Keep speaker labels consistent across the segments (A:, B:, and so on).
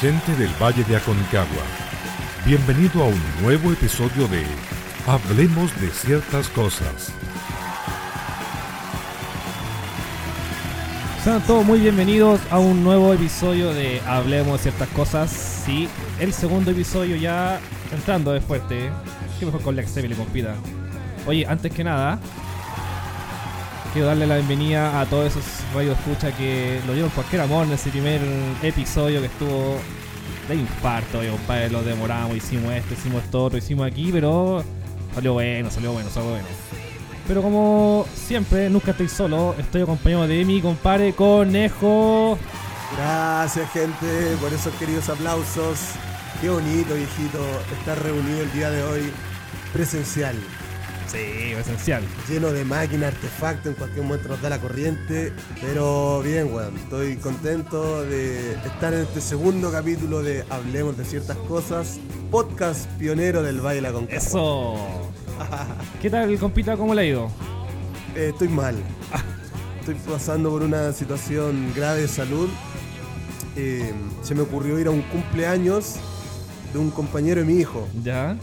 A: Gente del Valle de Aconcagua, bienvenido a un nuevo episodio de Hablemos de ciertas cosas.
B: Sean todos muy bienvenidos a un nuevo episodio de Hablemos de ciertas cosas. Sí, el segundo episodio ya entrando de fuerte. Qué mejor con la Excel y compita. Oye, antes que nada, quiero darle la bienvenida a todos esos rayos escucha que lo dieron cualquier amor en ese primer episodio que estuvo de infarto, oye, compadre, lo demoramos, hicimos esto, hicimos esto, otro, hicimos aquí, pero salió bueno, salió bueno, salió bueno. Pero como siempre, nunca estoy solo, estoy acompañado de mi compadre Conejo.
C: Gracias, gente, por esos queridos aplausos. Qué bonito, viejito, estar reunido el día de hoy presencial,
B: Sí, esencial.
C: lleno de máquina, artefacto, en cualquier momento nos da la corriente. Pero bien, weón, estoy contento de estar en este segundo capítulo de Hablemos de ciertas cosas, podcast pionero del baile con
B: Eso. ¿Qué tal, compita? ¿Cómo le ha ido?
C: Eh, estoy mal. Estoy pasando por una situación grave de salud. Eh, se me ocurrió ir a un cumpleaños de un compañero de mi hijo.
B: ¿Ya?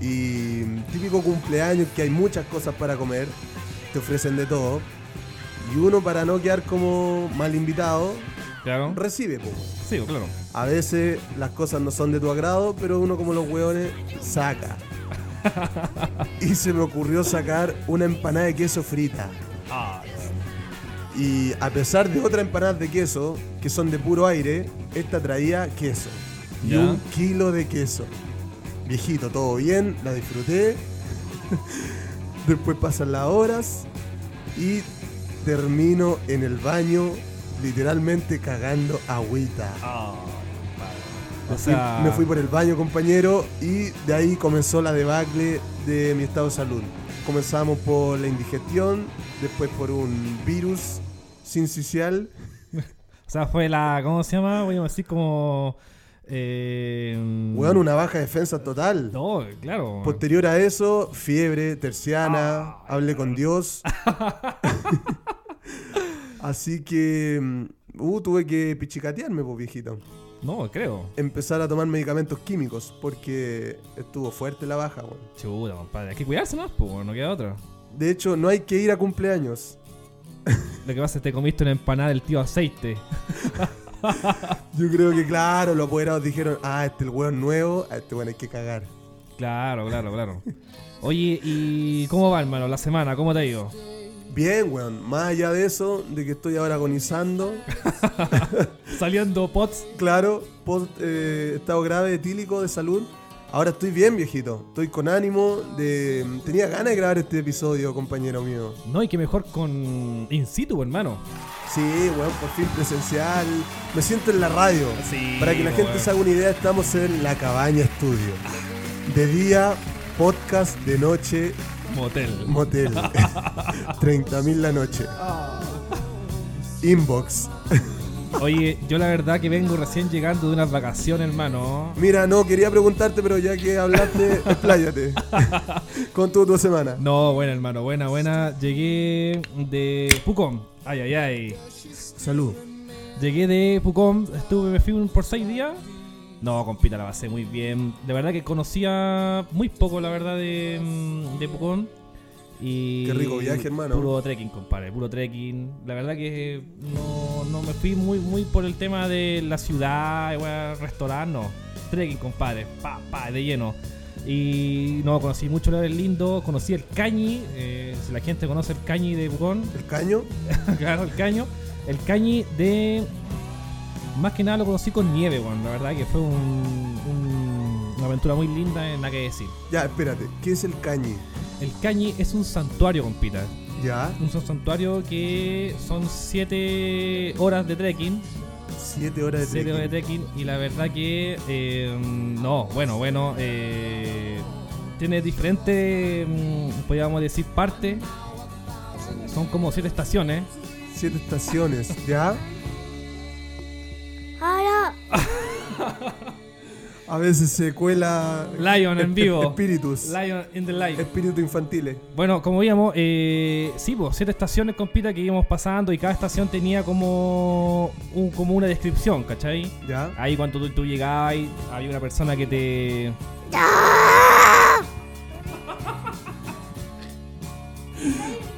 C: Y típico cumpleaños que hay muchas cosas para comer. Te ofrecen de todo. Y uno para no quedar como mal invitado,
B: ¿Claro?
C: recibe poco.
B: Sí, claro.
C: A veces las cosas no son de tu agrado, pero uno como los hueones saca. y se me ocurrió sacar una empanada de queso frita.
B: Ah,
C: Y a pesar de otras empanadas de queso, que son de puro aire, esta traía queso. Y
B: Ya.
C: un kilo de queso. Viejito, todo bien, la disfruté. Después pasan las horas y termino en el baño literalmente cagando agüita.
B: ah,
C: Me
B: O
C: fui-
B: sea,
C: me fui por el baño, compañero, y de ahí comenzó la debacle de mi estado de salud. Comenzamos por la indigestión, después por un virus sincicial.
B: o sea, fue la. ¿Cómo se llama? Voy a decir como. Eh,
C: Weón, una baja defensa total.
B: No, claro.
C: Posterior a eso, fiebre, terciana, hablé con Dios. Así que mm, uh, tuve que pichicatearme, pues viejito.
B: No, creo.
C: Empezar a tomar medicamentos químicos porque estuvo fuerte la baja, weón.
B: Chuta, compadre. Hay que cuidarse más, pues, no queda otra.
C: De hecho, no hay que ir a cumpleaños.
B: Lo que pasa es que te comiste una empanada del tío aceite.
C: Yo creo que, claro, los apoderados dijeron, ah, este el weón nuevo, a este weón hay que cagar.
B: Claro, claro, claro. Oye, ¿y cómo va, hermano? La semana, ¿cómo te ha ido?
C: Bien, weón, más allá de eso, de que estoy ahora agonizando,
B: Saliendo pots.
C: claro, post eh, estado grave etílico de salud, ahora estoy bien, viejito, estoy con ánimo, de... tenía ganas de grabar este episodio, compañero mío.
B: No, y que mejor con in situ, hermano.
C: Sí, weón, por fin presencial, me siento en la radio.
B: Sí,
C: Para que la gente
B: weón.
C: se haga una idea, estamos en La Cabaña Estudio. De día, podcast, de noche,
B: Motel.
C: Motel. 30.000 la noche. Inbox.
B: Oye, yo la verdad que vengo recién llegando de unas vacaciones, hermano.
C: Mira, no, quería preguntarte, pero ya que hablaste, expláyate. Con tu, tu semana.
B: No, buena, hermano, buena, buena. Llegué de Pucón. Ay, ay, ay.
C: Salud.
B: Llegué de Pucón, estuve, me fui un- por seis días. No, compita, la pasé muy bien. De verdad que conocía muy poco, la verdad, de, mm, de Pucón. Y
C: Qué rico viaje, hermano.
B: Puro trekking, compadre, puro trekking. La verdad que no, no me fui muy, muy por el tema de la ciudad, igual, restaurante, no. Trekking, compadre, pa, pa, de lleno. Y no, conocí mucho lugares lindos, conocí el Cañi, eh, si la gente conoce el Cañi de Pucón,
C: ¿El caño?
B: claro, el caño. El cañi de. Más que nada lo conocí con nieve, weón. La verdad que fue un, un- una aventura muy linda, eh, nada que decir.
C: Ya, espérate. ¿Qué es el cañi?
B: El cañi es un santuario, compita.
C: Ya.
B: Un santuario que son 7 horas de trekking.
C: Siete horas de
B: Siete horas de
C: trekking.
B: trekking. Y la verdad que. eh, no, bueno, bueno. eh, tiene diferentes. mm, Podríamos decir partes. Son como siete estaciones.
C: Siete estaciones. Ya.
D: Ahora,
C: A veces se cuela.
B: Lion en
C: esp-
B: vivo.
C: Espíritus.
B: Lion in the Light.
C: Espíritus infantiles.
B: Bueno, como veíamos, eh, sí, pues, siete estaciones con pita que íbamos pasando y cada estación tenía como, un- como una descripción, ¿cachai?
C: ¿Ya?
B: Ahí cuando tú, tú llegabas, había una persona que te...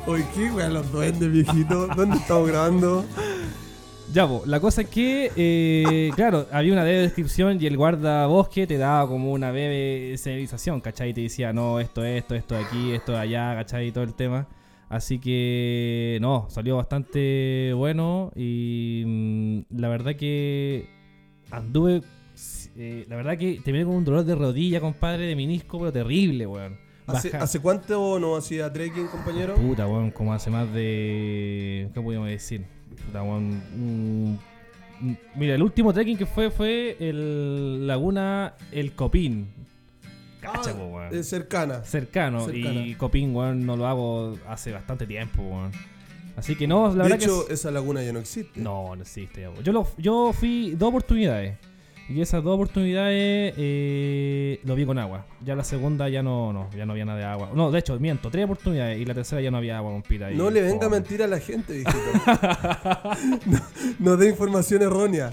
C: Oye, qué weón, los duendes, viejito. ¿Dónde estamos grabando?
B: Ya, po, la cosa es que, eh, claro, había una breve descripción y el guardabosque te daba como una breve señalización, ¿cachai? Te decía, no, esto, esto, esto de aquí, esto de allá, ¿cachai? Y todo el tema. Así que, no, salió bastante bueno y mm, la verdad que anduve, eh, la verdad que terminé con un dolor de rodilla, compadre, de menisco, pero terrible, weón.
C: ¿Hace,
B: Baja-
C: ¿hace cuánto no hacía trekking, compañero?
B: Puta, weón, como hace más de. ¿Qué podíamos decir? Puta, weón. mm, mm, Mira, el último trekking que fue fue el Laguna El Copín. Cacha,
C: Ah,
B: po, weón.
C: eh, cercana.
B: Cercano. Y
C: cercana.
B: Copín, weón, no lo hago hace bastante tiempo, weón. Así que no, la
C: de
B: verdad
C: hecho,
B: que. es-
C: esa laguna ya no existe.
B: No, no existe, weón. Yo, lo, yo fui dos oportunidades. Y esas dos oportunidades eh, lo vi con agua. Ya la segunda ya no, no, ya no había nada de agua. No, de hecho, miento, tres oportunidades y la tercera ya no había agua con pita. y-
C: No le venga a
B: oh.
C: mentir a la gente, viejito. no, no dé información errónea.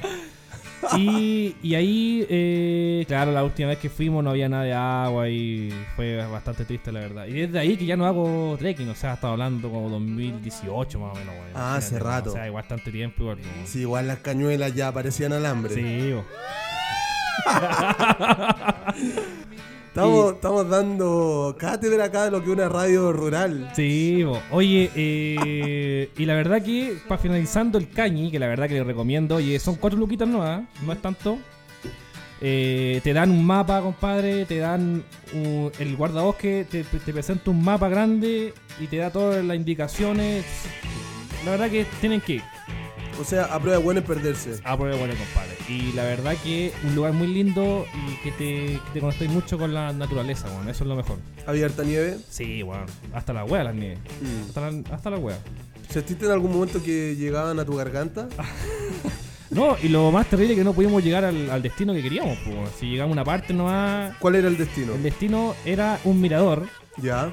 B: Y, y ahí, eh, claro, la última vez que fuimos no había nada de agua y fue bastante triste, la verdad. Y desde ahí que ya no hago trekking, o sea, estaba hablando como 2018 más o menos. weón.
C: Ah, hace
B: Imagínate,
C: rato.
B: O sea, igual bastante tiempo igual. weón.
C: Sí, igual las cañuelas ya parecían alambre.
B: Sí, weón.
C: Estamos, estamos dando cátedra acá de lo que es una radio rural.
B: Sí, bo. oye, eh, y la verdad que para finalizando el cañi, que la verdad que le recomiendo, oye, son cuatro luquitas nuevas, no es tanto. Eh, te dan un mapa, compadre, te dan un- el guardabosque, te, te presenta un mapa grande y te da todas las indicaciones. La verdad que tienen que ir
C: O sea, a prueba de bueno es perderse.
B: a prueba bueno, compadre. Y la verdad que un lugar muy lindo y que te, que te conectáis mucho con la naturaleza, bueno, eso es lo mejor.
C: ¿Había harta nieve?
B: Sí, bueno, hasta la hueá las nieves.
C: Mm.
B: Hasta la, hasta la hueá.
C: ¿Sentiste en algún momento que llegaban a tu garganta?
B: No, y lo más terrible es que no pudimos llegar al, al destino que queríamos. po. Si llegamos a una parte nomás,
C: ¿Cuál era el destino?
B: el destino era un mirador
C: Ya.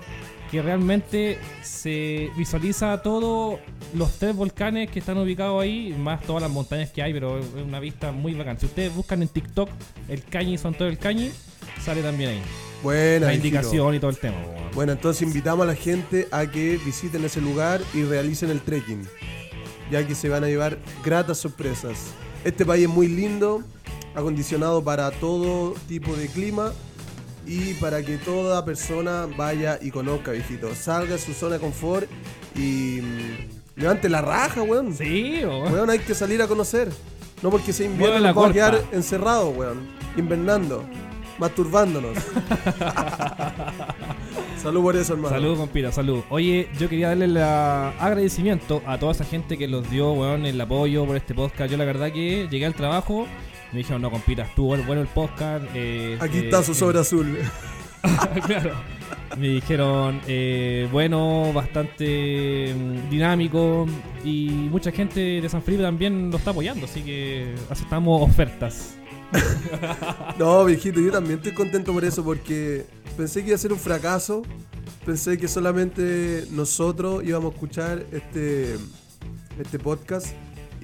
B: que realmente se visualiza todos los tres volcanes que están ubicados ahí, más todas las montañas que hay, pero es una vista muy bacán. Si ustedes buscan en TikTok el Cañi, son todo el Cañi, sale también ahí.
C: Buena.
B: La
C: hijito.
B: indicación y todo el tema. po.
C: Bueno, entonces invitamos a la gente a que visiten ese lugar y realicen el trekking, ya que se van a llevar gratas sorpresas. Este país es muy lindo, acondicionado para todo tipo de clima y para que toda persona vaya y conozca, viejito. Salga de su zona de confort y mm, levante la raja, weón.
B: Sí, po.
C: Weón, hay que salir a conocer. No porque sea invierno,
B: Mueve la
C: nos vamos a
B: corpa.
C: quedar encerrados, weón. Invernando, masturbándonos. Salud por eso, hermano.
B: Salud, compita, salud. Oye, yo quería darle el agradecimiento a toda esa gente que los dio, weón, el apoyo por este podcast. Yo la verdad que llegué al trabajo, me dijeron, no, compita, estuvo bueno el podcast. eh,
C: Aquí
B: eh,
C: está su sobre azul.
B: claro. Me dijeron, eh, bueno, bastante mm, dinámico y mucha gente de San Felipe también lo está apoyando, así que aceptamos ofertas.
C: No, viejito, yo también estoy contento por eso porque pensé que iba a ser un fracaso. Pensé que solamente nosotros íbamos a escuchar este, este podcast.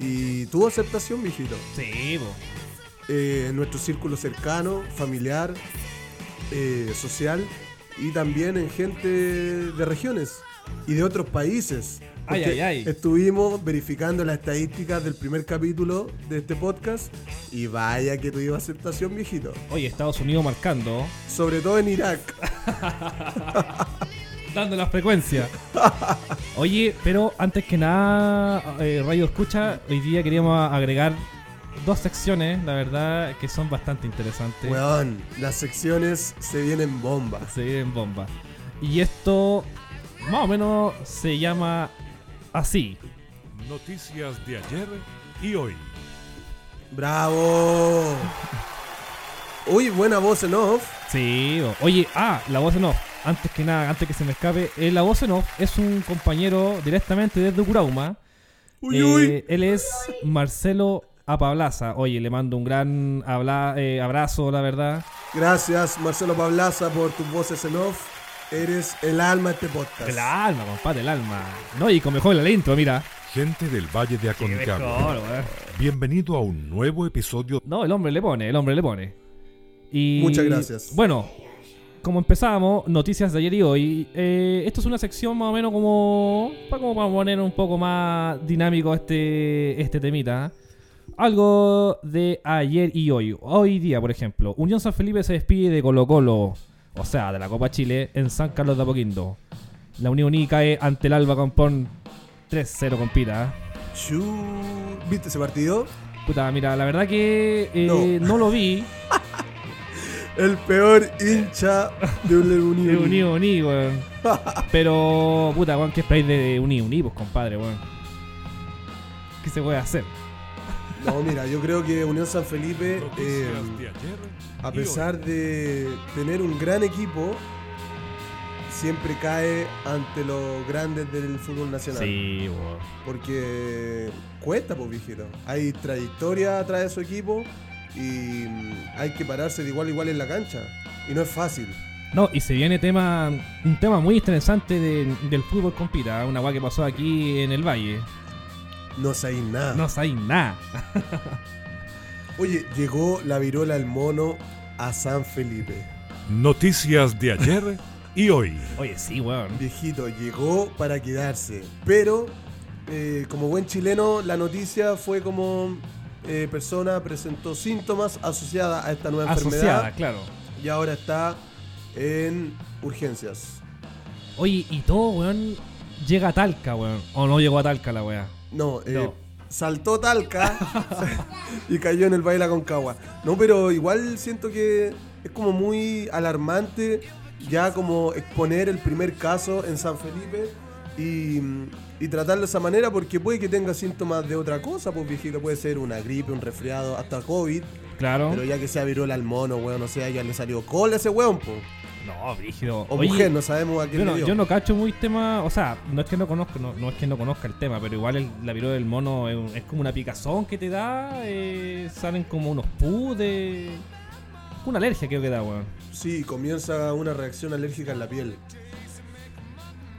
C: Y tuvo aceptación, viejito.
B: Sí, po.
C: eh, en nuestro círculo cercano, familiar, eh, social y también en gente de regiones y de otros países.
B: Ay,
C: Porque
B: ay, ay.
C: Estuvimos verificando las estadísticas del primer capítulo de este podcast y vaya que tuvimos aceptación, viejito.
B: Oye, Estados Unidos marcando,
C: Sobre todo en Irak.
B: dando la frecuencia. Oye, pero antes que nada, eh, Radio Escucha, hoy día queríamos agregar dos secciones, la verdad, que son bastante interesantes.
C: Weón, las secciones se vienen bombas.
B: Se vienen bomba. Y esto, más o menos, se llama así.
A: Noticias de ayer y hoy.
C: ¡Bravo! Uy, buena voz en off.
B: Sí, o- oye, ah, la voz en off. Antes que nada, antes que se me escape, eh, la voz en off es un compañero directamente desde Curauma.
C: Uy, uy.
B: Él es Eh, Marcelo a Pablaza. Oye, le mando un gran habla- eh, abrazo, la verdad.
C: Gracias, Marcelo Pablaza, por tus voces en off. Eres el alma de este podcast.
B: El alma, compadre, el alma. No, y con mejor la intro, mira.
A: Gente del Valle de
B: Qué
A: Aconcagua,
B: mejor, weón.
A: bienvenido a un nuevo episodio
B: No, el hombre le pone, el hombre le pone. Y,
C: Muchas gracias.
B: Bueno, como empezábamos, noticias de ayer y hoy. eh, esto es una sección más o menos como para, como para poner un poco más dinámico este, este temita. Algo de ayer y hoy. Hoy día, por ejemplo, Unión San Felipe se despide de Colo Colo, o sea, de la Copa Chile, en San Carlos de Apoquindo. La Unión Uní cae ante el Alba Campón 3-0 con Pita. ¿eh?
C: Chu- ¿Viste ese partido?
B: Puta, mira, la verdad que eh, no lo vi.
C: El peor hincha de un
B: De
C: Unión.
B: Uní Uní, weón. Pero, puta, weón, ¿qué esperáis de Uní Uní, pues, compadre, weón? ¿Qué se puede hacer?
C: No, mira, yo creo que Unión San Felipe, eh, a pesar de tener un gran equipo, siempre cae ante los grandes del fútbol nacional.
B: Sí, weón.
C: Porque cuesta, pues, viejito. Hay trayectoria atrás de su equipo y mm, hay que pararse de igual a igual en la cancha. Y no es fácil.
B: No, y se viene tema, un tema muy interesante de- del fútbol compita, ¿eh? una weá que pasó aquí en el Valle.
C: No sabéis nada.
B: No sabéis nada.
C: Oye, llegó la virola del mono a San Felipe.
A: Noticias de ayer y hoy.
B: Oye, sí, weón.
C: Viejito, llegó para quedarse. Pero, eh, como buen chileno, la noticia fue como eh, persona presentó síntomas asociadas a esta nueva
B: Asociada,
C: enfermedad
B: claro.
C: y ahora está en urgencias.
B: Oye, y todo, weón, llega a Talca, weón. O no llegó a Talca la weá.
C: No, eh,
B: No.
C: saltó Talca y cayó en el baile con Concagua. No, pero igual siento que es como muy alarmante ya como exponer el primer caso en San Felipe y, y tratarlo de esa manera porque puede que tenga síntomas de otra cosa, pues viejito, puede ser una gripe, un resfriado, hasta COVID,
B: Claro.
C: pero ya que sea virola al mono, weón, o sea, ya le salió cola a ese weón, po.
B: No, brígido.
C: O
B: Oye,
C: mujer, no sabemos a quién
B: Yo no,
C: le dio.
B: yo no cacho muy tema, o sea, no es que no conozco, no, no es que no conozca el tema, pero igual el- la viruela del mono es, un- es como una picazón que te da, eh, salen como unos pus de... Una alergia creo que da, weón.
C: Sí, comienza una reacción alérgica en la piel.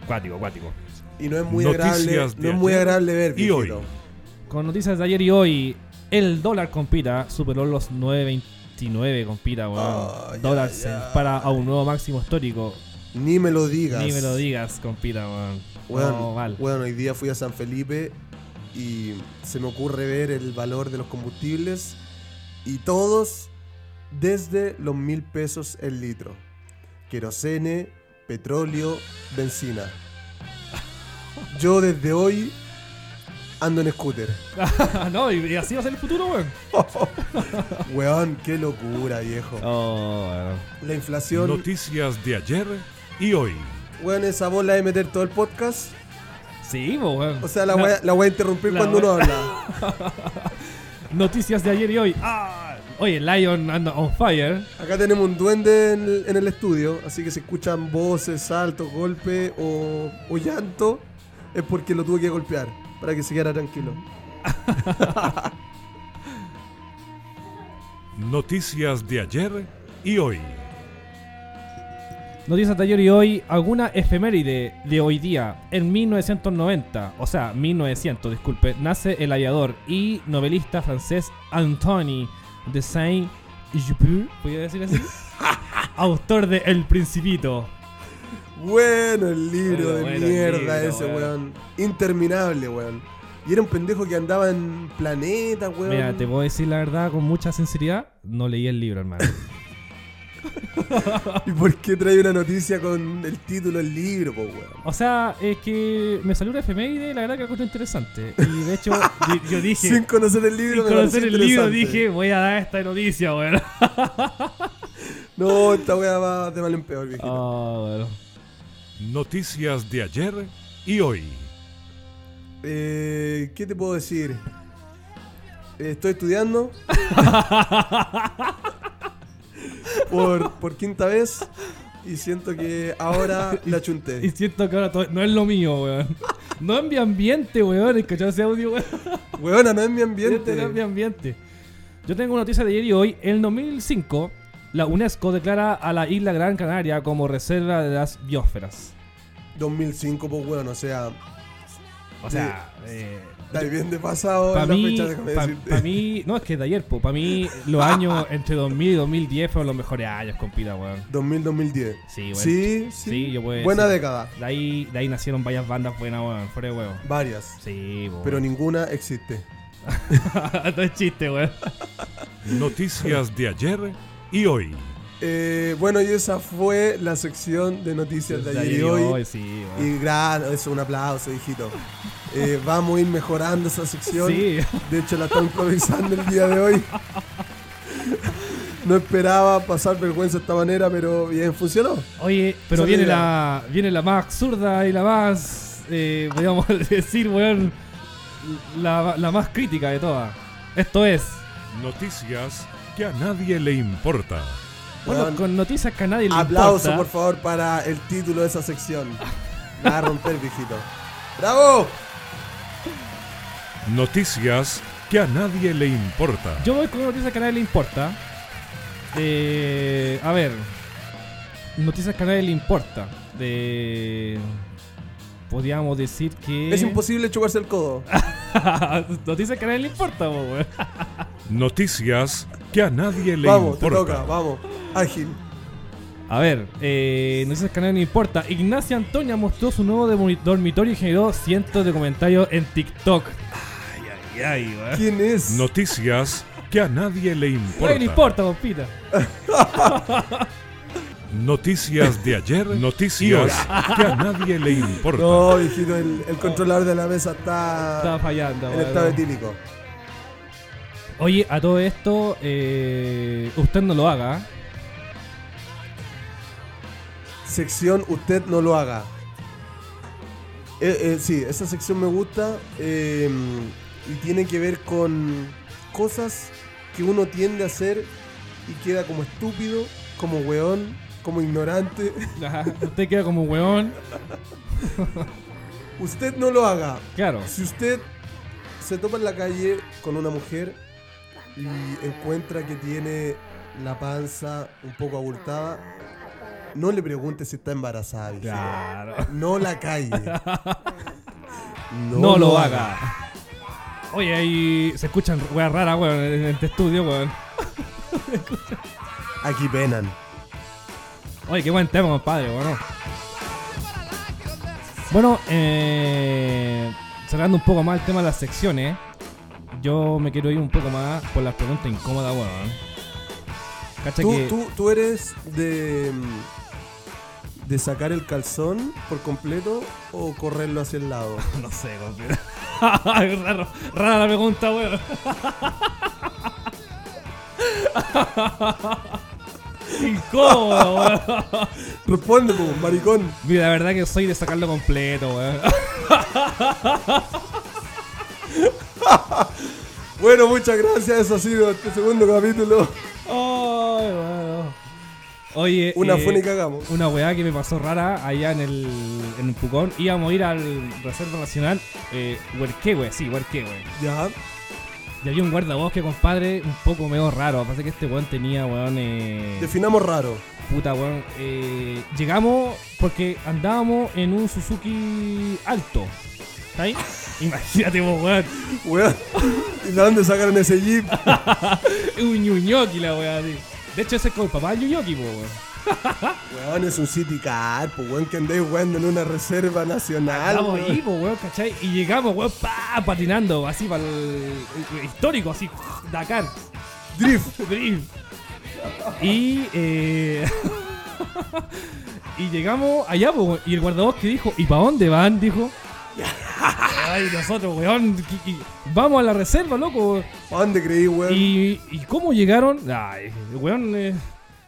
B: Cuático, cuático.
C: Y no es muy
A: Noticias
C: agradable,
A: de
C: no es muy
A: ayer
C: agradable ver,
A: y hoy.
C: viejito.
B: Con noticias de ayer y hoy, el dólar compita superó los 9.29 compita, weón.
C: Ah, ya,
B: dólar
C: ya.
B: se dispara a un nuevo máximo histórico.
C: Ni me lo digas.
B: Ni me lo digas, compita, weón.
C: Weón,
B: no, mal.
C: weón, hoy día fui a San Felipe y se me ocurre ver el valor de los combustibles y todos desde los mil pesos el litro. Querosene, petróleo, benzina. Yo desde hoy ando en scooter.
B: no, y, y así va a ser el futuro, weón.
C: Weón, qué locura, viejo.
B: Oh, weón.
C: La inflación,
A: Noticias de ayer y hoy.
C: weón, esa bola de meter todo el podcast.
B: Sí, po, weón.
C: O sea, la
B: No.
C: voy a, la voy a interrumpir
B: La
C: cuando
B: voy-
C: uno habla.
B: Noticias de ayer y hoy. ¡Ah! Oye, Lion anda on fire.
C: Acá tenemos un duende en el, en el estudio, así que si escuchan voces, saltos, golpes o, o llanto, es porque lo tuve que golpear para que se quedara tranquilo.
A: Noticias de ayer y hoy.
B: Noticias de ayer y hoy. Alguna efeméride de hoy día. En 1990, o sea, 1900, disculpe, nace el aviador y novelista francés Anthony de Saint-Exupéry. ¿Podría decir así? Autor de El Principito.
C: Bueno, el libro
B: Bueno,
C: de
B: bueno, el
C: mierda
B: libro,
C: ese,
B: weón.
C: weón. Interminable, weón. Y era un pendejo que andaba en planetas, weón.
B: Mira, te puedo decir la verdad con mucha sinceridad. No leí el libro, hermano.
C: ¿Y por qué trae una noticia con el título del libro, po, weón?
B: O sea, es que me salió una efeméride, la verdad que es interesante. Y de hecho, di- yo dije.
C: Sin conocer el
B: Sin
C: libro, me
B: conocer
C: pareció
B: el libro
C: interesante.
B: dije, voy a dar esta noticia, weón.
C: No, esta weá va de mal en peor, viejito.
A: Noticias de ayer y hoy.
C: Eh, ¿Qué te puedo decir? Eh, Estoy estudiando. por, por quinta vez. Y siento que ahora la
B: Y
C: chunté.
B: siento que ahora todo- no es lo mío, weón. No es mi ambiente, weón, escuchar ese audio, weón.
C: Weona, no es mi
B: Este
C: ambiente.
B: era mi ambiente. Yo tengo una noticia de ayer y hoy. En 2005, la UNESCO declara a la isla Gran Canaria como reserva de las biosferas.
C: 2005, pues weón, o sea,
B: O sea, eh,
C: estáis bien de pasado
B: para
C: en la
B: mí,
C: fecha, déjame
B: pa-
C: decirte.
B: pa' mí, no es que de ayer, para mí los años entre 2000 y 2010 fueron los mejores años, compita, weón.
C: 2000, 2010.
B: Sí, weón.
C: Sí, sí.
B: Sí, yo puedo
C: Buena
B: decir.
C: década,
B: De ahí, de ahí nacieron varias bandas buenas, weón. Fuera de huevo.
C: varias,
B: Sí, weón.
C: pero ninguna existe.
B: no es chiste, weón.
A: Noticias de ayer y hoy.
C: Eh, bueno, y esa fue la sección de noticias de ayer y hoy.
B: Sí, weón.
C: Y gran, eso, un aplauso, hijito. Eh, vamos a ir mejorando esa sección.
B: Sí.
C: De hecho, la estamos improvisando el día de hoy. No esperaba pasar vergüenza de esta manera, pero bien, funcionó.
B: Oye, pero
C: Esa
B: viene
C: es la
B: la, viene la más absurda y la más, eh, podríamos decir, weón, la, la más crítica de todas. Esto es,
A: Noticias que a nadie le importa.
B: bueno,
C: Weón,
B: con noticias que a nadie le
C: Aplauso,
B: importa.
C: por favor, para el título de esa sección. La va a romper, viejito. ¡Bravo!
A: Noticias que a nadie le importa.
B: Yo voy con noticias que a nadie le importa. Eh, a ver, noticias que a nadie le importa. De... Podríamos decir que...
C: Es imposible chuparse el codo.
B: noticias que a nadie le importa, po, weón.
A: Noticias que a nadie le
C: Vamos, te
A: importa.
C: toca, vamos. Ágil.
B: A ver, eh, no sé si canal no importa. Ignacia Antonia mostró su nuevo demo- dormitorio y generó cientos de comentarios en TikTok. Ay, ay, ay, weón.
C: ¿Quién es?
A: Noticias que a nadie le
B: No le
A: importa.
B: importa, compita.
A: Noticias de ayer, noticias que a nadie le importa.
C: No, viejito, el, el controlador de la mesa está,
B: Estaba fallando,
C: en
B: weón.
C: estado etílico.
B: Oye, a todo esto, eh, usted no lo haga.
C: Sección Usted no lo haga. Eh, eh, sí, esa sección me gusta eh, y tiene que ver con cosas que uno tiende a hacer y queda como estúpido, como weón, como ignorante.
B: Ajá, ¿ah? Usted queda como un weón.
C: Usted no lo haga.
B: Claro.
C: Si usted se topa en la calle con una mujer y encuentra que tiene la panza un poco abultada, no le pregunte si está embarazada. viejo.
B: Claro.
C: No la calle.
B: No, lo, haga. Oye, ahí se escuchan weas raras, weón, en este estudio, weón.
C: Aquí penan.
B: Oye, qué buen tema, compadre, bueno. Bueno, eh, cerrando un poco más el tema de las secciones, yo me quiero ir un poco más por las preguntas incómodas, weón. Cacha
C: ¿Tú,
B: que
C: tú, tú eres de. mm, de sacar el calzón por completo o correrlo hacia el lado?
B: no sé, compadre. Raro, rara la pregunta, weón. Incómodo, weón.
C: Responde, po, maricón.
B: Mira, la verdad que soy de sacarlo completo, weón.
C: Bueno, muchas gracias. Eso ha sido este segundo capítulo.
B: Ay, weón. Oye,
C: Una
B: eh,
C: funa y cagamos.
B: una weá que me pasó rara allá en el en Pucón. Íbamos a ir al Reserva Nacional eh, Huerquehue, sí, Huerquehue.
C: Ya.
B: Y había un guardabosque, compadre, un poco medio raro. Pasa que este weón tenía, weón, eh,
C: Definamos raro.
B: puta, weón. eh, llegamos porque andábamos en un Suzuki alto. ¿Está ahí? Imagínate vos, weón.
C: Weón. ¿Y de dónde sacaron ese jeep?
B: Es un ñuñoqui la weá, tío. De hecho, ese es como el papá del ñuñoqui, po, weón.
C: Weón, es un city car, po, weón, que andáis weando en una reserva nacional.
B: Estamos
C: weón.
B: ahí, po, weón, ¿cachai? Y llegamos, weón, pa, patinando, así, para el histórico, así, Dakar.
C: Drift.
B: Drift. Y, eh, y llegamos allá, po, y el guardabosque dijo, ¿y para dónde van? Dijo. Ay, nosotros, weón, que- que- vamos a la reserva, loco.
C: ¿A dónde creí, weón?
B: ¿Y, y cómo llegaron? Ay, weón, eh,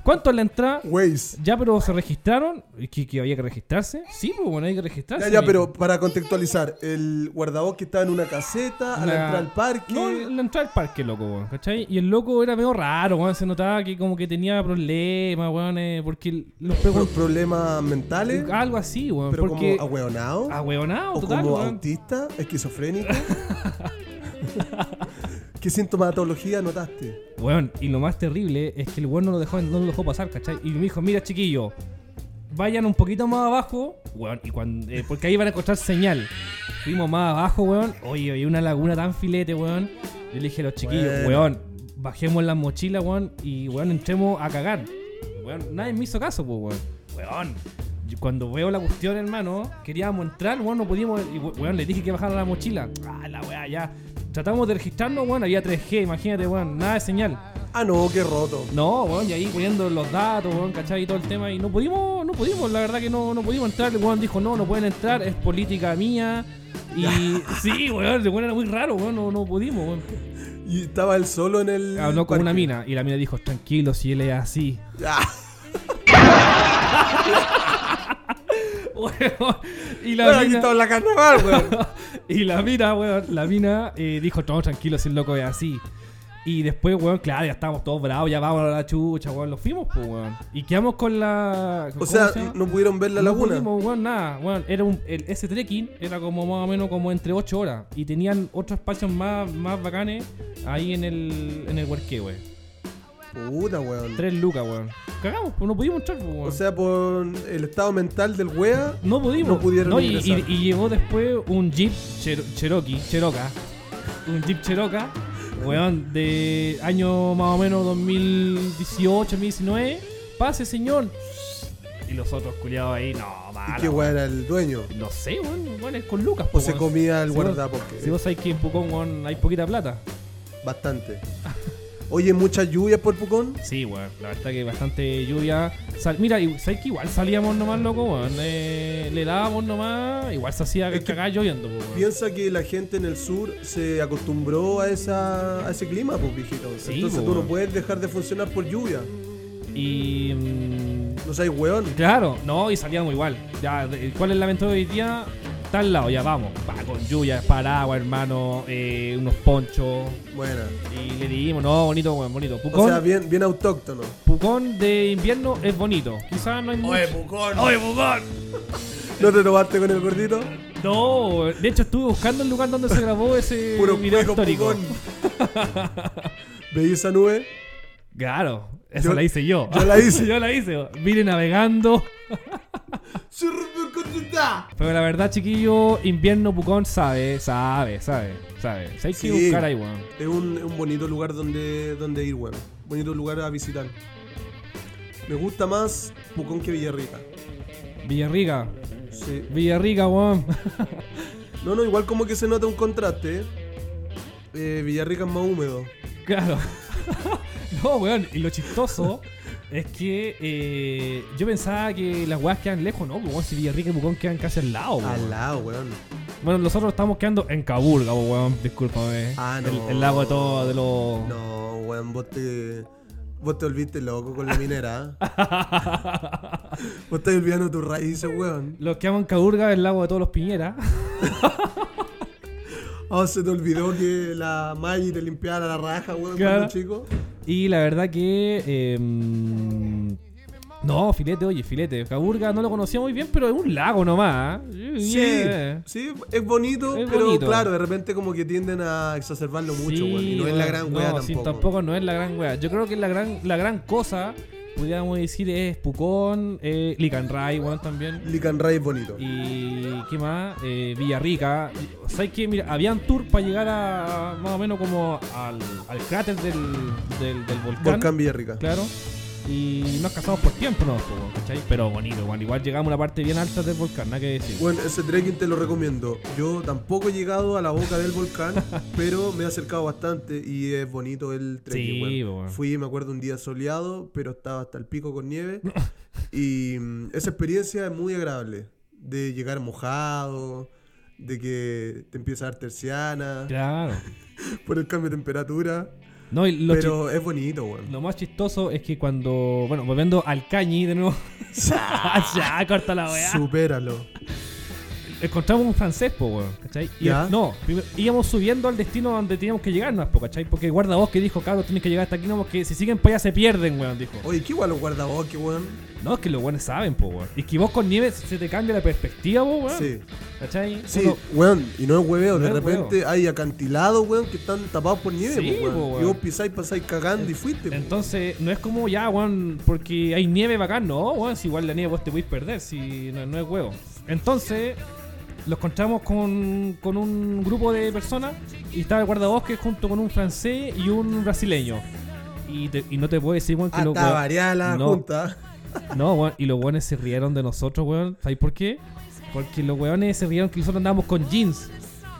B: ¿cuánto es la entrada?
C: Waze.
B: Ya, pero se registraron. ¿Que, que había que registrarse? Sí, pues bueno, hay que registrarse.
C: Ya, ya, pero para contextualizar, el guardabosque estaba en una caseta, a
B: Una-
C: la entrada al parque.
B: No, la entrada al parque, loco, weón, ¿cachai? Y el loco era medio raro, weón. Se notaba que como que tenía problemas, weón, eh, porque los
C: Pro-
B: pegó.
C: problemas mentales,
B: Algo así, weón.
C: pero
B: Ah, porque.
C: como ahueonado.
B: Ahueonado,
C: O
B: total,
C: como
B: weón.
C: autista, esquizofrénico. ¿Qué sintomatología notaste?
B: Weón, y lo más terrible es que el weón no lo dejó, no lo dejó pasar, ¿cachai? Y me dijo, mira chiquillo, vayan un poquito más abajo, weón, y cuando, eh, porque ahí van a encontrar señal. Fuimos más abajo, weón, oye, oye, una laguna tan filete, weón. Yo le dije a los chiquillos,
C: Bueno.
B: weón, bajemos las mochilas, weón, y weón, entremos a cagar. Weón, nadie me hizo caso, pues, weón. Weón. yo Cuando veo la cuestión, hermano, queríamos entrar, weón, no podíamos. Y, we- weón, le dije que bajara la mochila. Ah, la weá, ya. Tratamos de registrarnos, weón, había 3G, imagínate, weón, nada de señal.
C: Ah, no, qué roto.
B: No, weón, y ahí poniendo los datos, weón, ¿cachai? Y todo el tema. Y no pudimos, no pudimos, la verdad que no, no pudimos entrar. El weón dijo, no, no pueden entrar, es política mía. Y sí, weón, el weón era muy raro, weón, no, no pudimos, weón.
C: Y estaba él solo en el.
B: Habló con
C: parque.
B: una mina y la mina dijo, tranquilo, si él es así.
C: Ah,
B: Weón, y la
C: bueno, aquí
B: mina...
C: estaba en la carnaval, weón.
B: y la mina, weón, la mina eh, dijo, no, tranquilo, si el loco es así. Y después, weón, claro, ya estábamos todos bravos, ya vamos a la chucha, weón, los fuimos, pues, weón. Y quedamos con la...
C: O
B: ¿cómo
C: sea,
B: se llama?
C: no pudieron ver la
B: No
C: laguna.
B: pudimos, weón, nada, weón. Era un, el- ese trekking era como más o menos como entre 8 horas. Y tenían otros espacios más, más bacanes ahí en el, en el huerque, weón.
C: Puta, weón.
B: 3 lucas, weón. Cagamos, pues no pudimos entrar, pues, weón.
C: O sea, por el estado mental del wea.
B: No pudimos.
C: No pudieron
B: y,
C: ingresar.
B: y- y llegó después un Jeep Cher- Cherokee, Cheroca. Un Jeep Cheroca, weón, de año más o menos 2018, 2019. Pase, señor. Y los otros culiados ahí, no,
C: Y
B: mala.
C: que weón era el dueño.
B: No sé, weón, weón, es con Lucas.
C: O
B: po,
C: se
B: weón.
C: comía el
B: Si vos-
C: guardapolque.
B: Si vos sabés que en Pucón, weón, hay poquita plata.
C: Bastante. Oye, muchas lluvias por Pucón.
B: Sí, weón, la verdad que bastante lluvia. Sal- Mira, y- sabés que igual salíamos nomás, loco, weón. Eh, le dábamos nomás, igual se hacía
C: Es que-
B: cagar lloviendo, po, weón.
C: Piensa que la gente en el sur se acostumbró a, esa, a ese clima, pues, viejito.
B: Sí,
C: Entonces
B: po,
C: tú no
B: weón.
C: puedes dejar de funcionar por lluvia.
B: Y. mm,
C: No seas weón.
B: Claro, no, y salíamos igual. Ya, de- ¿Cuál es la aventura de hoy día? Tal lado, ya vamos. Pa, con lluvia, paraguas, hermano, eh, unos ponchos.
C: Buena.
B: Y le dijimos, no, bonito, weón, bonito. Pucón,
C: O sea, bien, bien autóctono.
B: Pucón de invierno es bonito. Quizás no hay mucho.
C: Pucón.
B: Oye, Pucón.
C: ¿No te tomaste con el gordito?
B: No, de hecho estuve buscando el lugar donde se grabó ese
C: Puro
B: video
C: cueco,
B: histórico.
C: Pucón. ¿Veí esa nube?
B: Claro, eso
C: Yo-
B: la hice yo.
C: yo la hice.
B: yo la hice. Vine navegando.
C: ¡Surbucutá!
B: Pero la verdad, chiquillo, invierno Pucón sabe, sabe, sabe, sabe. Si hay que
C: Sí.
B: buscar ahí, weón.
C: Es un, es un bonito lugar donde, donde ir, weón. Bonito lugar a visitar. Me gusta más Pucón que Villarrica.
B: Villarrica,
C: Sí.
B: Villarrica, weón.
C: No, no, igual como que se nota un contraste, ¿eh? Eh, Villarrica es más húmedo.
B: Claro. No, weón. Y lo chistoso es que eh, yo pensaba que las weas quedan lejos, ¿no? Pues, Weón, si Villarrica y Pucón quedan casi al lado, weón.
C: lado, weón.
B: Bueno, nosotros estamos quedando en Caburga, po, weón. Discúlpame.
C: Ah, no.
B: El, el lago de todo, de los.
C: No, weón, vos te. Vos te volviste loco con la minera. ¿eh? vos estás olvidando tus raíces, weón.
B: Los que aman Caburga es el lago de todos los Piñera.
C: Ah, se te olvidó que la Maggi te limpiara la raja, weón,
B: Claro.
C: cuando chico.
B: Y la verdad que. eh, mm, no, filete, oye, filete. Caburga no lo conocía muy bien, pero es un lago nomás. ¿eh?
C: Sí,
B: Yeah.
C: sí, es bonito,
B: Es
C: pero
B: bonito.
C: claro, de repente como que tienden a exacerbarlo mucho,
B: Sí,
C: weón. Y no es la gran
B: no,
C: wea
B: sí,
C: tampoco.
B: tampoco no es la gran wea. Yo creo que la gran, la gran cosa, podríamos decir, es Pucón, eh, Licanray, weón, también.
C: Licanray es bonito.
B: Y qué más, eh, Villarrica. Y- ¿Sabes qué? Mira, habían tour para llegar a más o menos como al, al cráter del, del, del volcán.
C: Volcán Villarrica.
B: Claro. Y nos casamos por tiempo, ¿no? Po, ¿Cachai? Pero bonito, weón. Igual llegamos a una parte bien alta del volcán, nada que decir.
C: Bueno, ese trekking te lo recomiendo. Yo tampoco he llegado a la boca del volcán, pero me he acercado bastante y es bonito el trekking.
B: Sí,
C: weón.
B: weón.
C: Fui, me acuerdo, un día soleado, pero estaba hasta el pico con nieve. y mm, esa experiencia es muy agradable. De llegar mojado, de que te empieza a dar terciana
B: Claro.
C: por el cambio de temperatura.
B: No, y lo,
C: pero es bonito, weón.
B: chi- lo más chistoso es que cuando. Bueno, volviendo al cañi de nuevo. ya, corta la weá.
C: Supéralo.
B: Encontramos un francés, po, weón, ¿cachai? Y
C: Ya.
B: no, primero íbamos subiendo al destino donde teníamos que llegar, ¿no? Po, ¿cachai? Porque el guardabosque dijo, cabrón, tienes que llegar hasta aquí, no, porque si siguen para allá se pierden, weón, dijo.
C: Oye, qué igual los guardabosques, weón.
B: No, es que los weones saben, po, weón. Y que vos con nieve se te cambia la perspectiva, po, weón.
C: Sí.
B: ¿Cachai?
C: Sí,
B: Uno-
C: weón, y no es hueveo,
B: No
C: de
B: es
C: repente hay acantilados, weón, que están tapados por nieve,
B: Sí,
C: pues, weón.
B: po, weón.
C: Y vos pisáis, pasáis cagando y fuiste, pues. po.
B: Entonces, no es como ya, weón, porque hay nieve bacán, no, weón, si igual la nieve vos te podéis perder, si no, no es huevo. Entonces, los encontramos con, con un grupo de personas y estaba el guardabosques junto con un francés y un brasileño. Y, te- y no te puedo decir, weón, que
C: Ah,
B: los
C: está
B: hue-
C: variada la
B: No.
C: junta.
B: No, weón, y los weones se rieron de nosotros, weón. ¿Sabes por qué? Porque los weones se rieron que nosotros andábamos con jeans.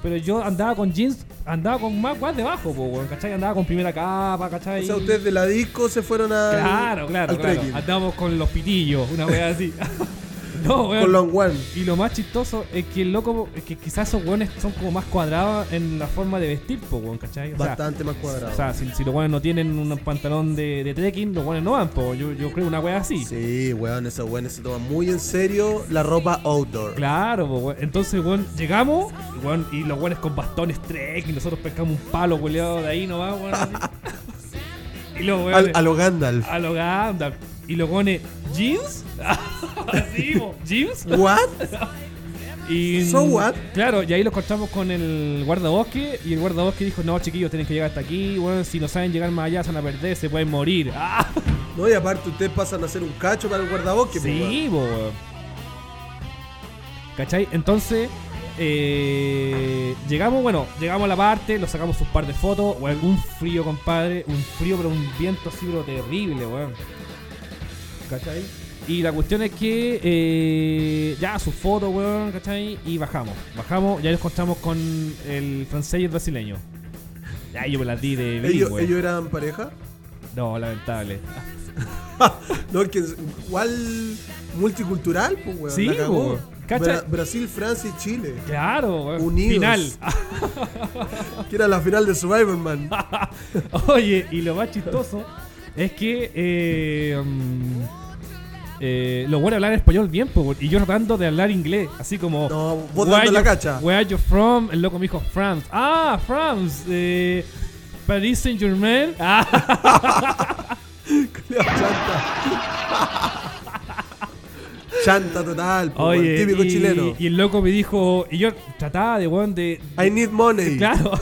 B: Pero yo andaba con jeans, andaba con más weas debajo, po, weón, ¿cachai? Andaba con primera capa,
C: O
B: ¿cachai?
C: sea, ustedes de la disco se fueron a.
B: Claro, claro,
C: al
B: claro.
C: trekking.
B: Andamos con los pitillos, una wea así. no, weón.
C: Con Long One.
B: Y lo más chistoso es que el loco, es que quizás esos weones son como más cuadrados en la forma de vestir, po, weón, ¿cachai? O sea,
C: Bastante más cuadrado.
B: o sea, si, si los weones no tienen un pantalón de, de trekking, los weones no van, po. Yo, yo creo una wea así.
C: sí, weón, esos weones se toman muy en serio la ropa outdoor.
B: Claro, po, weón. Entonces, weón, llegamos, y, weón, y los weones con bastones trekking, nosotros pescamos un palo culeado de ahí nomás, weón. así. y los weones.
C: Al- a lo Gandalf.
B: A lo Gandalf. Y lo pone jeans. Así, po, jeans.
C: ¿What?
B: Y,
C: So what?
B: Claro, y ahí los cortamos con el guardabosque. Y el guardabosque dijo: No, chiquillos, tienen que llegar hasta aquí. Bueno, si no saben llegar más allá, se van a perder, se pueden morir. Ah,
C: No, y aparte ustedes pasan a hacer un cacho para el guardabosque, pues, weón.
B: sí, po, weón. ¿Cachai? Entonces, eh, llegamos, bueno, llegamos a la parte, nos sacamos un par de fotos. O algún frío, compadre. Un frío, pero un viento así, pero terrible, weón. ¿cachai? Y la cuestión es que eh, ya su foto, weón, ¿cachai? Y bajamos, bajamos, ya nos encontramos con el francés y el brasileño. Ya yo me las di de
C: Ellos,
B: brillo,
C: ellos eran pareja.
B: No, lamentable.
C: No, es que es igual multicultural, pues, weón.
B: Sí,
C: la cagó.
B: weón. Cacha-
C: Bra- Brasil, Francia y Chile.
B: Claro, weón.
C: Unidos.
B: Final.
C: Que era la final de Survivor Man.
B: Ah. Oye, y lo más chistoso es que eh, mm, eh, los buenos hablan español bien, po, weón, y yo tratando de hablar inglés, así como.
C: No, vos
B: Where
C: dando
B: you-
C: la cacha.
B: Where are you from? El loco me dijo France. Ah, France. Eh, Paris Saint Germain. Ah,
C: Chanta. Chanta total, po, weón.
B: oye,
C: típico
B: y,
C: chileno.
B: Y el loco me dijo. Y yo trataba de weón de.
C: I need money.
B: Claro.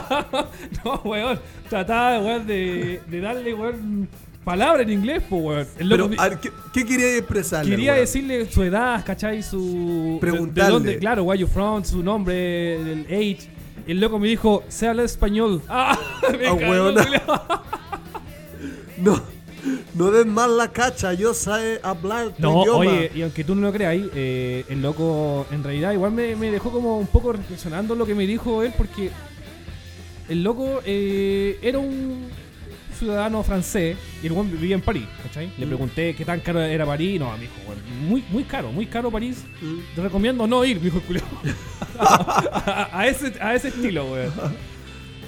B: no, weón. Trataba de weón de, de darle weón palabra en inglés, pues weón. El loco
C: Pero,
B: me-
C: a ver, ¿qué, qué quería expresarle?
B: Quería
C: weón?
B: decirle su edad, ¿cachai? Su. de-
C: Preguntarle.
B: De dónde, claro, where you from, su nombre, el age. Y el loco me dijo, se habla español. Ah, me
C: Ah,
B: cagó,
C: weona.
B: culiao.
C: No, no des más la cacha, yo sé hablar tu
B: No,
C: idioma.
B: oye, y aunque tú no lo creas, eh, el loco en realidad igual me, me dejó como un poco reflexionando lo que me dijo él, porque el loco eh, era un ciudadano francés y el buen vivía en París, ¿cachai? Le
C: Mm.
B: pregunté qué tan caro era París, no, me dijo, "Bueno, muy, muy caro, muy caro París,
C: Mm.
B: te recomiendo no ir, me dijo el culiao. a, a ese, a ese estilo, weón.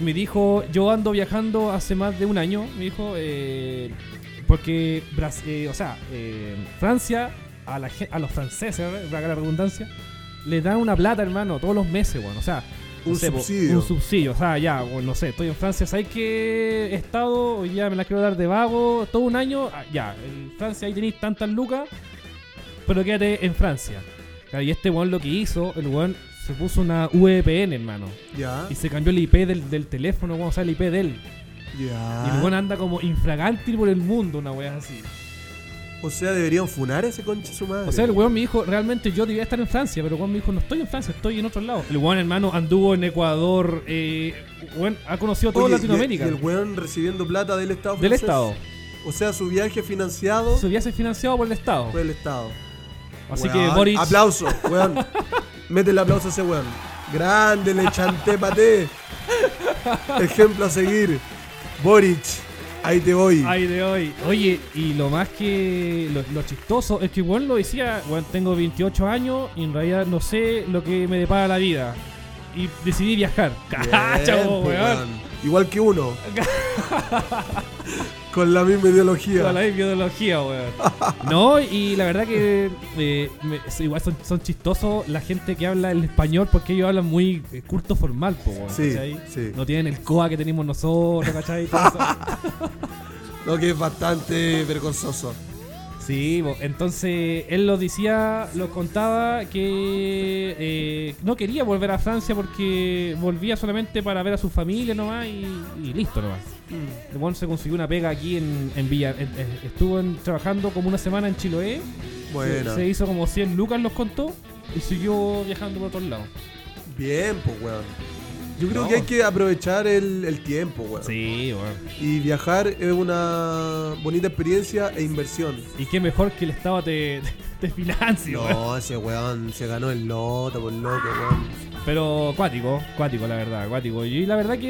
B: Me dijo, yo ando viajando hace más de un año, me dijo, eh, porque, Bras- eh, o sea, eh, Francia, a, la, gen- a los franceses, para la redundancia, le dan una plata, hermano, todos los meses, weón. O sea, no
C: Un
B: sé, po,
C: subsidio.
B: Un subsidio, o sea, ya, weón, no sé, estoy en Francia, ¿sabes que He estado, hoy día me la quiero dar de vago, todo un año, ah, ya, en Francia ahí tenéis tantas lucas, pero quédate en Francia. Claro, y este weón lo que hizo, el weón se puso una VPN, hermano.
C: Ya,
B: Y se cambió el IP del, del teléfono, weón, o sea, el IP de él.
C: ya.
B: Y el weón anda como infragante por el mundo, una wea así.
C: O sea, deberían funar a ese conche su madre.
B: O sea, el weón me dijo, realmente yo debía estar en Francia, pero el weón me dijo, no estoy en Francia, estoy en otro lado. El weón, hermano, anduvo en Ecuador, eh, weón, ha conocido toda
C: Oye, y-
B: Latinoamérica.
C: Y el weón recibiendo plata del Estado
B: del
C: francés.
B: Estado.
C: O sea, su viaje financiado
B: Su viaje es financiado por el Estado.
C: por el Estado.
B: Así
C: Pues, Weón,
B: que Boris.
C: Aplauso, weón. Mete el aplauso a ese weón. Grande, le chanté paté. Ejemplo a seguir. Boric, ahí te voy.
B: Ay, de hoy. Oye, y lo más que. Lo, lo chistoso es que, bueno, lo decía, bueno, tengo 28 años y en realidad no sé lo que me depara la vida. Y decidí viajar.
C: Bien,
B: Cacha, po,
C: po,
B: weón.
C: weón. Igual que uno. Con la misma ideología.
B: Toda la ideología, weón. No, y la verdad que. eh, me- sí, igual son, son chistosos la gente que habla el español porque ellos hablan muy eh, culto formal, po, weón.
C: Sí,
B: ¿cachai?
C: sí.
B: No tienen el coa que tenemos nosotros, ¿cachai? Todo eso.
C: Lo que es bastante vergonzoso.
B: Sí, bo, entonces él lo decía, lo contaba que eh, no quería volver a Francia porque volvía solamente para ver a su familia nomás y, y listo nomás.
C: Mm.
B: El weón se consiguió una pega aquí en, en Villa. en- en- estuvo en- trabajando como una semana en Chiloé.
C: Bueno,
B: Se hizo como 100 lucas, los contó. Y siguió viajando por otros lados.
C: bien, pues, weón. Yo creo
B: No.
C: que hay que aprovechar el, el tiempo, weón.
B: Sí, bueno.
C: Y viajar es una bonita experiencia e inversión.
B: Y qué mejor que el Estado te, te financie, weón.
C: No, ese weón se ganó el loto, por loco, weón.
B: Ah, Pero cuático, cuático, la verdad, cuático. Y la verdad que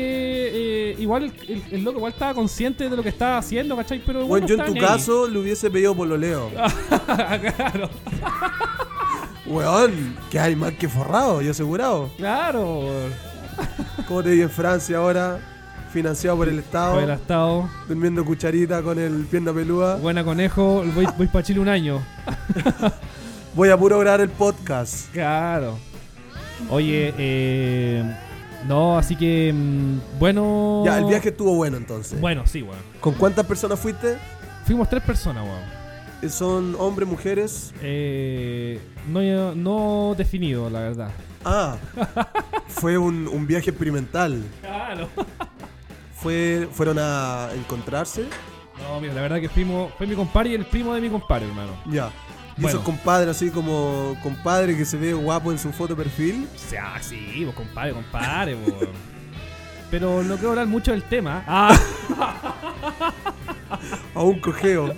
B: eh, igual el, el- el loco igual estaba consciente de lo que estaba haciendo, ¿cachai? Pero igual
C: Bueno,
B: no
C: yo en
B: estaba
C: tu
B: ni ahí.
C: caso le hubiese pedido pololeo.
B: claro,
C: Weón, que hay más que forrado, yo asegurado.
B: claro. weón.
C: Como te digo en Francia ahora, financiado por el Estado,
B: Hubiera estado.
C: durmiendo cucharita con el pierna pelúa.
B: Buena conejo, voy, voy para Chile un año.
C: Voy a puro grabar el podcast.
B: Claro. Oye, eh, no, así que mm, bueno.
C: Ya, el viaje estuvo bueno entonces.
B: Bueno, sí, weón.
C: ¿Con cuántas personas fuiste?
B: Fuimos tres personas, weón.
C: Eh, ¿Son hombres, mujeres?
B: Eh, no, no definido, la verdad.
C: Ah, fue un, un viaje experimental.
B: Claro.
C: Fue, fueron a encontrarse.
B: No, mira, la verdad que fuimos, fue mi compadre y el primo de mi compadre, hermano.
C: Ya. Y
B: Bueno.
C: esos compadres así como compadre que se ve guapo en su foto de perfil.
B: O sea, sí, vos compadre, compadre, po. Pero no quiero hablar mucho del tema. Ah,
C: A un cojeo.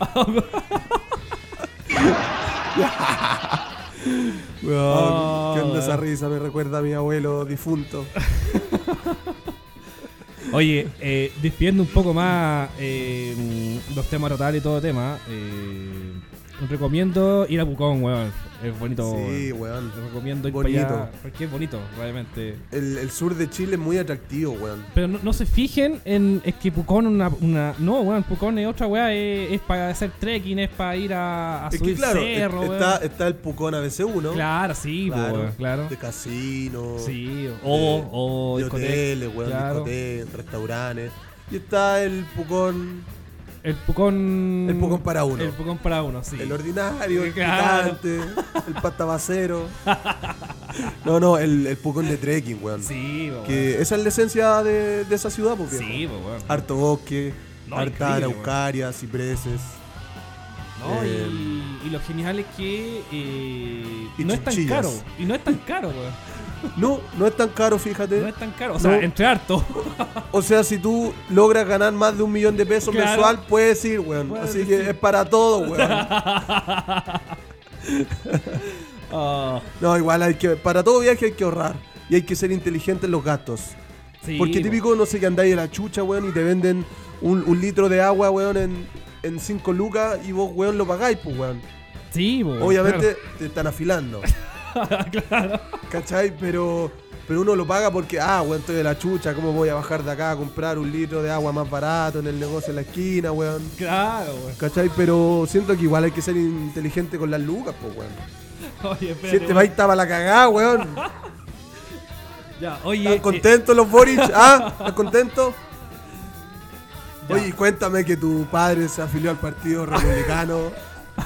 C: Weón, ¿Qué onda
B: Ah.
C: esa risa? Me recuerda a mi abuelo difunto.
B: oye, eh, despidiendo un poco más eh, mm, los temas a tratar y todo tema, eh, recomiendo ir a Pucón, weón. Es bonito,
C: Sí,
B: weón.
C: weón.
B: Les recomiendo ir
C: Bonito.
B: para allá, porque es bonito, realmente.
C: El, el sur de Chile es muy atractivo, weón.
B: Pero no, no se fijen en es que Pucón una, una no weón, Pucón es otra weá, es, es para hacer trekking, es para ir a, a
C: Es que
B: subir
C: claro,
B: cerro,
C: e-
B: weón.
C: está, está el Pucón ABC1.
B: Claro, sí, po,
C: Claro.
B: weón, claro.
C: De casino.
B: Sí, o, o
C: de
B: discoteca,
C: hoteles, weón.
B: claro.
C: discoteca, restaurantes. Y está el Pucón.
B: El Pucón.
C: El Pucón para uno.
B: El Pucón para uno, sí.
C: El ordinario, el
B: Claro.
C: picante, el pasta basero. No, no, el, el pucón de trekking, weón.
B: Sí, po,
C: Que esa es la esencia de, de esa ciudad,
B: weón.
C: porque
B: Sí, po, weón.
C: harto bosque,
B: No,
C: harta
B: increíble,
C: araucaria, cipreses.
B: No,
C: eh,
B: y, y lo genial es que. eh,
C: y
B: no es tan
C: chinchillas.
B: caro. Y no es tan caro, weón.
C: No, no es tan caro, fíjate.
B: No es tan caro. O sea,
C: No.
B: entre harto.
C: O sea, si tú logras ganar más de un millón de pesos
B: Claro.
C: mensual, puedes ir, weón.
B: Puedes
C: Así
B: ir.
C: que es para todo, weón.
B: Ah,
C: No, igual hay que, para todo viaje hay que ahorrar. Y hay que ser inteligente en los gastos.
B: sí,
C: Porque
B: po.
C: típico, no sé, que andáis de la chucha, weón, y te venden un, un litro de agua, weón, en, en 5 lucas y vos, weón, lo pagáis, pues, weón.
B: Sí, po, weón,
C: Obviamente te están afilando,
B: Claro. claro.
C: ¿cachai? Pero, pero uno lo paga porque, ah, weón, estoy de la chucha, ¿cómo voy a bajar de acá a comprar un litro de agua más barato en el negocio en la esquina, weón?
B: Claro, weón.
C: ¿Cachai? Pero siento que igual hay que ser inteligente con las lucas, pues, weón.
B: Oye,
C: Si
B: espérate.
C: este
B: weón.
C: país estaba la cagada, weón.
B: Ya, oye. eh,
C: ¿Están contentos los Boric? ¿Ah? ¿Están contentos?
B: Ya.
C: Oye, cuéntame que tu padre se afilió al Partido Republicano.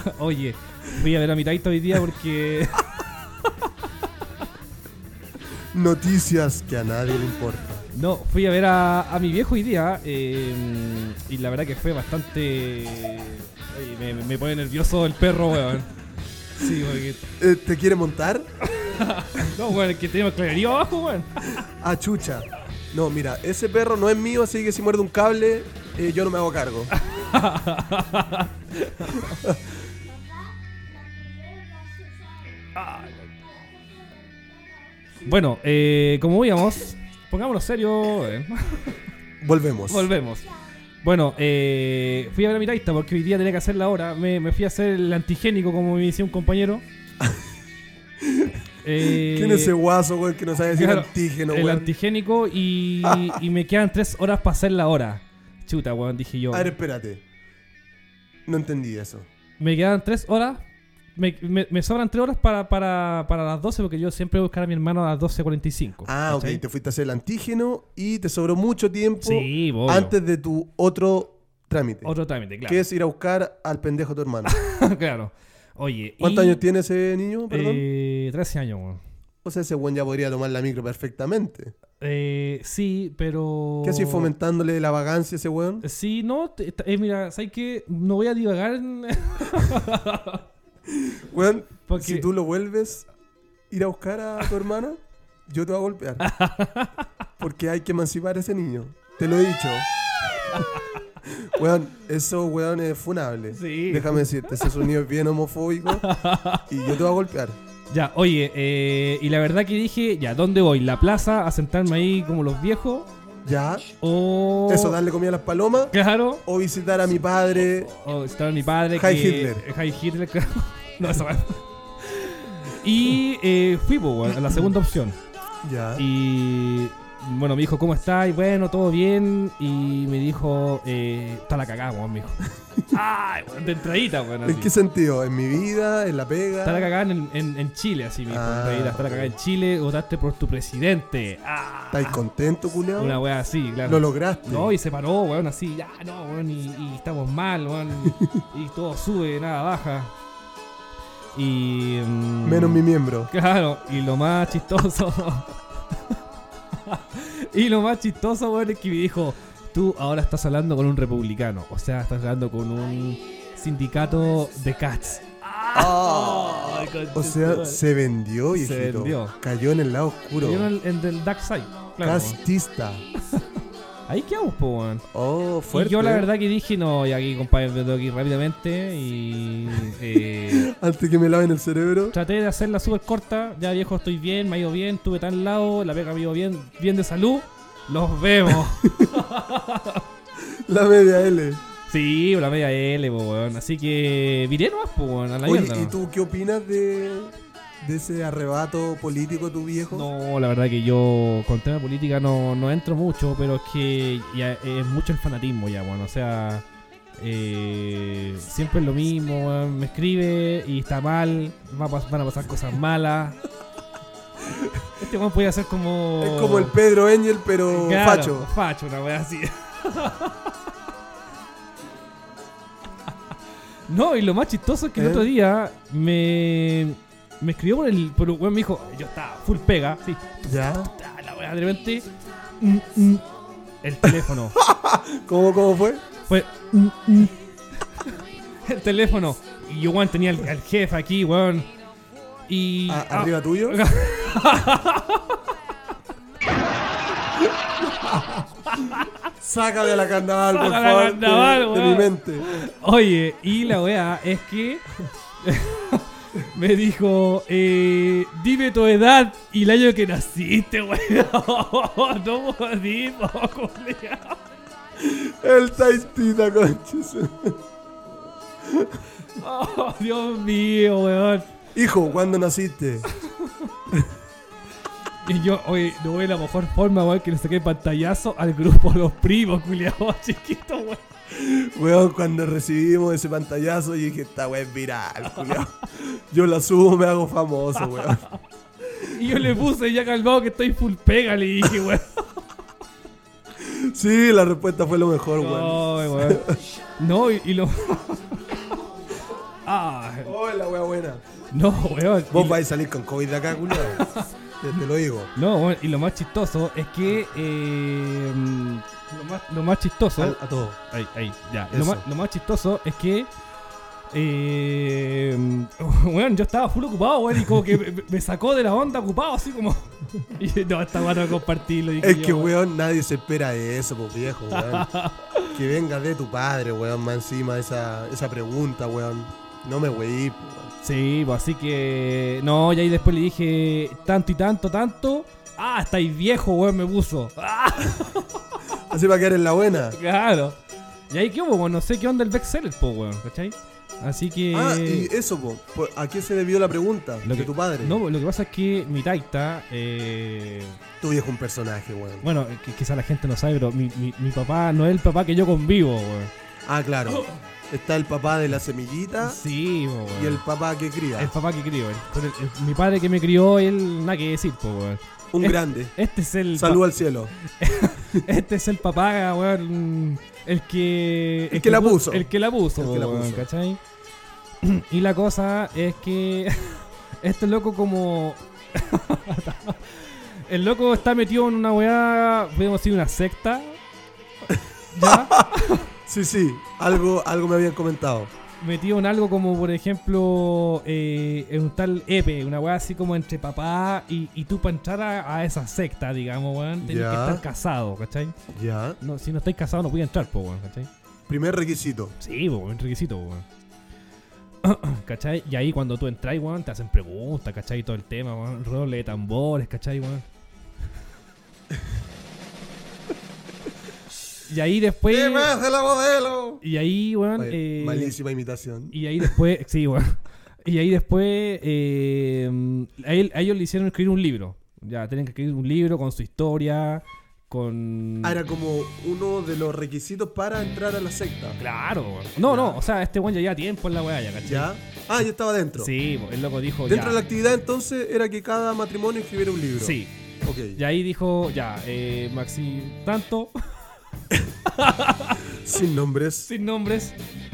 B: eh, oye, voy a ver a mi taita hoy día porque.
C: Noticias que a nadie le importa.
B: No, fui a ver a, a mi viejo hoy día eh, y la verdad que fue bastante... Ay, me, me pone nervioso el perro, weón. Sí, porque...
C: Eh, ¿Te quiere montar?
B: No, weón, que tenemos clarería abajo, weón.
C: Ah, chucha. No, mira, ese perro no es mío, así que si muerde un cable, eh, yo no me hago cargo.
B: Bueno, eh, como veíamos, pongámonos serio, eh. weón.
C: Volvemos.
B: Volvemos. Bueno, eh, fui a ver a mi taita porque hoy día tenía que hacer la hora. Me, me fui a hacer el antigénico como me decía un compañero. Eh,
C: ¿Quién es ese guaso, weón, que no sabe decir
B: Claro,
C: antígeno,
B: el
C: weón?
B: antigénico y, y me quedan tres horas para hacer la hora. Chuta, weón, dije yo.
C: A ver, espérate. No entendí eso.
B: Me quedan tres horas. Me, me- me sobran tres horas para, para, para las 12 porque yo siempre voy a buscar a mi hermano a las 12.45.
C: Ah, ok,
B: ¿cachai?
C: te fuiste a hacer el antígeno y te sobró mucho tiempo
B: Sí, obvio.
C: antes de tu otro trámite.
B: Otro trámite, claro.
C: Que es ir a buscar al pendejo de tu hermano.
B: claro. Oye.
C: ¿Cuántos
B: y-
C: años tiene ese niño? Perdón.
B: Eh, 13 años, weón.
C: o sea, ese buen ya podría tomar la micro perfectamente.
B: Eh, sí, pero.
C: ¿Qué así fomentándole la vagancia a ese weón?
B: Sí, no, te- ta- eh, mira, ¿sabes qué? No voy a divagar en-
C: Weón,
B: porque
C: si tú lo vuelves ir a buscar a tu hermana, yo te voy a golpear. Porque hay que emancipar a ese niño. Te lo he dicho. Weón, eso weón es funable.
B: Sí.
C: Déjame decirte, ese sonido es bien homofóbico. Y yo te voy a golpear.
B: Ya, oye, eh, y la verdad que dije, ya, ¿dónde voy? ¿La plaza? ¿A sentarme ahí como los viejos?
C: Ya.
B: ¿O.
C: Eso, darle comida a las palomas.
B: Claro.
C: O visitar a mi padre.
B: O estaba mi padre.
C: Heil
B: que-
C: Hitler.
B: Heil Hitler, claro. No, esa va. Y eh, fui, po, weón, a la segunda opción.
C: Ya.
B: Y bueno, me dijo, ¿cómo estás? Y bueno, todo bien. Y me dijo, eh, está la cagada, weón, me dijo. Ay, weón, de entradita, weón. así.
C: ¿En qué sentido? ¿En mi vida? ¿En la pega?
B: Está la cagada en, en- en Chile, así, me dijo. de
C: Ah,
B: entradita, está la cagada en Chile, votaste por tu presidente. Ah,
C: ¿Estáis contento, culiao?
B: una weá así, claro.
C: Lo lograste.
B: No, y se paró, weón, así, ya, no, weón, y, y estamos mal, weón, y, y todo sube, nada baja. Y... mm,
C: Menos mi miembro.
B: Claro, y lo más chistoso... y lo más chistoso, weón, es que me dijo, tú ahora estás hablando con un republicano, o sea, estás hablando con un sindicato de cats. Ay,
C: O
B: conchetumare.
C: sea, se vendió,
B: Se
C: viejito.
B: vendió.
C: Cayó en el lado oscuro.
B: Me dieron el, el del Dark Side, claro.
C: Castista.
B: Ahí quedamos, po, weón.
C: Oh, fuerte.
B: Y yo la verdad que dije, no, y aquí compadre, me tengo que ir rápidamente y eh,
C: Antes que me laven el cerebro.
B: traté de hacerla súper corta, ya viejo estoy bien, me ha ido bien, estuve tan lado, la pega me ha ido bien, bien de salud, los vemos.
C: La media L.
B: sí, la media L, po, weón. Así que viré nomás, po, weón, a la
C: Oye,
B: mierda.
C: ¿y
B: nomás.
C: tú qué opinas de, de ese arrebato político de tu viejo?
B: No, la verdad que yo con tema de política no, no entro mucho, pero es que ya es mucho el fanatismo ya, bueno, o sea, eh, siempre es lo mismo, weón, me escribe y está mal, va a pas- van a pasar cosas malas. Este weón podía ser como...
C: Es como el Pedro Engel, pero
B: Claro,
C: facho.
B: Facho, una wea así. No, y lo más chistoso es que el
C: ¿Eh?
B: otro día me, me escribió por el. Por, un- weón, me dijo, yo estaba full pega, sí,
C: ¿Ya?
B: Ah, la weá, de repente. mm, mm, el teléfono.
C: ¿Cómo, cómo fue?
B: Fue. mm, mm. el teléfono. Y yo, weón, tenía al, al jefe aquí, weón. Y.
C: A-
B: ah,
C: ¿Arriba tuyo? Sácame a la carnaval, por
B: Sácame a la
C: favor.
B: carnaval,
C: de, de
B: weón.
C: mi mente.
B: Oye, y la weá es que. me dijo. eh, dime tu edad y el año que naciste, weón. no podí, po, culiao.
C: El taistita, conches.
B: Oh, Dios mío, weón.
C: Hijo, ¿cuándo naciste?
B: Y yo, oye, no voy la mejor forma, weón, que le saqué pantallazo al grupo Los Primos, culiao, chiquito, weón.
C: Weón, cuando recibimos ese pantallazo, yo dije, esta weón es viral, culiao. Yo la subo, me hago famoso, weón.
B: Y yo le puse ya calmado que estoy full pega, le dije, weón.
C: Sí, la respuesta fue lo mejor, weón.
B: No, weón. No, y, y lo. Ah,
C: Oh, la weón buena.
B: no, weón. Y-
C: Vos vais a salir con COVID de acá, culiao. Te, te lo digo.
B: No, weón, y lo más chistoso es que. eh, mm, lo, más, lo más chistoso.
C: Sal a todo.
B: Ahí, ahí, ya.
C: Eso.
B: Lo más, lo más chistoso es que. Eh, weón, yo estaba full ocupado, weón, y como que me, me sacó de la onda ocupado, así como. Y no, esta weón no compartirlo. dije
C: Es que,
B: yo,
C: weón, nadie se espera de eso, pues viejo, weón. que venga de tu padre, weón, más encima esa, esa pregunta, weón. No me weí, po, weón.
B: Sí, pues así que. No, y ahí después le dije tanto y tanto, tanto. Ah, estáis viejo, weón, me puso. Ah,
C: Así va a quedar en la buena.
B: claro. Y ahí qué hubo, weón, no sé qué onda el bestseller, po, weón, ¿cachai? Así que.
C: Ah, y eso, po. ¿Por- ¿A qué se debió la pregunta?
B: Lo
C: de
B: que-
C: tu padre.
B: No, lo que pasa es que mi taita. eh,
C: Tu viejo es un personaje, weón.
B: bueno, eh, que- quizá la gente no sabe, pero mi, mi- mi papá no es el papá que yo convivo, weón.
C: Ah,
B: Oh.
C: claro. Está el papá de la semillita
B: Sí, po, weón.
C: y el papá que cría.
B: El papá que crió, el- pero el- el- mi padre que me crió, él nada que decir, po, weón.
C: Un
B: es-
C: grande.
B: Este es el.
C: Salud al cielo.
B: Este es el papá, weón. El que.
C: El que la
B: pu-
C: puso.
B: El que la puso,
C: El que la
B: weón,
C: puso.
B: ¿cachai? Y la cosa es que este loco como... El loco está metido en una weá, podemos decir, una secta. ¿Ya?
C: Sí, sí, algo, algo me habían comentado.
B: metido en algo como, por ejemplo, eh, en un tal Epe, una weá así como entre papá y, y tú para entrar a, a esa secta, digamos, weón, tenés
C: Ya.
B: que estar casado, ¿cachai?
C: Ya.
B: No, si no estáis casados no podéis entrar, po, weón, ¿cachai?
C: Primer requisito.
B: Sí, po, un requisito, po, weón. ¿Cachai? Y ahí cuando tú entras, weón, te hacen preguntas, ¿cachai? Y todo el tema, weón, roble de tambores, ¿cachai, weón? y ahí después...
C: ¿Qué más de la modelo?
B: Y ahí, weón...
C: Oye,
B: eh,
C: Malísima imitación.
B: y ahí después, sí, bueno. Y ahí después, eh, a, él- a ellos le hicieron escribir un libro. Ya, tienen que escribir un libro con su historia, con...
C: Ah, era como uno de los requisitos para entrar a la secta.
B: Claro, weón. No, no, o sea, este weón ya lleva tiempo en la weá, ya, ¿cachai?
C: ¿Ya? Ah, yo estaba dentro.
B: Sí, po, el loco dijo... ya.
C: Dentro de la actividad entonces era que cada matrimonio escribiera un libro.
B: Sí,
C: Ok.
B: y ahí dijo, ya, eh, Maxi, tanto,
C: Sin nombres.
B: sin nombres,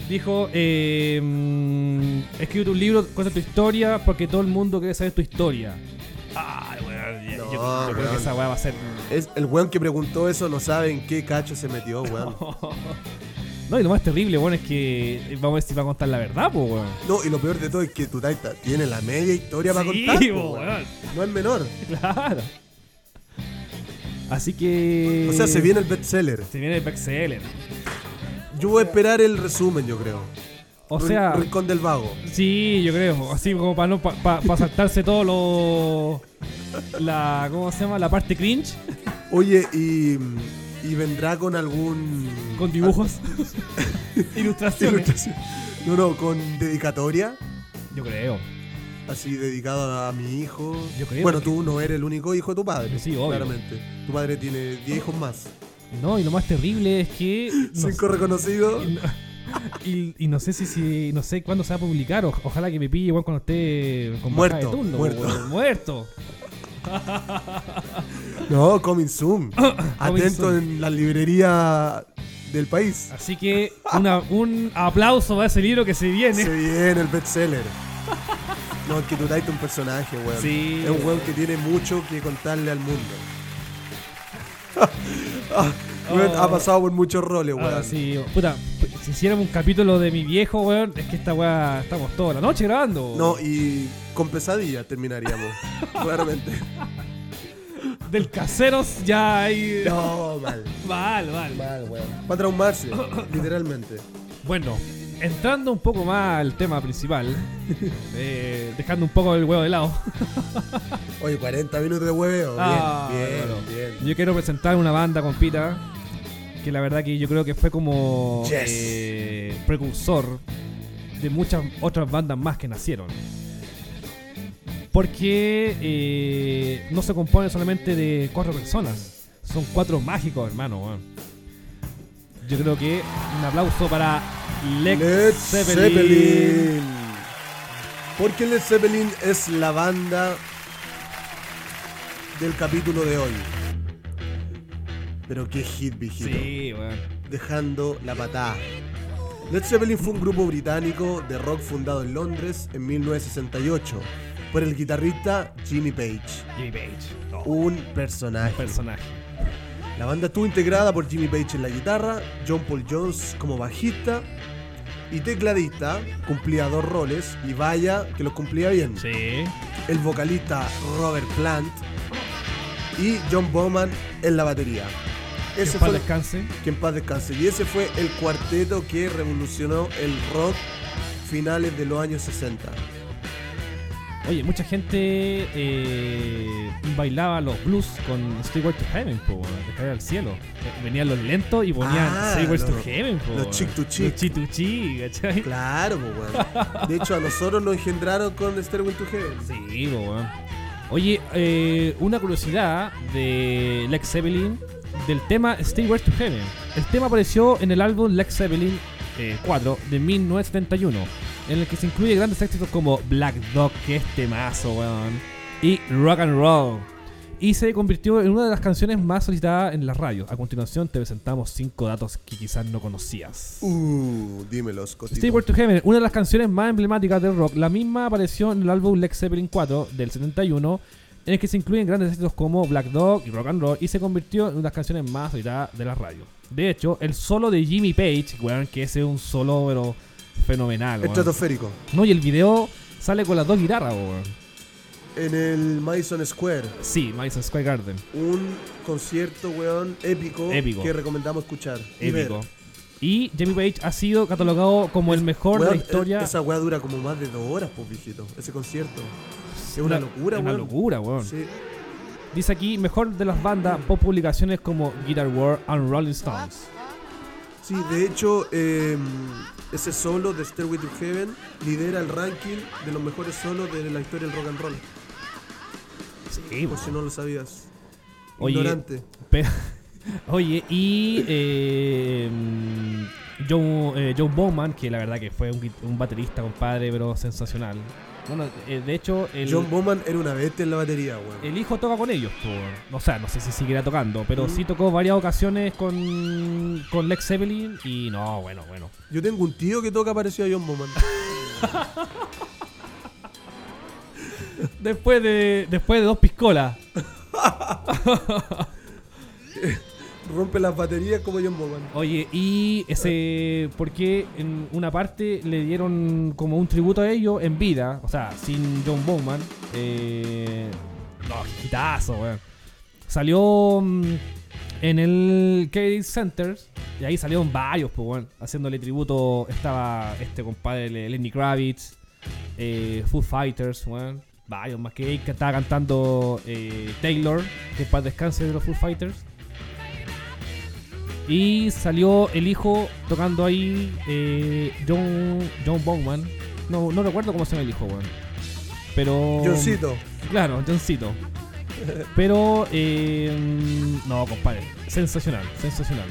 B: dijo, eh, mm, escribe tu libro, cuenta tu historia, porque todo el mundo quiere saber tu historia. Ah, weón, ya-
C: No,
B: yo, yo creo
C: weón.
B: que esa weá va a ser...
C: Es, el weón que preguntó eso no sabe en qué cacho se metió, weón.
B: No, y lo más terrible, weón, es que eh, vamos a ver si va a contar la verdad, po, weón.
C: No, y lo peor de todo es que tu taita tiene la media historia para
B: Sí,
C: contar. po,
B: po,
C: weón.
B: weón.
C: No es menor.
B: Claro. Así que.
C: O sea, se viene el bestseller.
B: Se viene el bestseller.
C: Yo voy a esperar el resumen, yo creo.
B: O
C: Rin-
B: sea.
C: Rincón del Vago.
B: Sí, yo creo. Así como para no pa, pa- pa saltarse todo lo. La. ¿Cómo se llama? La parte cringe.
C: Oye, y, y vendrá con algún.
B: Con dibujos. Ilustraciones.
C: Ilustración. No, no, con dedicatoria.
B: Yo creo.
C: Así dedicado a mi hijo.
B: Yo creo
C: bueno,
B: que-
C: tú no eres el único hijo de tu padre.
B: Sí, obvio.
C: Claramente. Tu padre tiene 10 hijos más.
B: No, y lo más terrible es que. no
C: Cinco reconocidos.
B: Y no- Y, y no sé si, si no sé cuándo se va a publicar. o- ojalá que me pille igual cuando esté con bajada
C: Muerto,
B: de turno,
C: muerto.
B: weón, muerto.
C: No, coming soon. Atento
B: soon.
C: en la librería del país.
B: Así que una- un aplauso para ese libro que se viene.
C: Se viene el bestseller. No, es que tu taita es un personaje, weón.
B: Sí,
C: es un weón que tiene mucho que contarle al mundo. Ah, Weón,
B: Oh.
C: Ha pasado por muchos roles, weón.
B: Ah, sí, puta, si hiciéramos un capítulo de mi viejo, weón, es que esta weá estamos toda la noche grabando. weón.
C: No, y con pesadilla terminaríamos. claramente.
B: Del caseros ya hay.
C: No, mal.
B: Mal, mal.
C: Mal, weón. Para traumarse, literalmente.
B: Bueno, entrando un poco más al tema principal, eh, dejando un poco el huevo de lado.
C: Oye, 40 minutos de hueveo.
B: Ah,
C: bien, bien,
B: bueno.
C: bien.
B: Yo quiero presentar una banda, compita, que la verdad que yo creo que fue como
C: Yes.
B: eh, precursor de muchas otras bandas más que nacieron. Porque eh, no se compone solamente de cuatro personas, son cuatro mágicos, hermano. weón. Yo creo que un aplauso para Lex,
C: Led
B: Zeppelin.
C: Zeppelin. Porque Led Zeppelin es la banda del capítulo de hoy. Pero qué hit, viejito.
B: Sí, weón.
C: Dejando la patada. Led Zeppelin fue un grupo británico de rock fundado en Londres en 1968 por el guitarrista Jimmy Page,
B: Jimmy Page. Oh,
C: un personaje.
B: personaje.
C: La banda estuvo integrada por Jimmy Page en la guitarra, John Paul Jones como bajista y tecladista, cumplía dos roles y vaya que los cumplía bien.
B: Sí.
C: El vocalista Robert Plant y John Bowman en la batería.
B: Que
C: Ese
B: en paz
C: fue
B: descanse.
C: que en paz descanse. Y ese fue el cuarteto que revolucionó el rock finales de los años 60.
B: Oye, mucha gente eh, bailaba los blues con Stairway to Heaven, po, weón, de caer al cielo. Eh, Venían los lentos y ponían
C: Ah,
B: Stairway
C: los-
B: to Heaven, po,
C: los
B: weón.
C: chick to chick.
B: Los chick to chick, ¿cachai?
C: Claro, pues, weón. De hecho, a nosotros nos engendraron con Stairway to Heaven.
B: Sí, po, weón. Oye, eh, una curiosidad de Lex Zeppelin del tema Stairway to Heaven. El tema apareció en el álbum Lex Zeppelin eh, 4 de 1971, en el que se incluye grandes éxitos como Black Dog, que es temazo, weón, y Rock and Roll. Y se convirtió en una de las canciones más solicitadas en la radio. A continuación te presentamos cinco datos que quizás no conocías.
C: Uh, dímelos, Cotito.
B: Stairway to Heaven, una de las canciones más emblemáticas del rock. La misma apareció en el álbum Led Zeppelin 4 del 71, en el que se incluyen grandes éxitos como Black Dog y Rock and Roll, y se convirtió en una de las canciones más solicitadas de la radio. De hecho, el solo de Jimmy Page, weón, que ese es un solo pero fenomenal. weón.
C: Estratosférico.
B: No, y el video sale con las dos guitarras, weón.
C: En el Madison Square.
B: Sí, Madison Square Garden.
C: Un concierto, weón, épico,
B: Épico.
C: que recomendamos escuchar. y ver.
B: Épico. Y Jimmy Page ha sido catalogado como el mejor de
C: Weón,
B: la historia.
C: e- Esa weá dura como más de dos horas, pues, viejito. Ese concierto. Es una locura,
B: Es una
C: weón.
B: locura, weón.
C: Sí.
B: Dice aquí, mejor de las bandas por publicaciones como Guitar World and Rolling Stones.
C: Sí, de hecho, eh, ese solo de Stairway to Heaven lidera el ranking de los mejores solos de la historia del rock and roll.
B: Sí,
C: Por si no lo sabías.
B: Oye,
C: Ignorante.
B: Pe- Oye, y eh, mm, John, eh, John Bowman, que la verdad que fue un, guit- un baterista, compadre, pero sensacional. Bueno, eh, de hecho, el,
C: John Bowman era una bestia en la batería, weón.
B: el hijo toca con ellos. Por, o sea, no sé si seguirá tocando, pero
C: Mm.
B: sí tocó varias ocasiones con, con Lex Zeppelin. Y no, bueno, bueno.
C: Yo tengo un tío que toca parecido a John Bowman.
B: Después de, después de dos piscolas.
C: Rompe las baterías como John Bowman.
B: Oye, y ese. Porque en una parte le dieron como un tributo a ellos en vida, o sea, sin John Bowman. Eh, no, quitazo, weón. Salió mm, en el Kennedy Center y ahí salieron varios, pues, weón. Haciéndole tributo estaba este compadre Le- Lenny Kravitz, eh, Foo Fighters, weón. Varios más que ahí que estaba cantando eh, Taylor, que para descanse de los Foo Fighters. Y salió el hijo tocando ahí eh, John, John Bowman. No, no recuerdo cómo se llama el hijo, weón. Pero.
C: Johncito.
B: Claro, Johncito. Pero, eh, no, compadre. Sensacional, sensacional.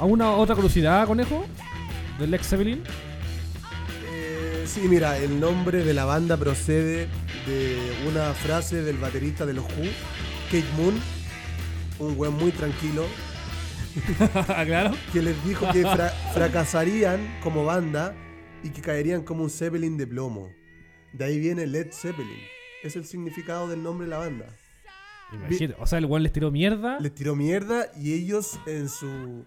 B: ¿Alguna otra curiosidad, conejo? ¿Del Lex Zeppelin?
C: Eh, sí, mira, el nombre de la banda procede de una frase del baterista de los Who, Kate Moon, un weón muy tranquilo,
B: claro.
C: que les dijo que fra- fracasarían como banda y que caerían como un Zeppelin de plomo. De ahí viene Led Zeppelin. Es el significado del nombre de la banda.
B: Imagínate, o sea, el weón les tiró mierda.
C: Les tiró mierda y ellos en su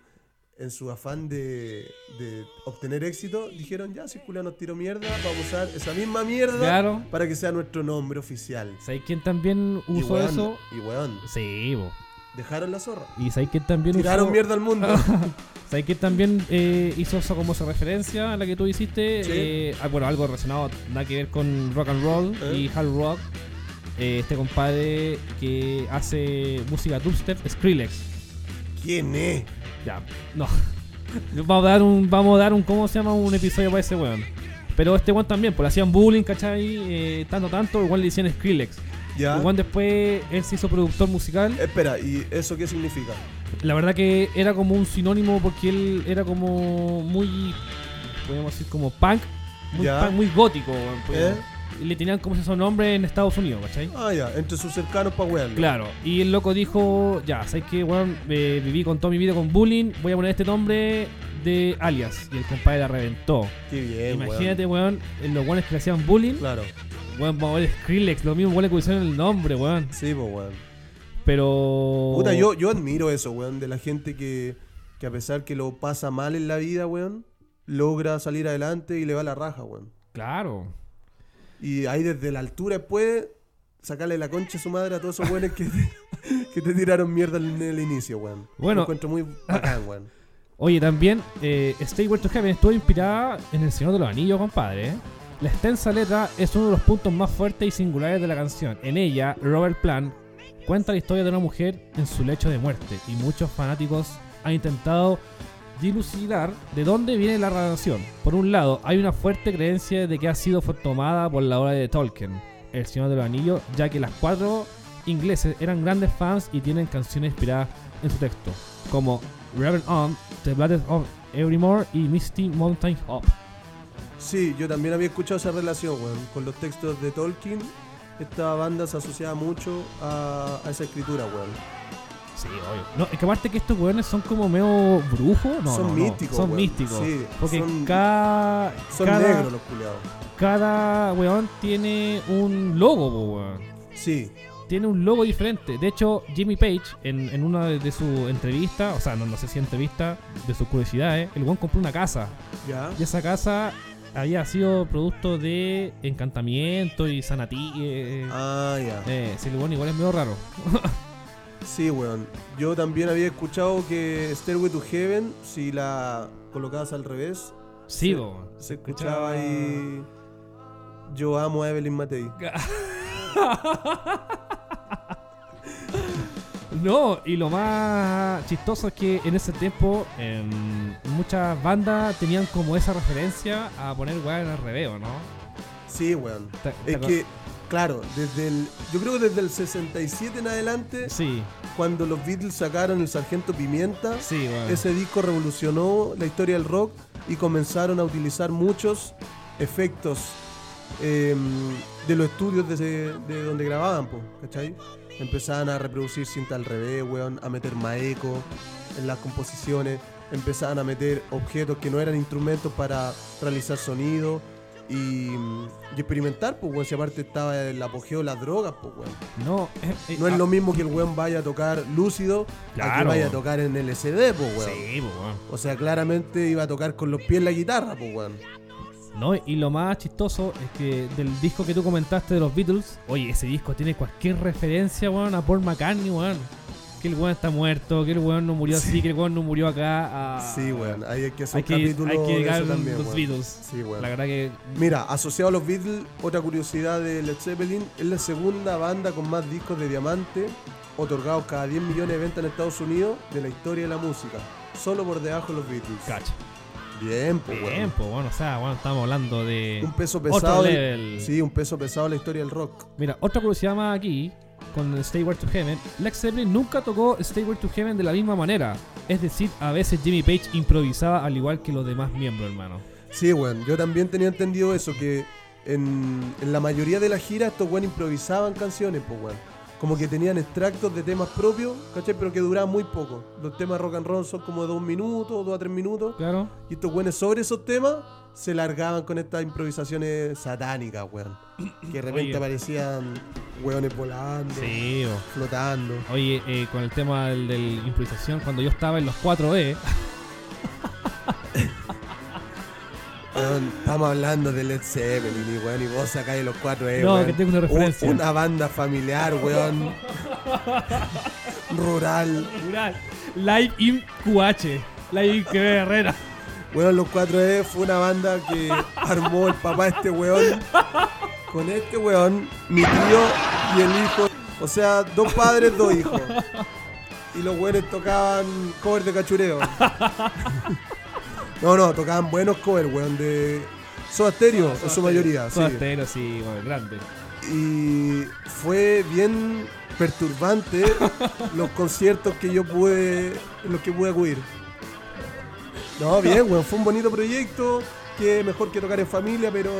C: en su afán de, de obtener éxito dijeron ya si Julia nos tiró mierda vamos a usar esa misma mierda
B: Claro.
C: para que sea nuestro nombre oficial.
B: ¿Sabéis quién también
C: Y
B: usó
C: weón,
B: eso?
C: Y weón,
B: Sí, bo.
C: dejaron la zorra.
B: ¿Y sabéis quién también
C: Tiraron
B: usó?
C: mierda al mundo.
B: ¿Sabes que también eh, hizo eso como esa referencia a la que tú hiciste?
C: Sí.
B: Eh, ah, bueno, algo relacionado, nada que ver con rock and roll
C: Eh.
B: y hard rock. Eh, este compadre que hace música dubstep, Skrillex.
C: ¿Quién es?
B: Ya, no. Vamos a dar un, vamos a dar un, ¿cómo se llama? Un episodio para ese weón. Pero este weón también, pues le hacían bullying, ¿cachai? Eh, tanto, tanto, igual le decían Skrillex.
C: Ya.
B: Igual después él se hizo productor musical.
C: Espera, ¿y eso qué significa?
B: La verdad que era como un sinónimo porque él era como muy, podríamos decir, como punk, muy,
C: Ya.
B: punk, muy gótico. weón, podríamos-
C: ¿Eh?
B: Y le tenían como esos nombres en Estados Unidos, ¿cachai?
C: Ah, ya, entre sus cercanos para weón.
B: Claro, y el loco dijo, ya, ¿sabes qué, weón? Eh, viví con toda mi vida con bullying, voy a poner este nombre de alias. Y el compadre la reventó.
C: Qué bien, weón.
B: Imagínate, weón, los weones que le hacían bullying,
C: Claro,
B: weón, vamos a ver Skrillex, lo mismo weón que pusieron el nombre, weón.
C: sí, pues weón.
B: Pero...
C: Puta, yo, yo admiro eso, weón, de la gente que, que a pesar que lo pasa mal en la vida, weón, logra salir adelante y le va la raja, weón.
B: Claro.
C: Y ahí desde la altura después, sacarle la concha a su madre a todos esos weones que, que te tiraron mierda en el inicio, weón.
B: Bueno.
C: Lo encuentro muy bacán, weón.
B: Oye, también, eh, Stairway to Heaven estuvo inspirada en El Señor de los Anillos, compadre. ¿eh? La extensa letra es uno de los puntos más fuertes y singulares de la canción. En ella, Robert Plant cuenta la historia de una mujer en su lecho de muerte y muchos fanáticos han intentado dilucidar de dónde viene la relación. Por un lado, hay una fuerte creencia de que ha sido fue tomada por la obra de Tolkien, El Señor de los Anillos, ya que las cuatro ingleses eran grandes fans y tienen canciones inspiradas en su texto, como Reverend On, The Bladders of Evermore y Misty Mountain Hop.
C: Sí, yo también había escuchado esa relación, weón, con los textos de Tolkien esta banda se asociaba mucho a, a esa escritura, weón.
B: Sí, obvio. No, es que aparte que estos weones son como medio brujos. No,
C: Son
B: no, no.
C: místicos,
B: Son
C: weón.
B: místicos.
C: Sí,
B: porque
C: son-
B: cada.
C: Son
B: cada,
C: negros los culiados.
B: cada weón tiene un logo, po, weón.
C: Sí,
B: Tiene un logo diferente. De hecho, Jimmy Page, en, en una de sus entrevistas, o sea, no, no sé si entrevista, de sus curiosidades, el weón compró una casa.
C: ya.
B: Y esa casa había sido producto de encantamiento y sanatí. Eh,
C: Ah, ya.
B: eh, sí, el weón igual es medio raro.
C: Sí, weón. Yo también había escuchado que Stairway to Heaven, si la colocabas al revés,
B: Sí,
C: Sí.
B: po.
C: se escuchaba ahí. Yo amo a Evelyn Matei.
B: No, y lo más chistoso es que en ese tiempo em, muchas bandas tenían como esa referencia a poner weá en el reveo, ¿no?
C: Sí, weón.
B: ¿Te- te
C: Es
B: acuer-
C: que, claro, desde el. Yo creo que desde el 67 en adelante,
B: Sí,
C: cuando los Beatles sacaron el Sargento Pimienta,
B: sí, weón.
C: ese disco revolucionó la historia del rock y comenzaron a utilizar muchos efectos em, de los estudios de, ese- de donde grababan, po, ¿cachai? Empezaban a reproducir cinta al revés, weón, a meter maeco en las composiciones, empezaban a meter objetos que no eran instrumentos para realizar sonido y, mm, y experimentar, pues, weón, si aparte estaba el apogeo de las drogas, pues, weón.
B: No, eh, eh,
C: No es
B: ah,
C: lo mismo que el weón vaya a tocar lúcido a que
B: Claro.
C: vaya a tocar en LCD, pues, weón.
B: Sí, po, weón.
C: O sea, claramente iba a tocar con los pies la guitarra, pues, weón.
B: No, y lo más chistoso es que del disco que tú comentaste de los Beatles, oye, ese disco tiene cualquier referencia, weón, a Paul McCartney, weón. Que el weón está muerto, que el weón no murió así, que el weón no murió acá. ah,
C: Sí, weón. Ahí hay que hacer
B: Hay
C: un
B: que,
C: capítulo
B: hay que
C: de
B: llegar
C: eso también,
B: los
C: weón.
B: Beatles.
C: Sí, weón.
B: La verdad que
C: Mira, asociado a los Beatles, otra curiosidad de Led Zeppelin, es la segunda banda con más discos de diamante otorgados cada 10 millones de ventas en Estados Unidos de la historia de la música. Solo por debajo de los Beatles.
B: cacha.
C: Bien, pues,
B: Bien,
C: weón.
B: pues bueno, o sea, bueno, estamos hablando de.
C: Un peso
B: otro
C: pesado. del-
B: level.
C: Sí, un peso pesado en la historia del rock.
B: Mira, otra curiosidad más aquí, con el Stayward to Heaven. Lex Zeppelin nunca tocó Stayward to Heaven de la misma manera. Es decir, a veces Jimmy Page improvisaba al igual que los demás miembros, hermano.
C: Sí, weón. Yo también tenía entendido eso, que en, en la mayoría de las giras estos weón improvisaban canciones, pues weón. Como que tenían extractos de temas propios, ¿cachai? Pero que duraban muy poco. Los temas rock and roll son como de dos minutos, dos a tres minutos.
B: Claro.
C: Y estos weones sobre esos temas se largaban con estas improvisaciones satánicas, weón. Que de repente
B: Oye.
C: aparecían weones volando,
B: Sí, bo.
C: flotando.
B: Oye, eh, con el tema del, del improvisación, cuando yo estaba en los 4E,
C: Weón, estamos hablando de Led Zeppelin y weón, y vos acá de los cuatro eh,
B: No,
C: weón.
B: que tengo una
C: Un-
B: referencia.
C: una banda familiar, weón. Rural.
B: Live in QH, Live in QB Herrera.
C: Weón, los 4E fue una banda que armó el papá de este weón. Con este weón, mi tío y el hijo. O sea, dos padres, dos hijos. Y los weones tocaban covers de cachureo. No, no, tocaban buenos covers, weón, de. Soda Stereo, en su mayoría, Ah, sí.
B: Soda Stereo, sí, bueno, grande.
C: y fue bien perturbante los conciertos que yo pude en los que pude acudir no bien weón fue un bonito proyecto que mejor que tocar en familia pero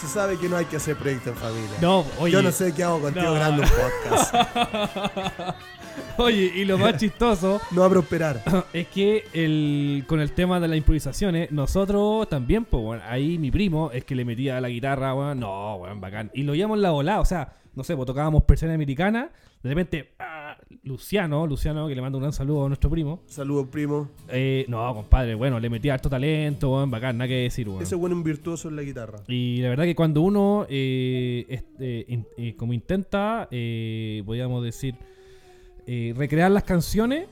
C: se sabe que no hay que hacer proyecto en familia
B: No, oye.
C: yo no sé qué hago contigo
B: No.
C: grabando un podcast
B: Oye, y lo más chistoso
C: no va a prosperar
B: es que el, con el tema de las improvisaciones, nosotros también, pues, bueno, ahí mi primo es que le metía la guitarra, weón, no, weón, bacán. Y lo íbamos en la volada, o sea, no sé, pues tocábamos persiana americana, de repente, ah, Luciano, Luciano, que le mando un gran saludo a nuestro primo,
C: saludos primo
B: eh, no, compadre, bueno, le metía harto talento, weón, bacán, nada que decir, weón.
C: ese bueno es un virtuoso en la guitarra
B: Y la verdad que cuando uno, eh, este, in- eh, como intenta, eh, podríamos decir, eh, recrear las canciones,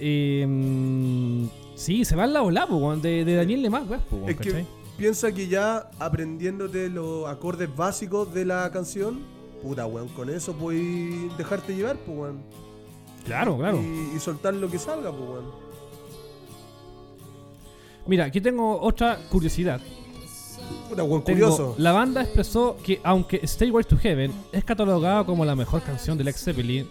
B: eh, mm, sí, se va en la ola, po, weón, de, de Daniel Lemás, weón, po, weón,
C: es que
B: ¿cachai?
C: piensa que ya aprendiéndote los acordes básicos de la canción puta weón con eso puedes dejarte llevar pues weón
B: Claro, claro.
C: y, y soltar lo que salga, pues, weón.
B: Mira, aquí tengo otra curiosidad.
C: Puta, weón,
B: Tengo-
C: curioso.
B: la banda expresó que aunque Stairway to Heaven es catalogada como la mejor canción del ex Zeppelin,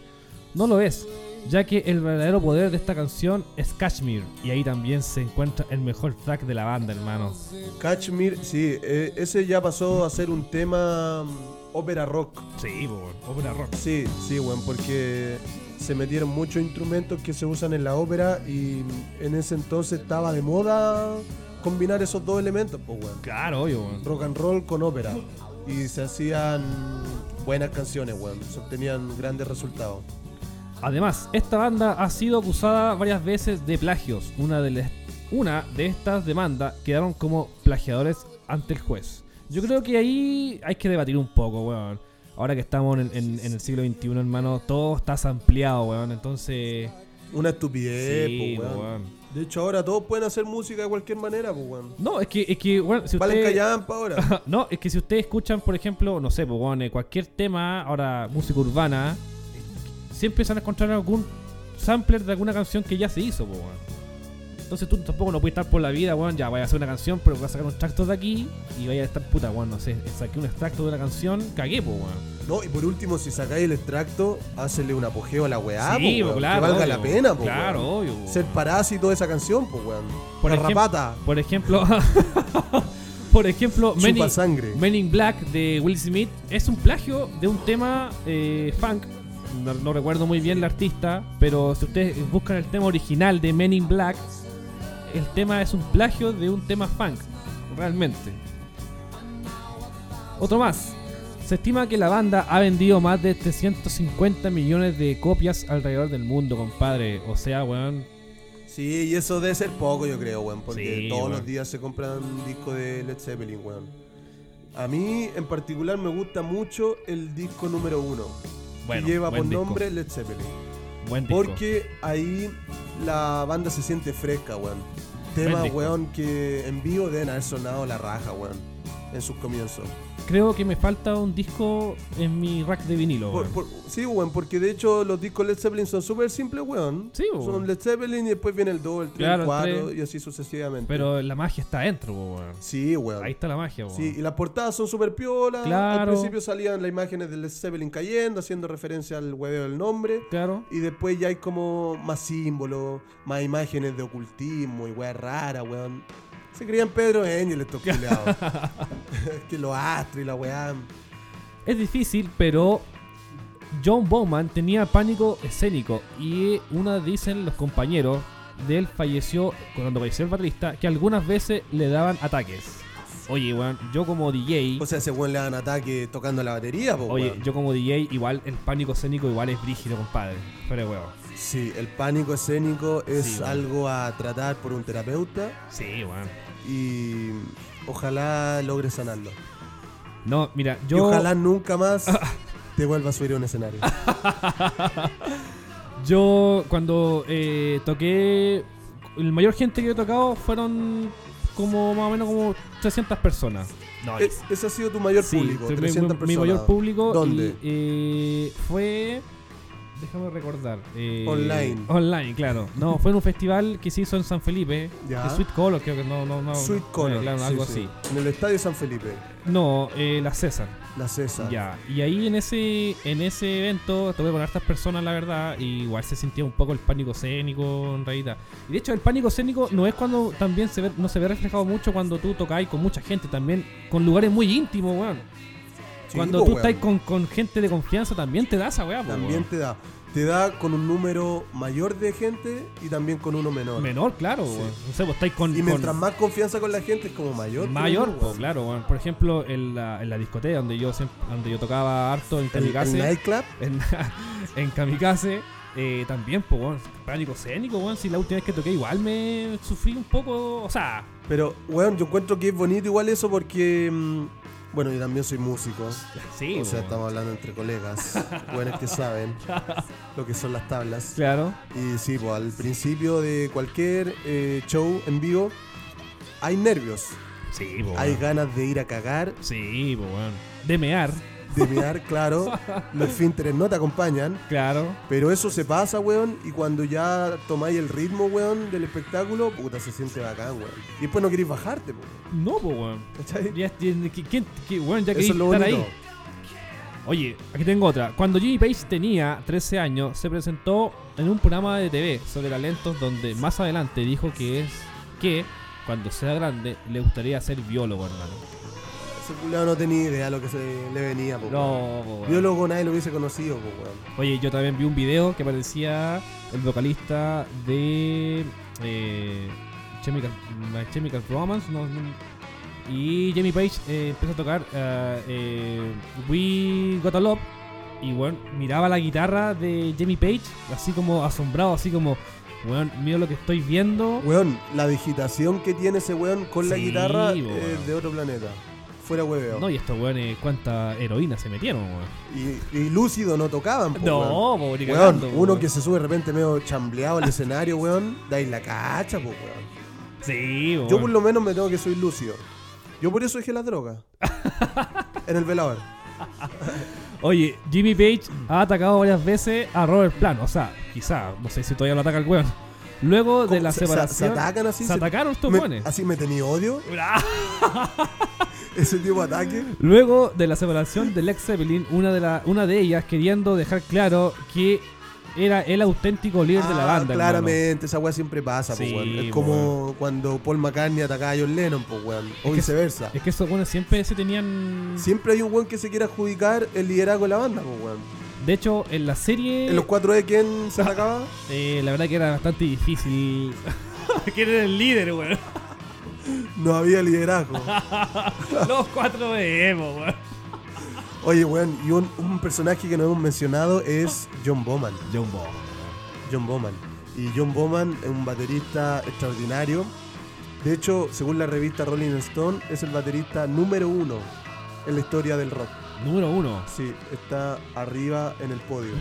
B: no lo es, ya que el verdadero poder de esta canción es Kashmir, y ahí también se encuentra el mejor track de la banda, hermano.
C: Kashmir, sí, eh, ese ya pasó a ser un tema mm, ópera rock.
B: Sí, por ópera rock.
C: Sí, sí, weón, porque se metieron muchos instrumentos que se usan en la ópera y mm, en ese entonces estaba de moda combinar esos dos elementos, pues, weón.
B: Claro, obvio, weón.
C: Rock and roll con ópera. Y se hacían buenas canciones, weón. Se obtenían grandes resultados.
B: Además, esta banda ha sido acusada varias veces de plagios. Una de, les- una de estas demandas quedaron como plagiadores ante el juez. Yo creo que ahí hay que debatir un poco, weón. Ahora que estamos en, en- en el siglo XXI, hermano, todo está ampliado, weón. Entonces,
C: Una estupidez,
B: sí,
C: pues, weón.
B: weón.
C: De hecho, ahora todos pueden hacer música de cualquier manera, pues, weón.
B: No, es que, es que, weón, si
C: Valen
B: usted...
C: callampa ahora.
B: No, es que si ustedes escuchan, por ejemplo, no sé, pues, weón, eh, cualquier tema, ahora música urbana, eh, siempre se van a encontrar algún sampler de alguna canción que ya se hizo, pues, weón. Entonces tú tampoco no puedes estar por la vida, weón, ya vaya a hacer una canción, pero vas a sacar un extracto de aquí y vaya a estar puta, weón, no sé, saqué un extracto de una canción, cagué, pues, weón.
C: No, y por último, si sacáis el extracto, hacele un apogeo a la weá,
B: sí,
C: po,
B: pues,
C: weón,
B: claro.
C: Que valga la
B: obvio.
C: pena, pues,
B: Claro, obvio, po,
C: Ser
B: weón.
C: parásito de esa canción, pues, weón.
B: Por
C: Por
B: ejem-
C: Rapata,
B: Por ejemplo, por ejemplo,
C: chupa
B: Many,
C: sangre.
B: Men in Black de Will Smith es un plagio de un tema eh, funk. No, no recuerdo muy bien la artista, pero si ustedes buscan el tema original de Men in Black, el tema es un plagio de un tema funk, realmente. Otro más. Se estima que la banda ha vendido más de 350 millones de copias alrededor del mundo, compadre. O sea, weón.
C: Sí, y eso debe ser poco, yo creo, weón. Porque
B: Sí,
C: todos
B: weón.
C: los días se compran discos de Led Zeppelin, weón. A mí, en particular, me gusta mucho el disco número uno.
B: Bueno,
C: que lleva
B: buen
C: por
B: disco,
C: nombre Led Zeppelin.
B: Buen disco.
C: Porque ahí la banda se siente fresca, weón. Temas,
B: disco.
C: weón, que en vivo deben haber sonado la raja, weón. En sus comienzos.
B: Creo que me falta un disco en mi rack de vinilo.
C: Por-
B: weón.
C: por- sí, weón, porque de hecho los discos Led Zeppelin son súper simples, weón.
B: Sí, weón.
C: Son Led Zeppelin y después viene el 2, el 3,
B: Claro,
C: el
B: el
C: 4
B: tres.
C: y así sucesivamente.
B: Pero la magia está adentro, po, weón.
C: Sí, weón.
B: Ahí está la magia, po,
C: Sí, y
B: weón.
C: las portadas son súper piolas. Al
B: Claro.
C: principio salían las imágenes de Led Zeppelin cayendo, haciendo referencia al hueveo del nombre.
B: Claro.
C: Y después ya hay como más símbolos, más imágenes de ocultismo y weas raras, weón. Se creían Pedro Engel estos culiados. que los astros y la weá.
B: Es difícil, pero John Bowman tenía pánico escénico y una dicen los compañeros de él falleció cuando falleció el baterista que algunas veces le daban ataques. Oye, weón, yo como DJ,
C: O sea, ese weón le dan ataque tocando la batería, po,
B: oye,
C: weón.
B: yo como DJ igual el pánico escénico igual es brígido, compadre. Pero weón.
C: Sí, el pánico escénico es
B: Sí, weón.
C: algo a tratar por un terapeuta
B: Sí, weón.
C: y ojalá logre sanarlo.
B: No, mira,
C: Y
B: yo
C: ojalá nunca más te vuelva a subir a un escenario.
B: Yo cuando eh, toqué, el mayor gente que he tocado fueron como más o menos como 300 personas. No,
C: E- ese ha sido tu mayor público,
B: mi-
C: 300
B: mi,
C: personas.
B: mi mayor público.
C: ¿Dónde?
B: y, eh, fue, déjame recordar. eh,
C: Online.
B: Online, claro. No, fue en un festival que se hizo en San Felipe.
C: Ya.
B: de Sweet Color, creo que no, no, no.
C: Sweet
B: no,
C: Color.
B: claro,
C: sí,
B: algo
C: sí.
B: así.
C: En el Estadio San Felipe,
B: No, eh, la César.
C: la César.
B: Ya, y ahí en ese en ese evento toqué con hartas personas, la verdad, y igual se sentía un poco el pánico escénico en realidad. Y de hecho, el pánico escénico no es cuando también se ve, no se ve reflejado mucho cuando tú tocáis con mucha gente, también con lugares muy íntimos, weón.
C: Sí,
B: Cuando
C: po,
B: tú
C: weón.
B: estás con, con gente de confianza, también te da esa weá, pues, po,
C: También te da. Te da con un número mayor de gente y también con uno menor.
B: weón. Menor, claro,
C: Sí.
B: weón. No sé, pues estáis con.
C: y mientras
B: con-
C: más confianza con la gente es como mayor. tu
B: Mayor,
C: número,
B: po,
C: weón.
B: claro, weón. Por ejemplo, en la, en la discoteca donde yo siempre, donde yo tocaba harto en
C: El, el
B: Kamikaze.
C: nightclub,
B: en, en Kamikaze. eh, también, pues, weón, pánico escénico, weón. Si la última vez que toqué, igual me sufrí un poco. O sea,
C: pero bueno, yo encuentro que es bonito igual eso porque, mm, bueno, yo también soy músico,
B: sí,
C: o sea,
B: weón.
C: estamos hablando entre colegas, buenos que saben lo que son las tablas.
B: claro.
C: Y sí, pues al principio de cualquier eh, show en vivo hay nervios,
B: Sí, pues,
C: hay ganas de ir a cagar,
B: Sí, pues, weón. De mear,
C: de mirar, claro, los finteres no te acompañan,
B: claro.
C: pero eso se pasa, weón, y cuando ya tomáis el ritmo, weón, del espectáculo, puta, se siente bacán, weón. Y después no queréis bajarte, po,
B: No, pues, weón.
C: ¿cachai?
B: Ya, tiene- que- que- que, weón, ya
C: Eso
B: quería
C: es lo
B: estar
C: bonito.
B: ahí. Oye, aquí tengo otra. Cuando Jimmy Page tenía 13 años, se presentó en un programa de TV sobre talentos donde más adelante dijo que es que cuando sea grande le gustaría ser biólogo, hermano.
C: Ese ese culiao no tenía idea de lo que se le venía, po, Oh, weón.
B: No, po, weón.
C: Biólogo nadie lo hubiese conocido, po, weón.
B: Oye, yo también vi un video que parecía el vocalista de eh, Chemical, My Chemical Romance no, no- y Jamie Page eh, empezó a tocar eh, eh, We Got a Love y bueno, miraba la guitarra de Jamie Page así como asombrado, así como, weón, mira lo que estoy viendo.
C: Weón, la digitación que tiene ese weón con la
B: Sí,
C: guitarra
B: po,
C: es
B: weón.
C: de otro planeta. Fuera hueveo.
B: No, y estos weones, cuánta heroína se metieron, weón.
C: Y, y lúcido no tocaban, po, weón.
B: No, po, ni
C: Weón,
B: cagando,
C: uno
B: weón.
C: que se sube de repente medio chambleado al escenario, weón, dais la cacha, po, weón.
B: Sí,
C: Yo
B: weón.
C: por lo menos me tengo que soy lúcido. Yo por eso dejé la droga. en el velador.
B: Oye, Jimmy Page
C: Mm.
B: ha atacado varias veces a Robert Plant. O sea, quizá, no sé si todavía lo ataca el weón. Luego de
C: ¿Cómo?
B: la
C: ¿Se- se-
B: separación.
C: se atacan así?
B: Se
C: ¿Se-
B: atacaron estos
C: Me-
B: weones.
C: así me tenía odio,
B: Ah.
C: ese tipo de ataque.
B: Luego de la separación de Lex Zeppelin, una de, la, una de ellas queriendo dejar claro que era el auténtico líder de la
C: Ah,
B: banda. hermano.
C: Claramente, esa weá siempre pasa, po,
B: Sí,
C: weón. Es
B: po,
C: como cuando Paul McCartney atacaba a John Lennon, po, weón. O
B: que-
C: viceversa.
B: Es que esos weones siempre se tenían.
C: Siempre hay un weón que se quiere adjudicar el liderazgo de la banda, po, weón.
B: De hecho, en la serie.
C: En los 4E, ¿quién se atacaba?
B: eh, la verdad que era bastante difícil. ¿Quién era el líder, weón?
C: No había liderazgo.
B: Los cuatro vemos, weón.
C: Oye, weón, y un, un personaje que no hemos mencionado es John Bowman.
B: John Bonham.
C: John Bowman. Y John Bowman es un baterista extraordinario. De hecho, según la revista Rolling Stone, es el baterista número uno en la historia del rock.
B: Número uno.
C: Sí, está arriba en el podio.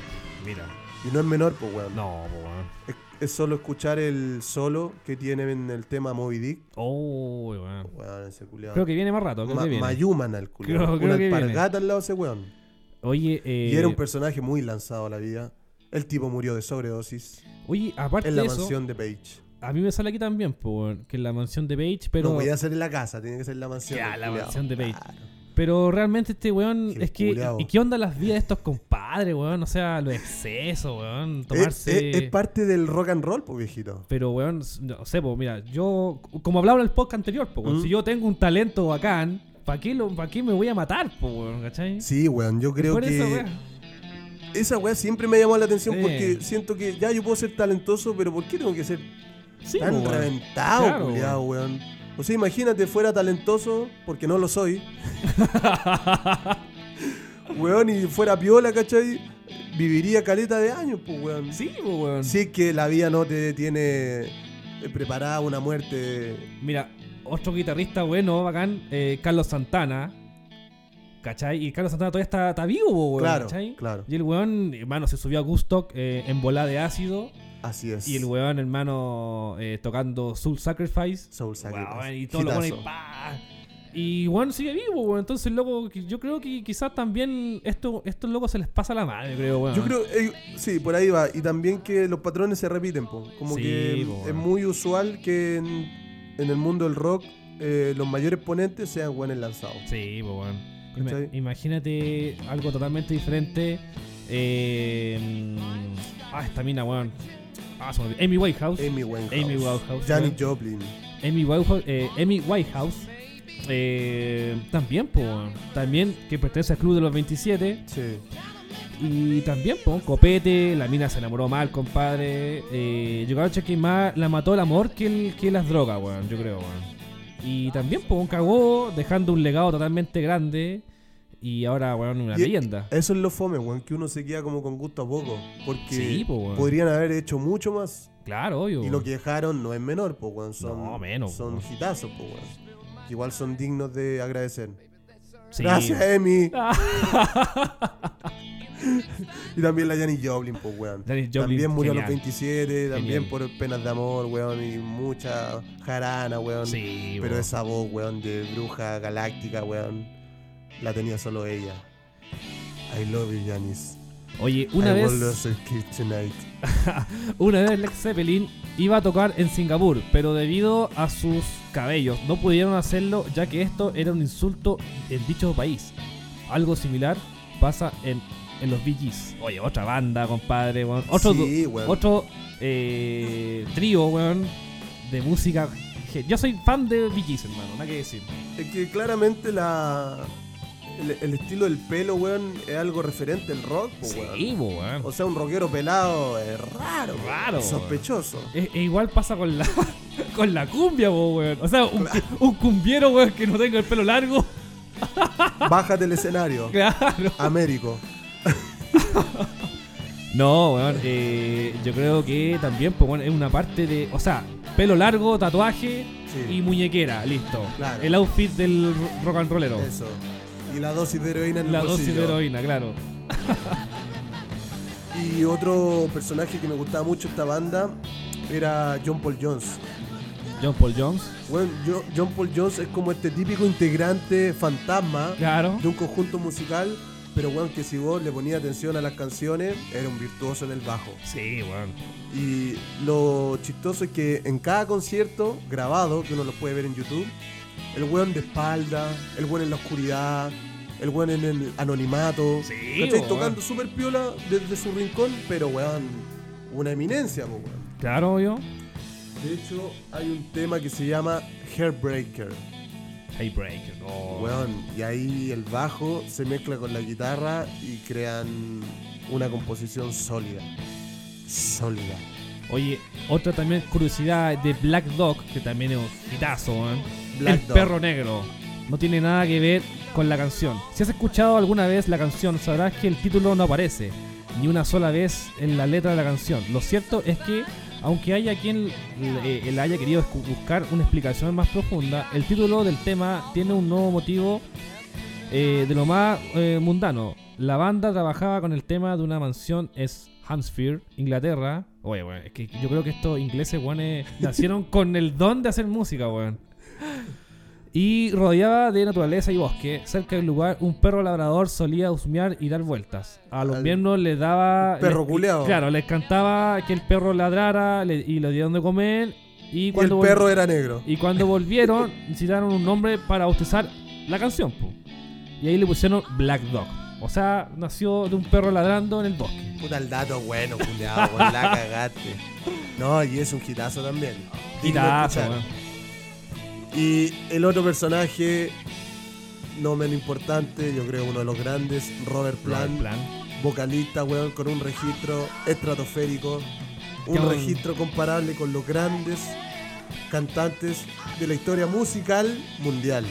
B: Mira.
C: Y no es menor, pues, weón.
B: No, po, weón.
C: Es, es solo escuchar el solo que tiene en el tema Moby Dick.
B: Oh, weón.
C: Weón, ese culiado.
B: Creo que viene más rato. Creo
C: Ma
B: que viene.
C: Mayuman al culiado.
B: Creo- creo
C: Una
B: que viene.
C: alpargata al lado de ese weón.
B: Oye, eh,
C: Y era un personaje muy lanzado a la vida. El tipo murió de sobredosis
B: oye, aparte
C: en la
B: de eso,
C: mansión de Page.
B: a mí me sale aquí también, po, weón, que en la mansión de Page,
C: No
B: pero,
C: voy a hacer en la casa, tiene que ser en la mansión.
B: Ya,
C: del
B: la
C: culiao.
B: mansión de Page.
C: Claro.
B: pero realmente este weón
C: Qué
B: es que
C: culiao.
B: y qué onda las vidas de estos compadres, weón, o sea, los excesos, weón,
C: Es,
B: tomarse,
C: Eh, es- es parte del rock and roll, pues viejito.
B: pero weón, no sé, po, mira, yo como hablaba en el podcast anterior, po, weón,
C: Mm.
B: si yo tengo un talento bacán, ¿para qué, lo- pa' qué me voy a matar, po, weón, ¿cachai?
C: Sí, weón, yo creo
B: Por
C: que
B: eso, weón.
C: esa weá siempre me llamó la atención
B: Sí.
C: porque siento que ya yo puedo ser talentoso, pero ¿por qué tengo que ser
B: Sí, po,
C: tan
B: weón.
C: reventado,
B: Claro,
C: culiao, weón? O sea, imagínate fuera talentoso, porque no lo soy. weón, y fuera piola, ¿cachai? Viviría caleta de años, pues, weón.
B: Sí, po, weón.
C: Sí que la vida no te tiene eh, preparada una muerte.
B: Mira, otro guitarrista bueno, bacán, eh, Carlos Santana. ¿Cachai? Y Carlos Santana todavía está, está vivo, po, weón.
C: claro,
B: ¿cachai?
C: claro.
B: Y el weón, hermano, se subió a Gustock eh, en bola de ácido.
C: Así es.
B: Y el weón, hermano, eh, tocando Soul Sacrifice.
C: Soul Sacrifice.
B: Weón, y todo lo pone
C: Hitazo.
B: pa. Y weón sigue vivo, weón. Entonces, loco, que- yo creo que quizás también esto, estos locos se les pasa la madre, creo, weón.
C: Yo creo, eh, sí, por ahí va. Y también que los patrones se repiten, po. como
B: Sí,
C: que mm,
B: po,
C: es
B: weón.
C: muy usual que en, en el mundo del rock eh, los mayores ponentes sean buenos lanzados.
B: Sí, pues weón. Ima-
C: ¿Cachai?
B: Imagínate algo totalmente diferente. Eh, mm, ah, esta mina, weón. Ah, se me olvidó. Amy Whitehouse.
C: Amy Winehouse.
B: Amy Winehouse,
C: Janis
B: weón.
C: Joplin.
B: Amy Whitehouse. eh, Amy Whitehouse. eh, también, pues, weón. También que pertenece al Club de los 27.
C: Sí.
B: Y también, pues, copete. La mina se enamoró mal, compadre. Eh, yo creo que más la mató el amor que, el- que las drogas, weón. Yo creo, weón. Y también, pues, un cagó, dejando un legado totalmente grande. Y ahora, weón, una
C: Y-
B: leyenda.
C: Eso es lo fome, weón, que uno se queda como con gusto a poco. Porque
B: Sí, po, weón.
C: podrían haber hecho mucho más.
B: Claro, obvio.
C: Y lo que dejaron no es menor, po, weón. Son,
B: No, menos,
C: Son
B: weón.
C: hitazos, po, weón. Que Igual son dignos de agradecer.
B: Sí.
C: Gracias, Emi. y también la Janis Joplin, po, weón.
B: Janis Joplin,
C: también murió a los
B: genial.
C: 27, también
B: Genial.
C: por penas de amor, weón. Y mucha jarana, weón.
B: Sí,
C: Pero
B: weón.
C: esa voz, weón, de bruja galáctica, weón, la tenía solo ella. I love you, Janis.
B: Oye, una
C: I
B: vez,
C: will lose your kiss tonight.
B: una vez Lex Zeppelin iba a tocar en Singapur, pero debido a sus cabellos no pudieron hacerlo ya que esto era un insulto en dicho país. Algo similar pasa en, en los Bee Gees. Oye, otra banda, compadre, weón. Otro,
C: Sí,
B: du-
C: weón.
B: otro eh, trío, weón, de música gen- Yo soy fan de Bee Gees, hermano, nada que decir.
C: Es que claramente la. El, el estilo del pelo, weón, es algo referente al rock, po, Oh, weón.
B: Sí, bo, weón.
C: O sea, un rockero pelado es raro, weón,
B: Raro,
C: sospechoso.
B: E- e igual pasa con la con la cumbia, bo, weón. O sea, un, un cumbiero, weón, que no tenga el pelo largo.
C: Bájate del escenario,
B: Claro.
C: Américo.
B: No, weón. eh, yo creo que también, pues, bueno, es una parte de. O sea, pelo largo, tatuaje
C: Sí.
B: y muñequera, listo.
C: Claro.
B: El outfit del ro- rock and rollero.
C: Eso. Y la dosis de heroína en
B: La
C: el
B: dosis de
C: bolsillo.
B: heroína, claro.
C: Y otro personaje que me gustaba mucho esta banda era John Paul Jones.
B: John Paul Jones.
C: Bueno, yo- John Paul Jones es como este típico integrante fantasma
B: Claro.
C: de un conjunto musical, pero bueno, que si vos le ponías atención a las canciones, era un virtuoso en el bajo.
B: Sí, weón.
C: Y lo chistoso es que en cada concierto grabado, que uno lo puede ver en YouTube, el weón de espalda, el weón en la oscuridad, el weón en el anonimato,
B: Sí,
C: ¿cachai?
B: weón.
C: tocando super piola desde su rincón, pero weón, una eminencia, po, weón.
B: Claro, yo.
C: De hecho, hay un tema que se llama Hairbreaker.
B: Heartbreaker, no.
C: Weón, y ahí el bajo se mezcla con la guitarra y crean una composición sólida. Sólida.
B: Oye, otra también curiosidad de Black Dog, que también es un hitazo, weón.
C: Black
B: el
C: Dog.
B: perro negro. No tiene nada que ver con la canción. Si has escuchado alguna vez la canción, sabrás que el título no aparece ni una sola vez en la letra de la canción. Lo cierto es que, aunque haya quien eh, le haya querido escu- buscar una explicación más profunda, el título del tema tiene un nuevo motivo eh, de lo más eh, mundano. La banda trabajaba con el tema de una mansión es Hampshire, Inglaterra. Oye, weón, es que yo creo que estos ingleses, weón, eh, nacieron con el don de hacer música, weón. Y rodeada de naturaleza y bosque, cerca del lugar, un perro labrador solía husmear y dar vueltas. A los
C: Al-
B: miembros les daba...
C: Un perro
B: les-
C: culeado.
B: Claro, les cantaba que el perro ladrara le- y le dieron de comer. Y
C: Y el
B: cuando vol-
C: perro era negro.
B: y cuando volvieron, necesitaron un nombre para bautizar la canción. po. Y ahí le pusieron Black Dog. O sea, nació de un perro ladrando en el bosque.
C: Puta el dato bueno, culiao, weón, la cagaste. No, y es un hitazo también. Digno de
B: Hitazo,
C: escuchar.
B: weón.
C: Y el otro personaje, no menos importante, yo creo uno de los grandes, Robert Plant,
B: Plan. plan.
C: vocalista, weón, con un registro estratosférico, un
B: Yo-
C: registro comparable con los grandes cantantes de la historia musical mundial.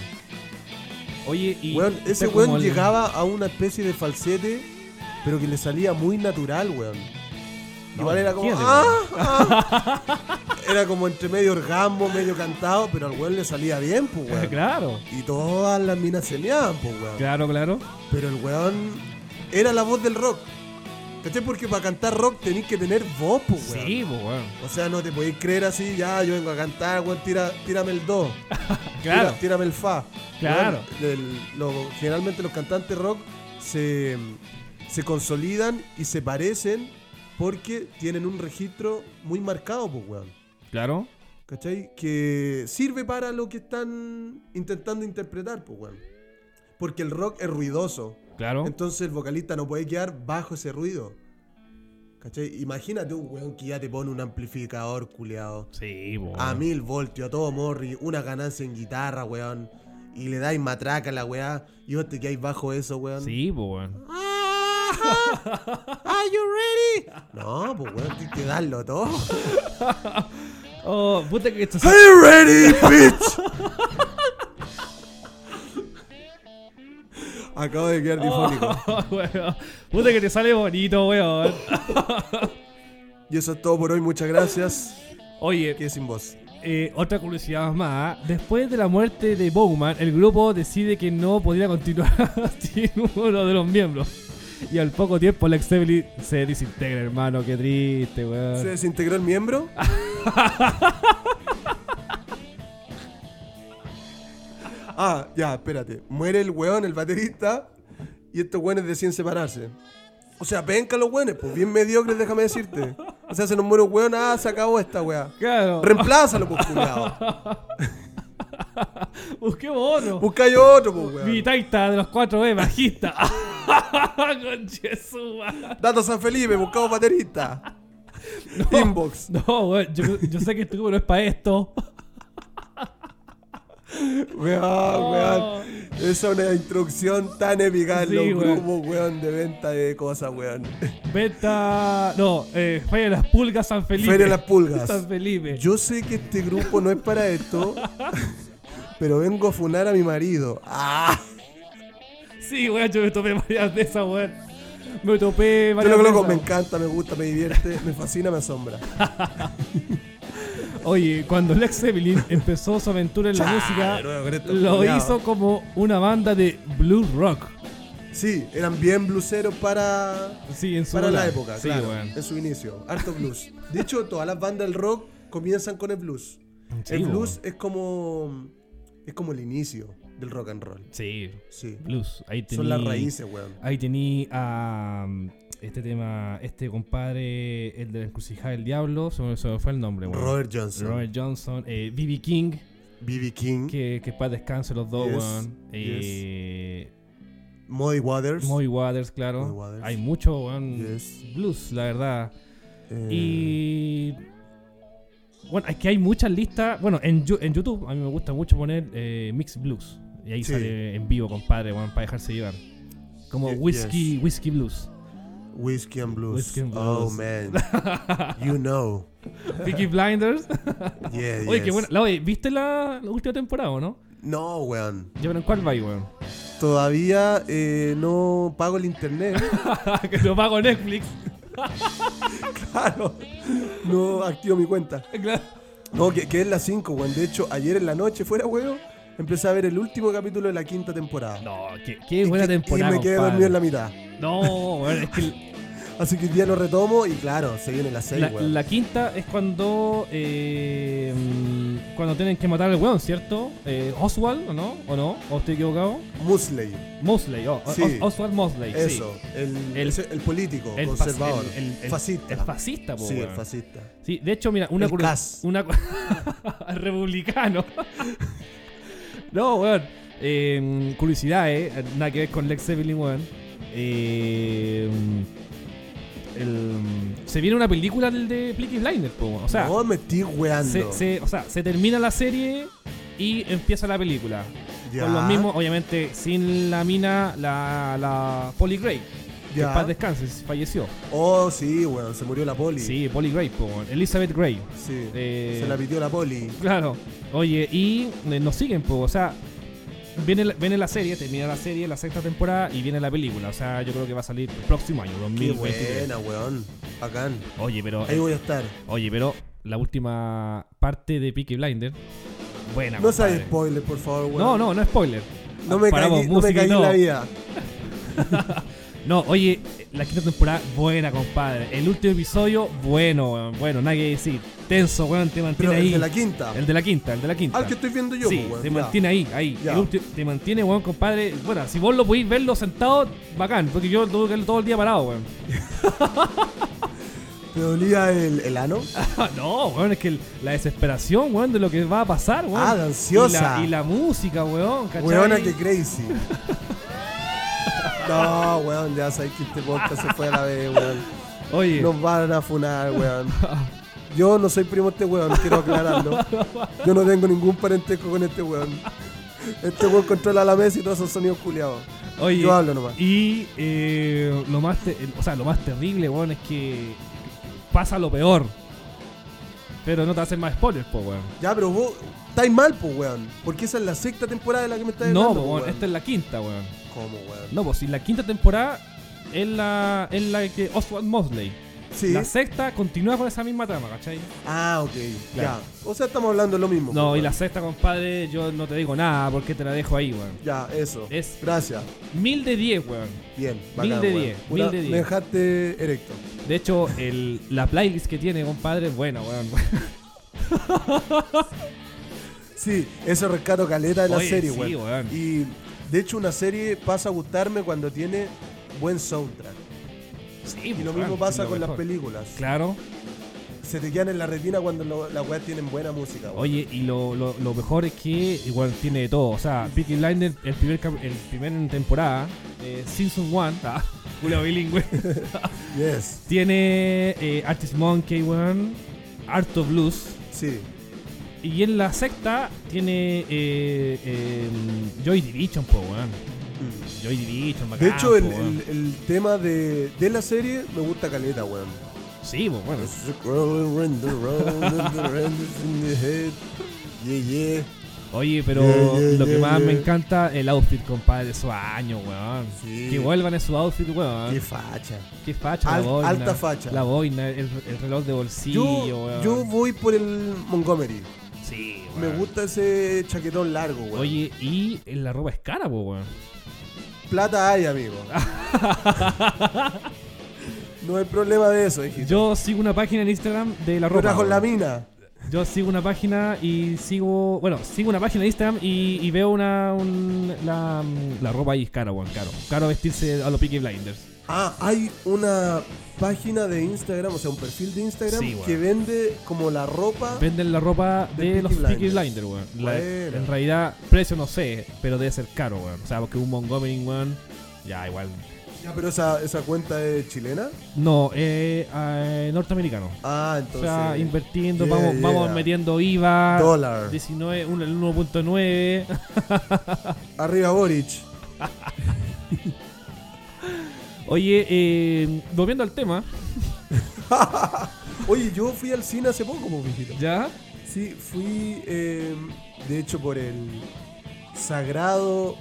B: Oye, y.
C: Weón, ese
B: está como
C: weón
B: el-
C: llegaba a una especie de falsete, pero que le salía muy natural, weón.
B: No,
C: Igual era como.
B: imagínate,
C: "Ah, ah". Era como entre medio orgasmo, medio cantado, pero al weón le salía bien, pues, weón.
B: Claro,
C: Y todas las minas se meaban, pues, weón.
B: claro, claro.
C: Pero el weón era la voz del rock. ¿Cachai? Porque para cantar rock tenés que tener voz, pues, weón.
B: Sí, po, weón.
C: O sea, no te podéis creer así, ya, yo vengo a cantar, weón, tira, tírame el do.
B: Claro.
C: Tira- tírame el fa.
B: Claro.
C: Bueno, el- lo- generalmente los cantantes rock se, se consolidan y se parecen porque tienen un registro muy marcado, pues, weón.
B: Claro.
C: ¿Cachai? Que sirve para lo que están intentando interpretar, pues, weón. Porque el rock es ruidoso.
B: Claro.
C: Entonces el vocalista no puede quedar bajo ese ruido. ¿Cachai? Imagínate un weón que ya te pone un amplificador, culeado.
B: Sí, po, weón.
C: A mil voltios, a todo morri, una ganancia en guitarra, weón. Y le dais matraca a la weá. Y vos te quedáis bajo eso, weón.
B: Sí, po, weón.
C: Ah, ¿Are you ready? No, pues weón, tienes que darlo todo.
B: Oh, puta que esto
C: ¿Are you ready, bitch? Acabo de quedar difónico.
B: weón. Puta que te sale bonito, weón.
C: Y eso es todo por hoy, muchas gracias.
B: Oye,
C: Quedé sin voz.
B: Eh, otra curiosidad más. Después de la muerte de Bowman, el grupo decide que no podía continuar sin uno de los miembros. Y al poco tiempo Lex Zeppelin se desintegra, hermano. Qué triste, weón.
C: ¿Se desintegró el miembro? ah, ya, espérate. Muere el weón, el baterista, y estos weones deciden separarse. O sea, penca los weones, pues bien mediocres, déjame decirte. O sea, se nos muere un weón, ah, se acabó esta weá.
B: Claro.
C: Reemplázalo, pues, culiao.
B: Busquemos otro.
C: Buscáis otro, pues, weón.
B: Uh, Vitaita de los 4B, bajista. Conche su madre.
C: Dato San Felipe, buscado baterista. Inbox.
B: No, weón. Yo, yo sé que este grupo no es para esto.
C: Weón,
B: Oh.
C: weón. Esa es una instrucción tan épica en
B: Sí,
C: los
B: weón.
C: grupos, weón, de venta de cosas, weón.
B: Venta. No, eh, Feria de las Pulgas San Felipe.
C: Feria de las Pulgas.
B: San Felipe.
C: Yo sé que este grupo no es para esto, pero vengo a funar a mi marido. ¡Ah!
B: Sí, weón, yo me topé varias de esas, weón. Me topé
C: Yo
B: varias
C: lo
B: de
C: coloco,
B: esas.
C: me encanta, me gusta, me divierte, me fascina, me asombra.
B: Oye, cuando Black Zeppelin empezó su aventura en la música,
C: nuevo con esto,
B: lo
C: culiao.
B: hizo como una banda de blue rock.
C: Sí, eran bien bluseros para,
B: Sí, en su
C: para la
B: ola.
C: época,
B: Sí,
C: claro,
B: weón.
C: en su inicio. Harto blues. De hecho, todas las bandas del rock comienzan con el blues.
B: Sí,
C: el
B: weón.
C: blues es como es como el inicio del rock and roll.
B: Sí,
C: Sí.
B: blues. Ahí tení, Ah,
C: Son las raíces, weón.
B: Ahí tení a. um, este tema, este compadre, el de la encrucijada del diablo, se me, se me fue el nombre, weón.
C: Robert Johnson,
B: Robert Johnson, eh, B.B. King,
C: B.B. King,
B: que, que para descanso los dos,
C: Yes,
B: weón. Eh,
C: Muddy Waters.
B: Muddy Waters, claro.
C: Muddy Waters.
B: Hay mucho, weón.
C: Yes.
B: Blues, la verdad.
C: eh,
B: Y. Bueno, es que hay muchas listas. Bueno, en, Yu- en YouTube a mí me gusta mucho poner eh, Mix Blues. Y ahí
C: Sí.
B: sale en vivo, compadre, bueno, para dejarse llevar. Como
C: Ye-
B: Whiskey, whiskey Blues.
C: Whiskey and Blues.
B: Whiskey and
C: Oh
B: Blues.
C: man. you know.
B: Peaky Blinders.
C: Yeah,
B: Oye,
C: yes.
B: qué bueno. La- oye, ¿viste la, la última temporada o no?
C: No, weón.
B: Ya, pero ¿en cuál va, ahí, weón?
C: Todavía eh, no pago el internet.
B: que lo pago Netflix.
C: claro. No activo mi cuenta.
B: Claro.
C: No, que, que es la 5, weón. De hecho, ayer en la noche, fuera, weón, empecé a ver el último capítulo de la quinta temporada.
B: No, qué, qué
C: Y
B: buena
C: que-
B: temporada.
C: Y me quedé
B: compadre.
C: dormido en la mitad.
B: No, weón, es que
C: Así que hoy día lo retomo y claro, se viene la 6,
B: la,
C: weón.
B: la quinta es cuando eh, mm, cuando tienen que matar al weón, ¿cierto? Eh, Oswald, ¿o no? ¿O no? ¿O estoy equivocado?
C: Mosley,
B: Mosley, oh,
C: Sí.
B: Os- Oswald Mosley. sí.
C: eso. El,
B: El-
C: ese- el político,
B: El fas-
C: conservador.
B: el- el- el-
C: fascista.
B: El fascista, po,
C: sí, el
B: weón.
C: fascista.
B: Sí, de hecho, mira, una
C: El
B: curi-
C: Cas.
B: una cu- republicano. no, weón. Eh, curiosidad, eh. Nada que ver con Lex Zeppelin, weón. Eh, el- se viene una película del de Peaky Blinders, po, weón. o sea,
C: no me estoy weando.
B: se, se- o sea, se termina la serie y empieza la película.
C: Ya,
B: Con los mismos, obviamente, sin la mina, la, la Polly Gray. Que en
C: ya.
B: paz descanse, falleció.
C: Oh, sí, weón, se murió la poli.
B: Sí, Polly Gray, po, weón. Elizabeth Gray.
C: Sí,
B: Eh,
C: Se la pitió la poli.
B: Claro. Oye, y eh, nos siguen, pues, o sea, viene la, viene la serie, termina la serie, la sexta temporada y viene la película. O sea, yo creo que va a salir el próximo año,
C: Qué
B: 2023.
C: buena, weón. Bacán.
B: Oye, pero
C: Ahí voy a estar.
B: oye, pero la última parte de Peaky Blinder. Buena,
C: No
B: compadre.
C: sabes spoiler, por favor, weón.
B: No, no, no spoiler.
C: No me
B: Paramos
C: caí, no me
B: música y
C: caí en la
B: todo.
C: vida.
B: No, oye, la quinta temporada buena, compadre. El último episodio bueno, weón, bueno, nada que decir. Tenso, weón, te mantiene
C: Pero
B: ahí.
C: el de la quinta.
B: El de la quinta, el de la quinta.
C: Al que estoy viendo yo, pues,
B: sí,
C: weón.
B: te
C: ya.
B: mantiene ahí, ahí.
C: Ya.
B: El ulti- Te mantiene, weón, compadre. Bueno, si vos lo podís verlo sentado, bacán, porque yo tuve que verlo todo el día parado, weón.
C: ¿Te dolía el, el ano?
B: no, weón, es que el- la desesperación, weón, de lo que va a pasar, weón.
C: Ah, de ansiosa.
B: Y la, y la música, weón, ¿cachai?
C: Weona que crazy. No, weón, ya sabes que este podcast se fue a la vez, weón.
B: Oye,
C: Nos van a funar, weón. Yo no soy primo de este weón, quiero aclararlo. Yo no tengo ningún parentesco con este weón. Este weón controla la mesa y todos esos sonidos culiados.
B: oye.
C: Yo hablo nomás.
B: Y eh, lo más, te- o sea, lo más terrible, weón, es que pasa lo peor. Pero no te hacen más spoilers, po, weón.
C: Ya, pero vos estáis mal, pues, weón. Porque esa es la sexta temporada de la que me estás
B: No,
C: hablando,
B: po,
C: po,
B: weón, esta es la quinta, weón.
C: ¿Cómo, weón?
B: No, pues si la quinta temporada es la, es la que Oswald Mosley.
C: Sí.
B: La sexta continúa con esa misma trama, ¿cachai?
C: Ah, ok.
B: Claro.
C: Ya. O sea, estamos hablando de lo mismo. po,
B: No, y
C: weón.
B: la sexta, compadre, yo no te digo nada porque te la dejo ahí, weón.
C: Ya, eso.
B: Es-
C: Gracias.
B: Mil de diez, weón.
C: Bien,
B: Mil
C: bacán,
B: de
C: weón.
B: diez, mil
C: Puta,
B: de diez.
C: Me dejaste erecto.
B: De hecho, el, la playlist que tiene, compadre, es buena, weón.
C: Sí, eso rescato caleta de la
B: Oye,
C: serie,
B: sí,
C: weón.
B: weón.
C: Y de hecho una serie pasa a gustarme cuando tiene buen soundtrack.
B: Sí,
C: Y
B: pues,
C: lo
B: weón,
C: mismo
B: es
C: pasa
B: lo
C: con las
B: mejor.
C: películas.
B: Claro.
C: Se te quedan en la retina cuando lo- las weas tienen buena música, weón.
B: Oye, y lo, lo, lo mejor es que igual tiene de todo. O sea, Peaky Blinders, el primer, cap- el primer temporada, eh, Season 1, ah, culo bilingüe.
C: Yes.
B: Tiene eh, Artist Monkey, weón. Art of Blues.
C: Sí.
B: Y en la secta tiene eh, el Joy Division, po, weón. Joy Division,
C: Mm. De
B: bacán,
C: hecho, el,
B: po, weón.
C: el- el tema de, de la serie me gusta caleta, weón.
B: Sí, po, bueno.
C: Yeah, yeah.
B: Oye, pero
C: Yeah, yeah,
B: lo que
C: yeah,
B: más
C: yeah.
B: me encanta el outfit, compadre, de esos años, weón.
C: Sí.
B: Que vuelvan en su outfit, weón.
C: Qué
B: Qué,
C: facha.
B: facha,
C: Al-
B: la boina.
C: alta facha.
B: La boina, el, el reloj de bolsillo,
C: Yo,
B: weón.
C: yo voy por el Montgomery.
B: sí,
C: Me
B: weón.
C: gusta ese chaquetón largo, weón.
B: Oye, y eh, la ropa es cara, po, weón.
C: Plata hay, amigo. no hay problema de eso, hijito.
B: Yo sigo una página en Instagram de la
C: Yo
B: ropa.
C: trajo la
B: weón.
C: mina.
B: Yo sigo una página y sigo. Bueno, sigo una página de Instagram y, y veo una. un- la, la ropa ahí es cara, weón, caro. Caro vestirse a los Peaky Blinders.
C: Ah, hay una página de Instagram, o sea, un perfil de Instagram
B: Sí, weón.
C: que vende como la ropa.
B: Venden la ropa
C: De
B: de,
C: Peaky
B: los Peaky
C: Blinders.
B: Blinders, weón. La-
C: Buena.
B: En realidad, precio no sé, pero debe ser caro, weón. O sea, porque un Montgomery, weón. Ya, igual.
C: Ya, pero esa, esa cuenta es chilena.
B: No, eh, eh, norteamericano.
C: Ah,
B: O
C: entonces.
B: sea, invirtiendo,
C: Yeah,
B: vamos, vamos
C: yeah.
B: metiendo IVA.
C: Dólar.
B: 19, un- el 1.9.
C: Arriba Boric.
B: Oye, eh, volviendo al tema,
C: Oye, yo fui al cine hace poco, pues, mijito.
B: ¿ya?
C: Sí, fui, eh, de hecho, por el sagrado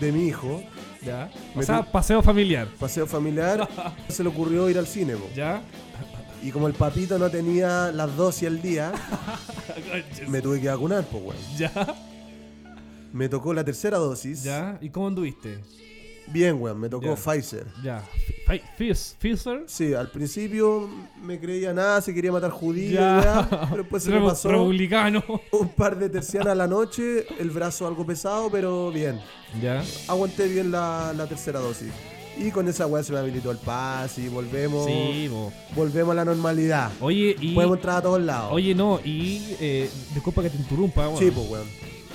C: de mi hijo,
B: Ya. O
C: Me
B: sea,
C: tu-
B: paseo familiar.
C: paseo familiar, se le ocurrió ir al cine. po.
B: ¿Ya?
C: Y como el papito no tenía las dosis al día, me tuve que vacunar, pues, weón.
B: ¿Ya?
C: Me tocó la tercera dosis.
B: ¿Ya? ¿Y cómo anduviste?
C: Bien, weón, me
B: Ya.
C: tocó Pfizer.
B: Ya. Fi- Fis- Pfizer.
C: Sí, al principio me creía nada, se quería matar judíos,
B: Ya.
C: ya, pero después se me
B: Repu-
C: pasó.
B: Republicano.
C: Un par de tercianas a la noche, el brazo algo pesado, pero bien.
B: Ya.
C: aguanté bien la, la tercera dosis. Y con esa weá se me habilitó el pase y volvemos,
B: Sí, bo.
C: volvemos a la normalidad.
B: Oye, y.
C: Podemos entrar a todos lados.
B: Oye, no, y. eh, disculpa que te interrumpa, weón.
C: Sí, pues, weón.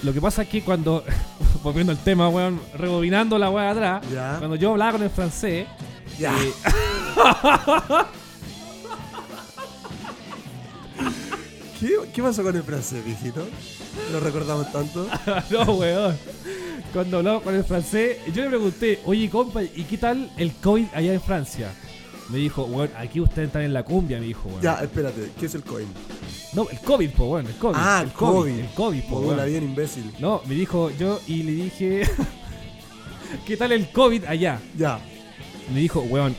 B: Lo que pasa es que cuando. volviendo al tema, weón. Rebobinando la weá atrás.
C: Ya.
B: Cuando yo hablaba con el francés.
C: Ya.
B: eh,
C: ¿Qué, qué pasó con el francés, viejito? ¿Lo recordamos tanto?
B: Ah, no, weón. Cuando hablaba con el francés, yo le pregunté, oye, compa, ¿y qué tal el COVID allá en Francia? Me dijo, weón, aquí ustedes están en la cumbia, me dijo, weón.
C: ya, espérate. ¿Qué es el coin?
B: Pues, No, el COVID, po, weón, el COVID.
C: Ah,
B: el COVID. El COVID, po,
C: Modula
B: weón.
C: bien, imbécil.
B: No, me dijo yo y le dije, ¿qué tal el COVID allá?
C: Ya.
B: Me dijo, weón,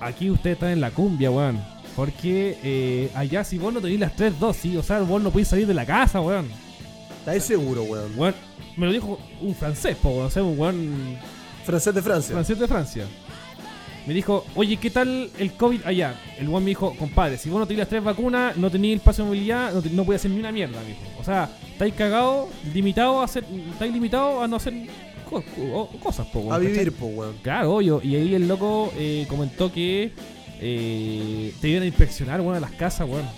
B: aquí usted está en la cumbia, weón. Porque eh, allá si vos no tenés las tres dosis, o sea, vos no podés salir de la casa, weón.
C: ¿Estáis seguro, weón?
B: Weón, me lo dijo un francés, po, weón, o sea, un weón
C: Francés de Francia.
B: francés de Francia. Me dijo, oye, ¿qué tal el COVID allá? El weón me dijo, compadre, si vos no tenés las tres vacunas, no tenés el paso de movilidad, no, te- no podés hacer ni una mierda, me dijo. O sea, estáis cagados, limitados a hacer, estáis limitados a no hacer co- co- cosas, po, weón,
C: a
B: ¿cachai?
C: vivir, pues, weón.
B: Claro, obvio. Y ahí el loco eh, comentó que eh, te iban a inspeccionar, bueno, a las casas, bueno.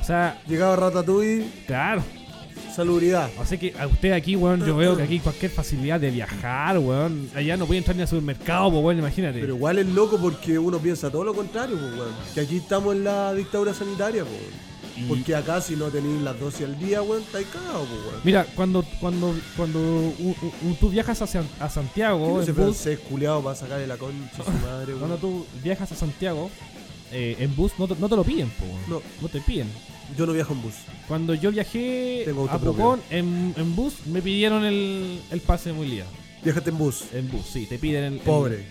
B: O sea,
C: Llegaba Ratatouille,
B: claro.
C: salubridad.
B: O sea que a usted aquí, weón, yo veo que aquí cualquier facilidad de viajar, weón. Allá no puede entrar ni al supermercado, pues, weón, imagínate.
C: Pero igual es loco porque uno piensa todo lo contrario, pues, weón. Que aquí estamos en la dictadura sanitaria, pues, weón.
B: Y-
C: Porque acá si no tenéis las 12 al día, weón, estáis cagados, pues, weón.
B: Mira, cuando cuando cuando u- u- u- tú viajas a, San- a Santiago, Oh,
C: Ese
B: en bus,
C: francés culiado para sacarle la concha a su madre,
B: cuando
C: weón.
B: tú viajas a Santiago, eh, en bus no te, no te lo piden, pues, weón.
C: No.
B: no te piden.
C: Yo no viajo en bus.
B: Cuando yo viajé
C: Tengo auto
B: a Pucón en, en bus, me pidieron el, el pase de movilidad.
C: Viajate en bus.
B: En bus, sí, te piden el. el-
C: Pobre.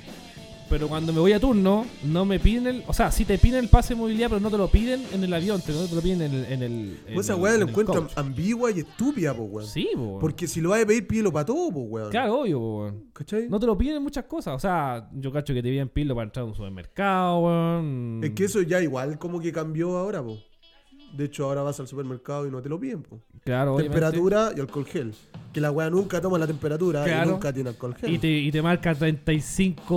B: pero cuando me voy a turno, no me piden el. O sea, sí te piden el pase de movilidad, pero no te lo piden en el avión, te, no te lo piden en el. En el en
C: Pues esa
B: el-
C: weá
B: en
C: la
B: el
C: encuentro
B: coach.
C: ambigua y estúpida, pues, weón.
B: Sí, po, weón.
C: Porque si lo vas a pedir, pídelo para todo, pues, weón.
B: Claro, obvio, po, weón.
C: ¿Cachai?
B: No te lo piden en muchas cosas. O sea, yo cacho que te piden pilo para entrar a un supermercado, weón.
C: Es que eso ya igual como que cambió ahora, pues. De hecho, ahora vas al supermercado y no te lo piden, pues.
B: Claro, obviamente.
C: Temperatura y alcohol gel. Que la weá nunca toma la temperatura y
B: Claro.
C: nunca tiene alcohol gel.
B: Y te, y te marca 35.0,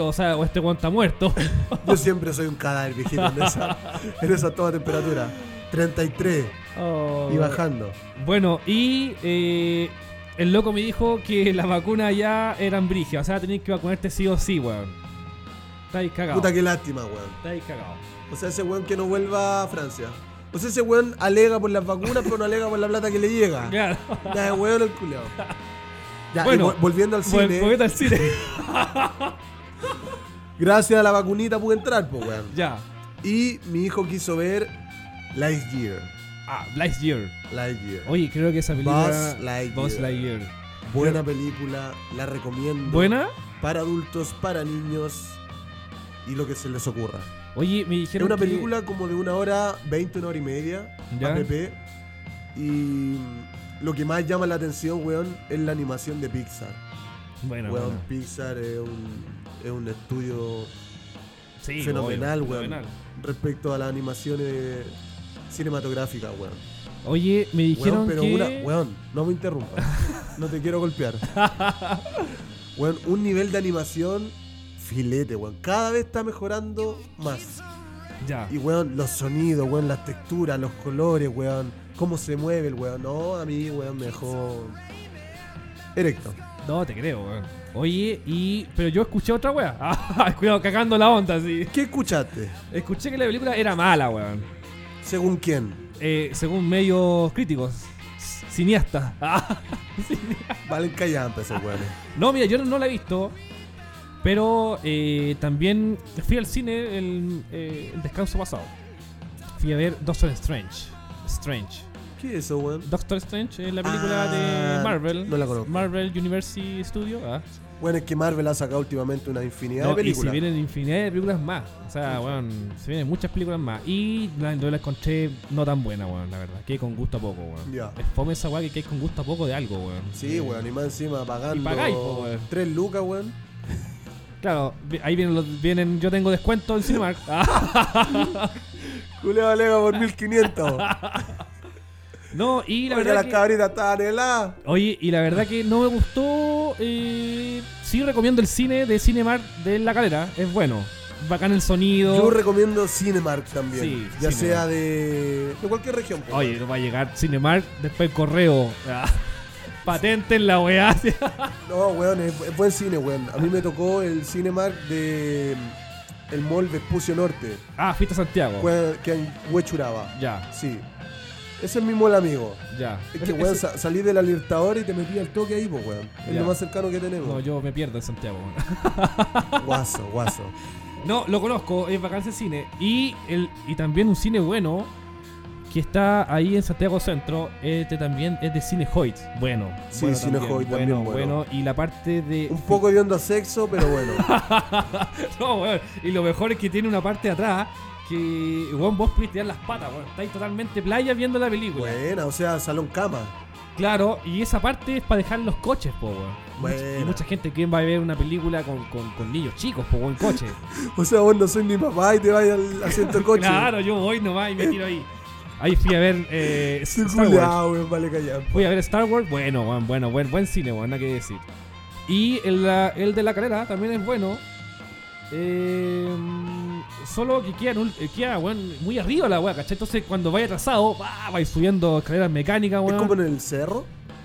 B: o sea, o este weón está muerto.
C: Yo siempre soy un cadáver, viejito, en esa, en esa toma de temperatura. 33
B: Oh,
C: y bajando.
B: Bueno, y eh, el loco me dijo que las vacunas ya eran brigias. O sea, tenéis que vacunarte sí o sí, weón. Estáis cagados.
C: Puta, qué lástima, weón.
B: Estáis cagados.
C: O sea, ese weón que no vuelva a Francia. O sea, ese weón alega por las vacunas, pero no alega por la plata que le llega.
B: Claro.
C: Ya, de weón el culiao. Ya, y
B: Bueno,
C: vol- volviendo al
B: Vol-
C: cine,
B: volviendo al cine.
C: gracias a la vacunita pude entrar, pues weón.
B: ya.
C: Y mi hijo quiso ver Lightyear.
B: Ah, Lightyear.
C: Lightyear.
B: Oye, creo que esa película.
C: Buzz Lightyear.
B: Buzz Lightyear.
C: Buena película, la recomiendo.
B: ¿Buena?
C: Para adultos, para niños y lo que se les ocurra.
B: Oye, me
C: Es
B: dijeron.
C: una
B: que-
C: película como de una hora, 20, una hora y media,
B: Ya.
C: app. Y mm, lo que más llama la atención, weón, es la animación de Pixar.
B: Bueno,
C: weón,
B: bueno.
C: Pixar es un, es un estudio
B: Sí,
C: fenomenal,
B: obvio,
C: weón. Respecto a las animaciones cinematográficas, weón.
B: Oye, me dijeron
C: Weón, pero
B: que.
C: una. Weón, no me interrumpas. no te quiero golpear. Weón, un nivel de animación filete, weón. Cada vez está mejorando más.
B: Ya.
C: Y weón, los sonidos, weón, las texturas, los colores, weón. Cómo se mueve el weón. No, a mí, weón, me dejó. Erecto.
B: No, te creo, weón. Oye, y. Pero yo escuché otra wea. Ah, cuidado, cagando la onda, sí.
C: ¿Qué escuchaste?
B: Escuché que la película era mala, weón.
C: ¿Según quién?
B: Eh, según medios críticos. c- Cineastas. Ah, cine-
C: Valen callampa esos weones.
B: No, mira, yo no la he visto. Pero eh, también fui al cine el, eh, el descanso pasado. Fui a ver Doctor Strange. Strange.
C: ¿Qué es eso, weón?
B: Doctor Strange es la película
C: Ah,
B: de Marvel.
C: no la conozco.
B: Marvel University Studio. Ah.
C: Bueno, es que Marvel ha sacado últimamente una infinidad de
B: No, y se
C: películas.
B: vienen infinidad de películas más. O sea, weón, se vienen muchas películas más. Y la, yo la encontré no tan buena, weón, la verdad. Que con gusto a poco, weón.
C: Ya.
B: Es fome esa weá que quedáis con gusto a poco de algo, weón.
C: Sí, weón, y más encima pagando.
B: Y pagáis, po, weón.
C: Tres lucas, weón.
B: Claro, vi- ahí vienen, los, vienen yo tengo descuento en Cinemark. Ah,
C: Julio Alega por 1500.
B: no, y la
C: Oiga,
B: verdad.
C: las
B: que-
C: cabritas estaban heladas.
B: Oye, y la verdad que no me gustó. eh, sí, recomiendo el cine de Cinemark de La Calera. Es bueno. Bacán el sonido.
C: Yo recomiendo Cinemark también.
B: Sí,
C: ya
B: Cinemark.
C: sea de, de cualquier región. pues, po,
B: Oye, no va a llegar Cinemark, después el correo. Ah, Patenten la weá.
C: weón. No, weón, es, es buen cine, weón. A mí me tocó el Cinemark de. mm, El Mall Vespucio Norte,
B: Ah, fuiste a Santiago.
C: weón, que en Huechuraba.
B: Ya,
C: Sí. Ese es mi mall amigo.
B: ya.
C: Es
B: Ese-
C: que, weón,
B: ese-
C: sa- salí del alertador y te metí al toque ahí, po, weón. Es
B: Ya.
C: lo más cercano que tenemos.
B: No, yo me pierdo en Santiago. weón.
C: Guaso, guaso.
B: No, lo conozco, es Vacancia Cine. Y, el, y también un cine bueno que está ahí en Santiago Centro. Este también es de Cine Hoyt. Bueno.
C: Sí,
B: bueno
C: Cine Hoyt también bueno.
B: Y la parte de.
C: Un poco hediondo a sexo, pero bueno.
B: No, weón. Y lo mejor es que tiene una parte de atrás que, weón, vos pudiste tirar las patas, weón. Estáis totalmente playa viendo la película.
C: Buena, o sea, salón cama.
B: Claro, y esa parte es para dejar los coches, po, weón.
C: Buena.
B: Y mucha gente que va a ver una película con, con, con niños chicos, po, en coche.
C: O sea, vos no soy mi papá y te vas al asiento del coche.
B: Claro, yo voy nomás y me tiro ahí. Ahí fui a ver eh,
C: Sí,
B: Star Wars.
C: culiao, weón, vale callar.
B: Fui a ver Star Wars, bueno, bueno, bueno, buen, buen cine, bueno, nada que decir. Y el, la- el de la carrera también es bueno. Eh, solo que queda, en ul- eh, queda weón, muy arriba la weá, ¿cachai? Entonces cuando vaya atrasado, va, vais subiendo escaleras mecánicas,
C: ¿Es como
B: weón.
C: en el cerro?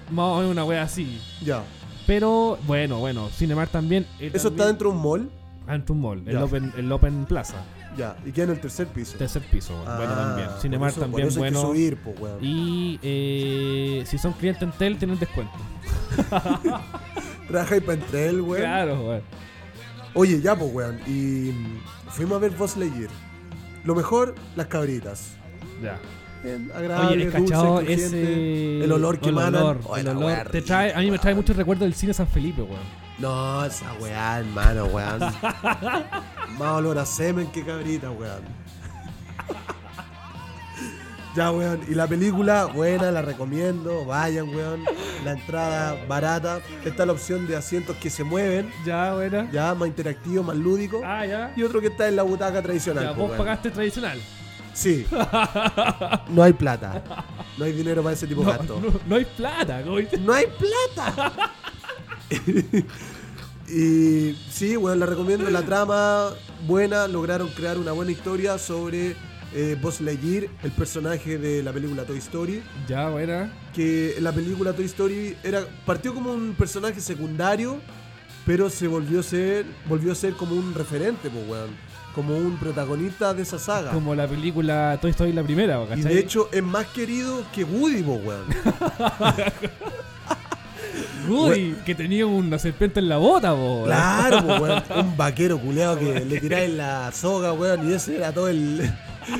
B: Más o menos una weá así.
C: Ya.
B: Pero bueno, bueno, Cinemar también. eh,
C: ¿Eso está
B: también-
C: dentro de un mall?
B: Ah, en tu mall, el
C: Ya.
B: Open, el Open Plaza,
C: Ya. Y queda en el tercer piso.
B: tercer piso, bueno,
C: Ah,
B: bueno también.
C: por
B: Cinemar
C: eso-
B: también
C: por eso
B: bueno.
C: Hay que subir, po, weón.
B: Y eh, si son clientes en Tel, tienen descuento.
C: Raja y Pentel, weón.
B: Claro, güey.
C: Oye, ya, pues, weón. Y mm, fuimos a ver Voz Lightyear. Lo mejor, las cabritas.
B: Ya.
C: Bien,
B: Oye,
C: agradable,
B: el
C: dulce,
B: cachado
C: crujiente.
B: ese.
C: El olor que
B: el
C: emanan.
B: olor,
C: Oh,
B: el
C: la
B: olor.
C: weá
B: Te
C: rica,
B: trae, a mí me trae
C: weón.
B: muchos recuerdos del cine San Felipe, güey.
C: No, esa weá, hermano, weón. Más olor a semen que cabrita, weón. ya, weón. Y la película, buena, la recomiendo. Vayan, weón. La entrada barata. Está la opción de asientos que se mueven.
B: Ya, buena.
C: Ya, más interactivo, más lúdico.
B: Ah, ya.
C: Y otro que está en la butaca tradicional.
B: Ya,
C: po,
B: vos
C: pues, weón.
B: pagaste tradicional.
C: Sí. No hay plata. No hay dinero para ese tipo de
B: No,
C: gasto.
B: no- no hay plata, güey.
C: ¡No hay plata! y sí, bueno, la recomiendo. La trama buena, lograron crear una buena historia sobre eh, Buzz Lightyear, el personaje de la película Toy Story.
B: Ya, buena.
C: Que en la película Toy Story era partió como un personaje secundario Pero se volvió a ser, volvió a ser como un referente, pues, weón. Como un protagonista de esa saga.
B: Como la película Toy Story la primera, ¿cachai?
C: y de hecho es más querido que Woody, pues, weón.
B: Woody, que tenía una serpiente en la bota, po.
C: Claro, pues, weón. Un vaquero culeado que le tiráis la soga, weón. Y ese era todo el,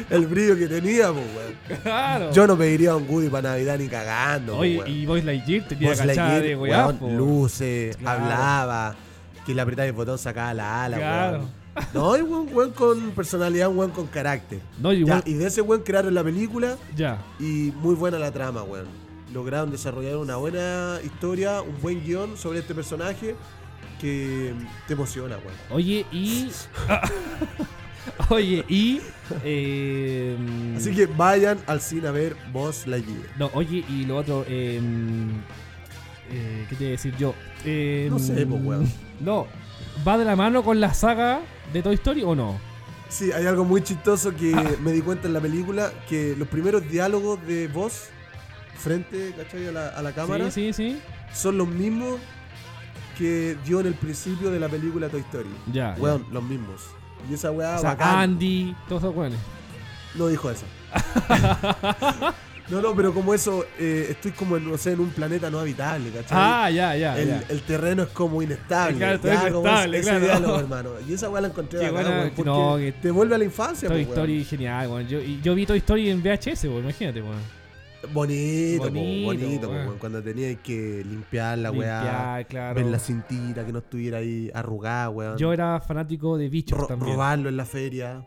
C: el brillo que tenía, pues, weón.
B: Claro.
C: Yo no pediría un Woody para Navidad ni cagando, po,
B: Oye,
C: weón.
B: y Voice Lightyear tenía
C: Buzz
B: cachada
C: Lightyear,
B: de weá,
C: weón,
B: po.
C: luces,
B: Claro.
C: hablaba, que le apretaba el botón sacaba la ala,
B: Claro.
C: weón. No, es un weón con personalidad, un weón con carácter.
B: No, y
C: Ya,
B: igual-
C: y de ese weón crearon la película
B: Ya.
C: y muy buena la trama, weón. Lograron desarrollar una buena historia, un buen guión sobre este personaje que te emociona, weón.
B: Oye, y. Oye, y. eh,
C: Así que vayan al cine a ver Boss Lightyear.
B: No, oye, y lo otro. eh, eh, ¿Qué te voy a decir yo? Eh,
C: No sé, po, weón.
B: No. ¿Va de la mano con la saga de Toy Story o no?
C: Sí, hay algo muy chistoso que
B: Ah.
C: me di cuenta en la película, que los primeros diálogos de Boss frente, ¿cachai? A la, a la cámara.
B: Sí, sí, sí.
C: son los mismos que dio en el principio de la película Toy Story.
B: Ah, Ya. ya.
C: Weón, los mismos. Y esa weá
B: O sea, ah,
C: bacán.
B: Andy, todos esos weones.
C: No dijo eso. no, no, pero como eso, eh, estoy como en, no sé, en un planeta no habitable, ¿cachai?
B: Ah, ya, ya.
C: el,
B: ya.
C: el terreno es como inestable.
B: Claro, todo
C: ya,
B: es
C: como
B: inestable,
C: ese
B: claro.
C: diálogo, hermano. Y esa weá la encontré
B: Qué
C: bacán,
B: buena-
C: weón, porque
B: no, que-
C: te vuelve a la infancia,
B: Toy
C: pues, weón.
B: Story genial, weón. Yo, y yo vi Toy Story en VHS, weón. Imagínate, weón.
C: Bonito, po,
B: Bonito,
C: bonito, po,
B: weón.
C: weón, Cuando tenías que limpiar la weá,
B: Limpiar, claro.
C: ver la cintita que no estuviera ahí arrugada, weón.
B: Yo era fanático de bichos
C: Ro-
B: también. Ah.
C: robarlo en la feria.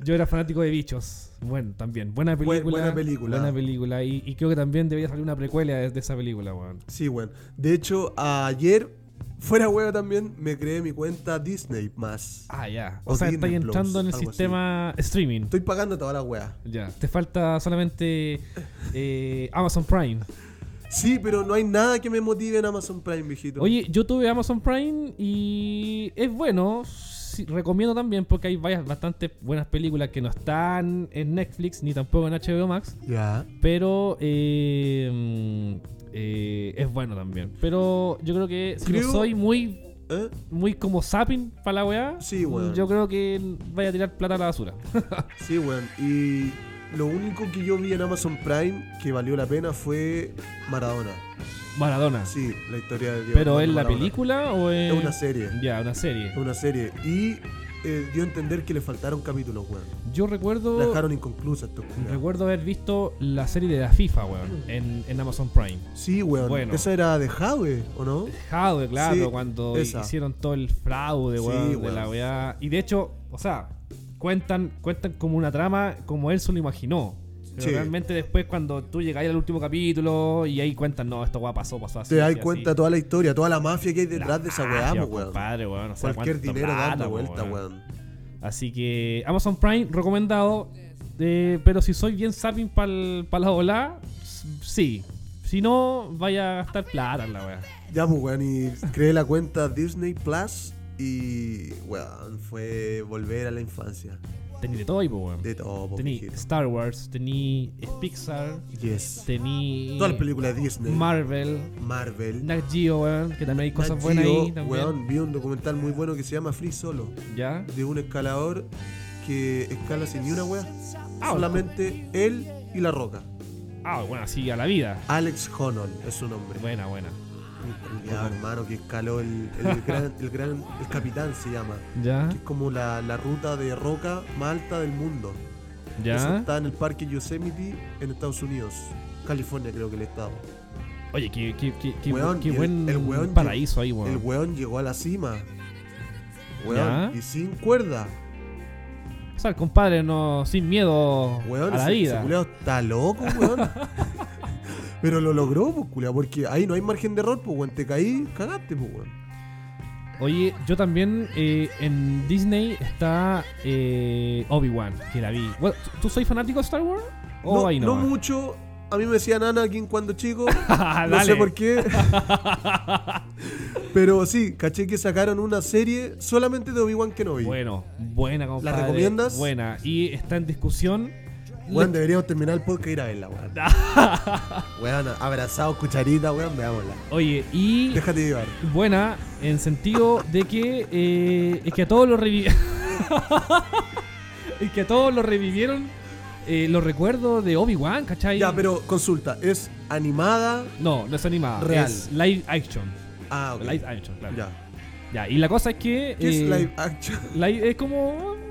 B: Yo era fanático de bichos. Bueno, también. Buena
C: Buen-
B: película.
C: buena película.
B: Buena película. Y, y creo que también debería salir una precuela de, de esa película, weón.
C: Sí, weón. De hecho, ayer, fuera huevo también, me creé mi cuenta Disney más.
B: Ah, ya. O,
C: O
B: sea,
C: Disney
B: estáis
C: Plus,
B: entrando en el
C: algo así.
B: sistema streaming.
C: Estoy pagando toda la weá.
B: Ya. Te falta solamente eh, Amazon Prime.
C: Sí, pero no hay nada que me motive en Amazon Prime, viejito.
B: Oye, yo tuve Amazon Prime y es bueno. sí, recomiendo también porque hay varias bastante buenas películas que no están en Netflix ni tampoco en HBO Max.
C: Ya.
B: Pero eh, mm, eh, es bueno también. Pero yo creo que si
C: Creo-
B: no soy muy
C: ¿Eh?
B: muy como zapping para la weá,
C: Sí, weón.
B: yo creo que vaya a tirar plata a la basura.
C: Sí, weón. Y lo único que yo vi en Amazon Prime que valió la pena fue Maradona.
B: Maradona.
C: Sí, la historia de Diego
B: ¿Pero
C: Armando
B: es la
C: Maradona.
B: película o es...?
C: Es una serie.
B: Ya, una serie.
C: Es una serie. Y eh, dio a entender que le faltaron capítulos, weón.
B: Yo
C: La
B: recuerdo...
C: dejaron inconclusa estos culiados.
B: Recuerdo haber visto la serie de la FIFA, weón, en, en Amazon Prime.
C: Sí, weón.
B: Bueno.
C: Esa era de Jave, ¿o no?
B: Jade, claro,
C: Sí,
B: cuando
C: esa.
B: hicieron todo el fraude,
C: Sí,
B: weón, de
C: weón.
B: la weá. Y de hecho, o sea, cuentan, cuentan como una trama como él se lo imaginó. Pero
C: Sí.
B: realmente después cuando tú llegáis al último capítulo y ahí cuentan, no, esta weá pasó, pasó así.
C: Te das
B: así,
C: cuenta
B: así.
C: toda la historia, toda la mafia que hay
B: La
C: detrás de esa
B: mafia,
C: weá, po, weón.
B: compadre, weón, o sea,
C: Cualquier
B: cuánta
C: dinero
B: plata,
C: dando
B: po,
C: vuelta, weón.
B: Así que Amazon Prime recomendado. eh, pero si soy bien zapping para la ola, sí. Si no, vaya a gastar plata en la weá.
C: Ya, pues, weón, y creé la cuenta Disney Plus y, weón, fue volver a la infancia.
B: Tení de todo ahí, po, weón.
C: De todo, po,
B: Tení
C: mijito.
B: Star Wars, tení eh, Pixar,
C: Yes.
B: tení
C: Todas las películas de Disney.
B: Marvel,
C: Marvel.
B: Nat Geo, weón, que también hay
C: Nat
B: cosas buenas
C: Geo,
B: ahí también.
C: weón, vi un documental muy bueno que se llama Free Solo,
B: ¿Ya?
C: de un escalador que escala sin ni una weá.
B: Ah,
C: Solamente él y la roca.
B: Ah, bueno, así a la vida.
C: Alex Honnold es su nombre.
B: Buena, buena.
C: Ya, hermano, que escaló el, el gran, el gran, el capitán se llama,
B: ¿Ya?
C: que es como la, la ruta de roca más alta del mundo. Eso
B: ¿Ya?
C: está en el parque Yosemite en Estados Unidos, California creo que el estado.
B: Oye, qué, qué, qué, qué-
C: Weón,
B: qué
C: y el-
B: buen
C: el weón lle-
B: paraíso ahí, weón.
C: El weón llegó a la cima. Weón,
B: Ya.
C: y sin cuerda.
B: O sea, el compadre no, sin miedo
C: Weón,
B: a la
C: ese- ese
B: vida.
C: culiao está loco, weón. Pero lo logró, pues, culiao, porque ahí no hay margen de error, pues, weón. Te caí, cagaste, pues, weón.
B: Oye, yo también eh, en Disney está eh, Obi-Wan, que la vi. Bueno, ¿tú- ¿Tú soy fanático de Star Wars? ¿O
C: no,
B: Oh, ahí
C: no
B: no?
C: mucho. A mí me decían Anakin cuando chico.
B: Ah,
C: No sé
B: dale.
C: por qué. Pero sí, caché que sacaron una serie solamente de Obi-Wan Kenobi.
B: Bueno, buena, compadre.
C: recomiendas?
B: Buena. Y está en discusión
C: Weón, deberíamos terminar el podcast e ir a verla, weón. Weón, abrazado, cucharita, weón, veámosla.
B: Oye, y
C: Déjate llevar.
B: buena en sentido de que eh, es que a todos los revivieron. es que a todos los revivieron eh, los recuerdos de Obi-Wan, ¿cachai?
C: Ya, pero consulta, ¿es animada?
B: No, no es animada.
C: Real.
B: Es live action.
C: Ah, ok.
B: Live action, claro. Ya.
C: Ya.
B: y la cosa es que.
C: ¿Qué es
B: eh,
C: live action?
B: live- es como.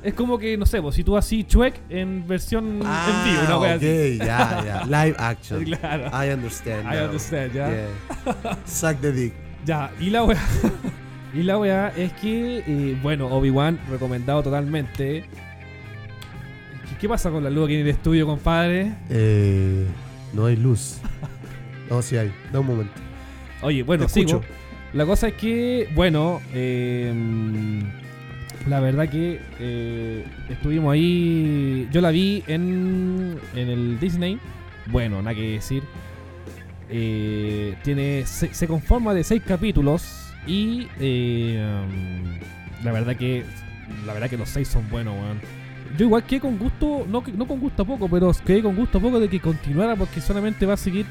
B: Es como que, no sé, pues, si tú así Chuek en versión en
C: Ah,
B: vivo, una wea
C: ok,
B: así.
C: ya, ya. Live action.
B: Claro.
C: I understand.
B: I
C: now.
B: understand, ya.
C: Yeah. Suck the dick.
B: Ya, y la weá. y la weá es que, eh, bueno, Obi-Wan recomendado totalmente. ¿Qué- ¿Qué pasa con la luz aquí en el estudio, compadre?
C: Eh, no hay luz. No, sí hay. Da un momento.
B: Oye, bueno,
C: Te
B: sigo.
C: escucho.
B: La cosa es que, bueno, eh, la verdad que eh, estuvimos ahí. Yo la vi en, en el Disney. Bueno, nada que decir. Eh, tiene se, se conforma de seis capítulos y eh, um, la verdad que la verdad que los seis son buenos, weón. Yo igual quedé con gusto, no, que- no con gusto a poco, pero quedé con gusto a poco de que continuara porque solamente va a seguir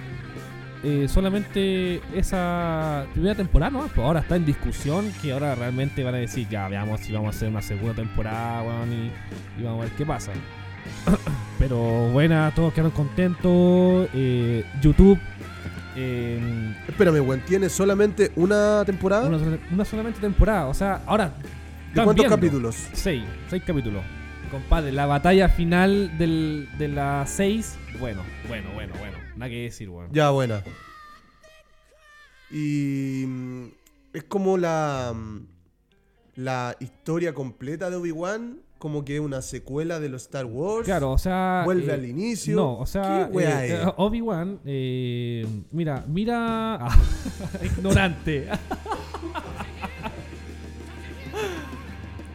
B: eh, solamente esa primera temporada, ¿no? Pues ahora está en discusión que ahora realmente van a decir, ya veamos si vamos a hacer una segunda temporada, weón, y, y vamos a ver qué pasa. Pero buena, todos quedaron contentos. eh, YouTube, eh,
C: Espérame, weón. ¿Tiene solamente una temporada?
B: una, sola- una solamente temporada, o sea, ahora...
C: ¿De
B: están
C: cuántos
B: viendo.
C: capítulos?
B: Seis, seis capítulos. Compadre, la batalla final del, de la seis, bueno, bueno, bueno, bueno, nada que decir, weón.
C: Ya, buena. Y mm, es como la mm, la historia completa de Obi-Wan, como que es una secuela de los Star Wars.
B: Claro, o sea...
C: Vuelve
B: eh,
C: al inicio.
B: No, o sea,
C: ¿Qué wea
B: eh,
C: es?
B: Obi-Wan, eh, mira, mira. ah, ignorante.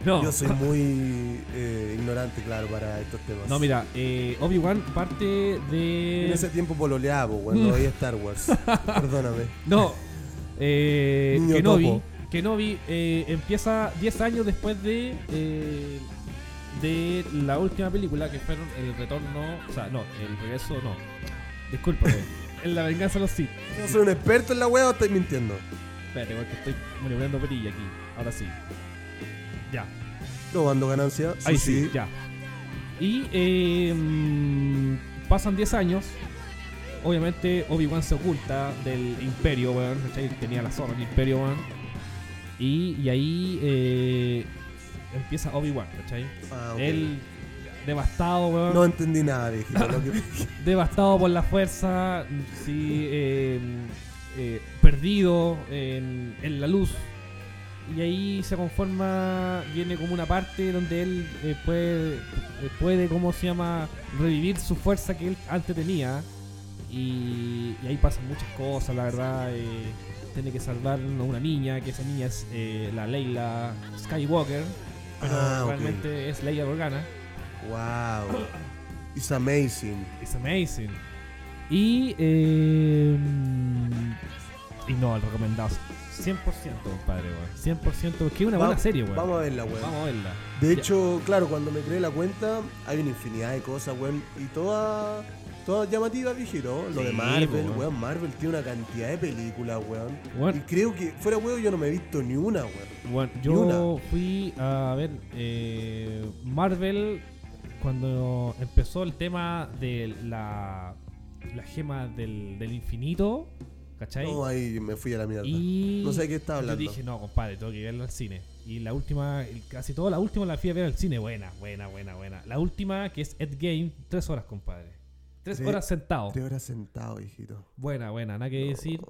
B: no,
C: Yo soy muy eh, ignorante, claro, para estos temas.
B: no, mira, eh, Obi-Wan parte de.
C: En ese tiempo pololeaba, weón, no
B: mm.
C: veía Star Wars. Perdóname.
B: No, eh,
C: Niño
B: Kenobi,
C: topo.
B: Kenobi eh, empieza 10 años después de. eh, de la última película que fueron El Retorno. O sea, no, El Regreso, no. Discúlpame. en La Venganza de los Sith.
C: ¿No soy un experto en la weá o estoy mintiendo?
B: Espérate, porque estoy maniobrando perilla aquí. Ahora sí. Ya.
C: Robando ganancia. Sí,
B: Ahí sí, ya. Y eh, mm, pasan 10 años. Obviamente Obi-Wan se oculta del imperio, weón. ¿cachai? Tenía la zorra el imperio, weón. Y, y ahí eh, empieza Obi-Wan, ¿cachai?
C: Ah, ok.
B: Él devastado, weón.
C: No entendí nada, viejito. lo que-
B: devastado por la fuerza, sí, eh, eh, perdido en, en la luz. Y ahí se conforma, viene como una parte donde él eh, puede, eh, puede, ¿cómo se llama?, revivir su fuerza que él antes tenía. Y, y ahí pasan muchas cosas, la verdad. eh, tiene que salvar a una niña, que esa niña es eh, la Leila Skywalker, pero
C: Ah, ok.
B: realmente es Leia Organa.
C: Wow. It's amazing.
B: It's amazing. Y. eh, y no, el recomendado. 100%, compadre, weón. 100%, porque es una
C: Va-
B: buena serie, weón.
C: Vamos a verla, weón.
B: Vamos a verla.
C: De
B: Ya.
C: hecho, claro, cuando me creé la cuenta, hay una infinidad de cosas, weón. Y todas todas llamativas, viejito. Lo
B: Sí,
C: de Marvel,
B: po, weón.
C: weón. Marvel tiene una cantidad de películas, weón.
B: Weón.
C: Y creo que, fuera weón, yo no me he visto ni una, weón.
B: Bueno,
C: Y
B: yo
C: una.
B: fui a ver eh, Marvel cuando empezó el tema de la, la gema del, del infinito, ¿cachai?
C: No, ahí me fui a la mierda.
B: y
C: No sé de qué está hablando.
B: Yo dije, no, compadre, tengo que verla al cine. Y la última, el- casi toda la última la fui a ver al cine. Buena, buena, buena, buena. La última, que es Ed Game, tres horas, compadre. Tres
C: Tres-
B: horas sentado.
C: Te habrás sentado, viejito.
B: Buena, buena, nada que decir.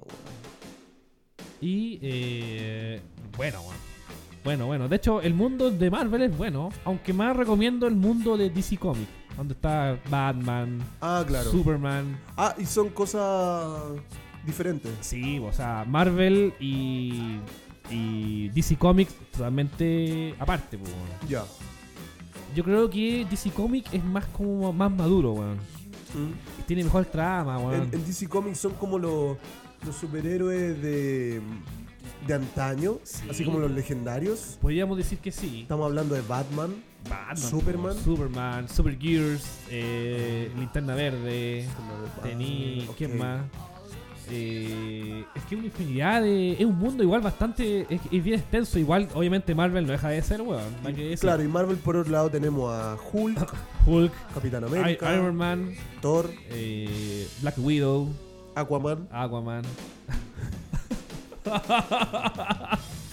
B: Y, eh, bueno, bueno. Bueno, bueno. De hecho, el mundo de Marvel es bueno. Aunque más recomiendo el mundo de DC Comics. Donde está Batman,
C: Ah, claro.
B: Superman.
C: Ah, y son cosas diferentes.
B: Sí, o sea, Marvel y, y DC Comics totalmente aparte. pues, weón.
C: Ya.
B: Yo creo que DC Comics es más como más maduro, weón.
C: Mm.
B: Tiene mejor trama,
C: En,
B: weón.
C: en DC Comics son como los, los superhéroes de, de antaño,
B: Sí.
C: así como los legendarios.
B: Podríamos decir que sí.
C: Estamos hablando de Batman,
B: Batman,
C: Superman.
B: Superman, Super Gears, eh, Linterna Verde. Tení,
C: Ah, Ok.
B: ¿quién más? Eh, es que una infinidad de. Es un mundo igual bastante. Es, es bien extenso. Igual, obviamente, Marvel no deja de ser, weón. nada que decir.
C: Claro, y Marvel por otro lado tenemos a Hulk,
B: Hulk,
C: Capitán
B: I-
C: América,
B: Iron Man,
C: Thor,
B: eh, Black Widow,
C: Aquaman.
B: Aquaman.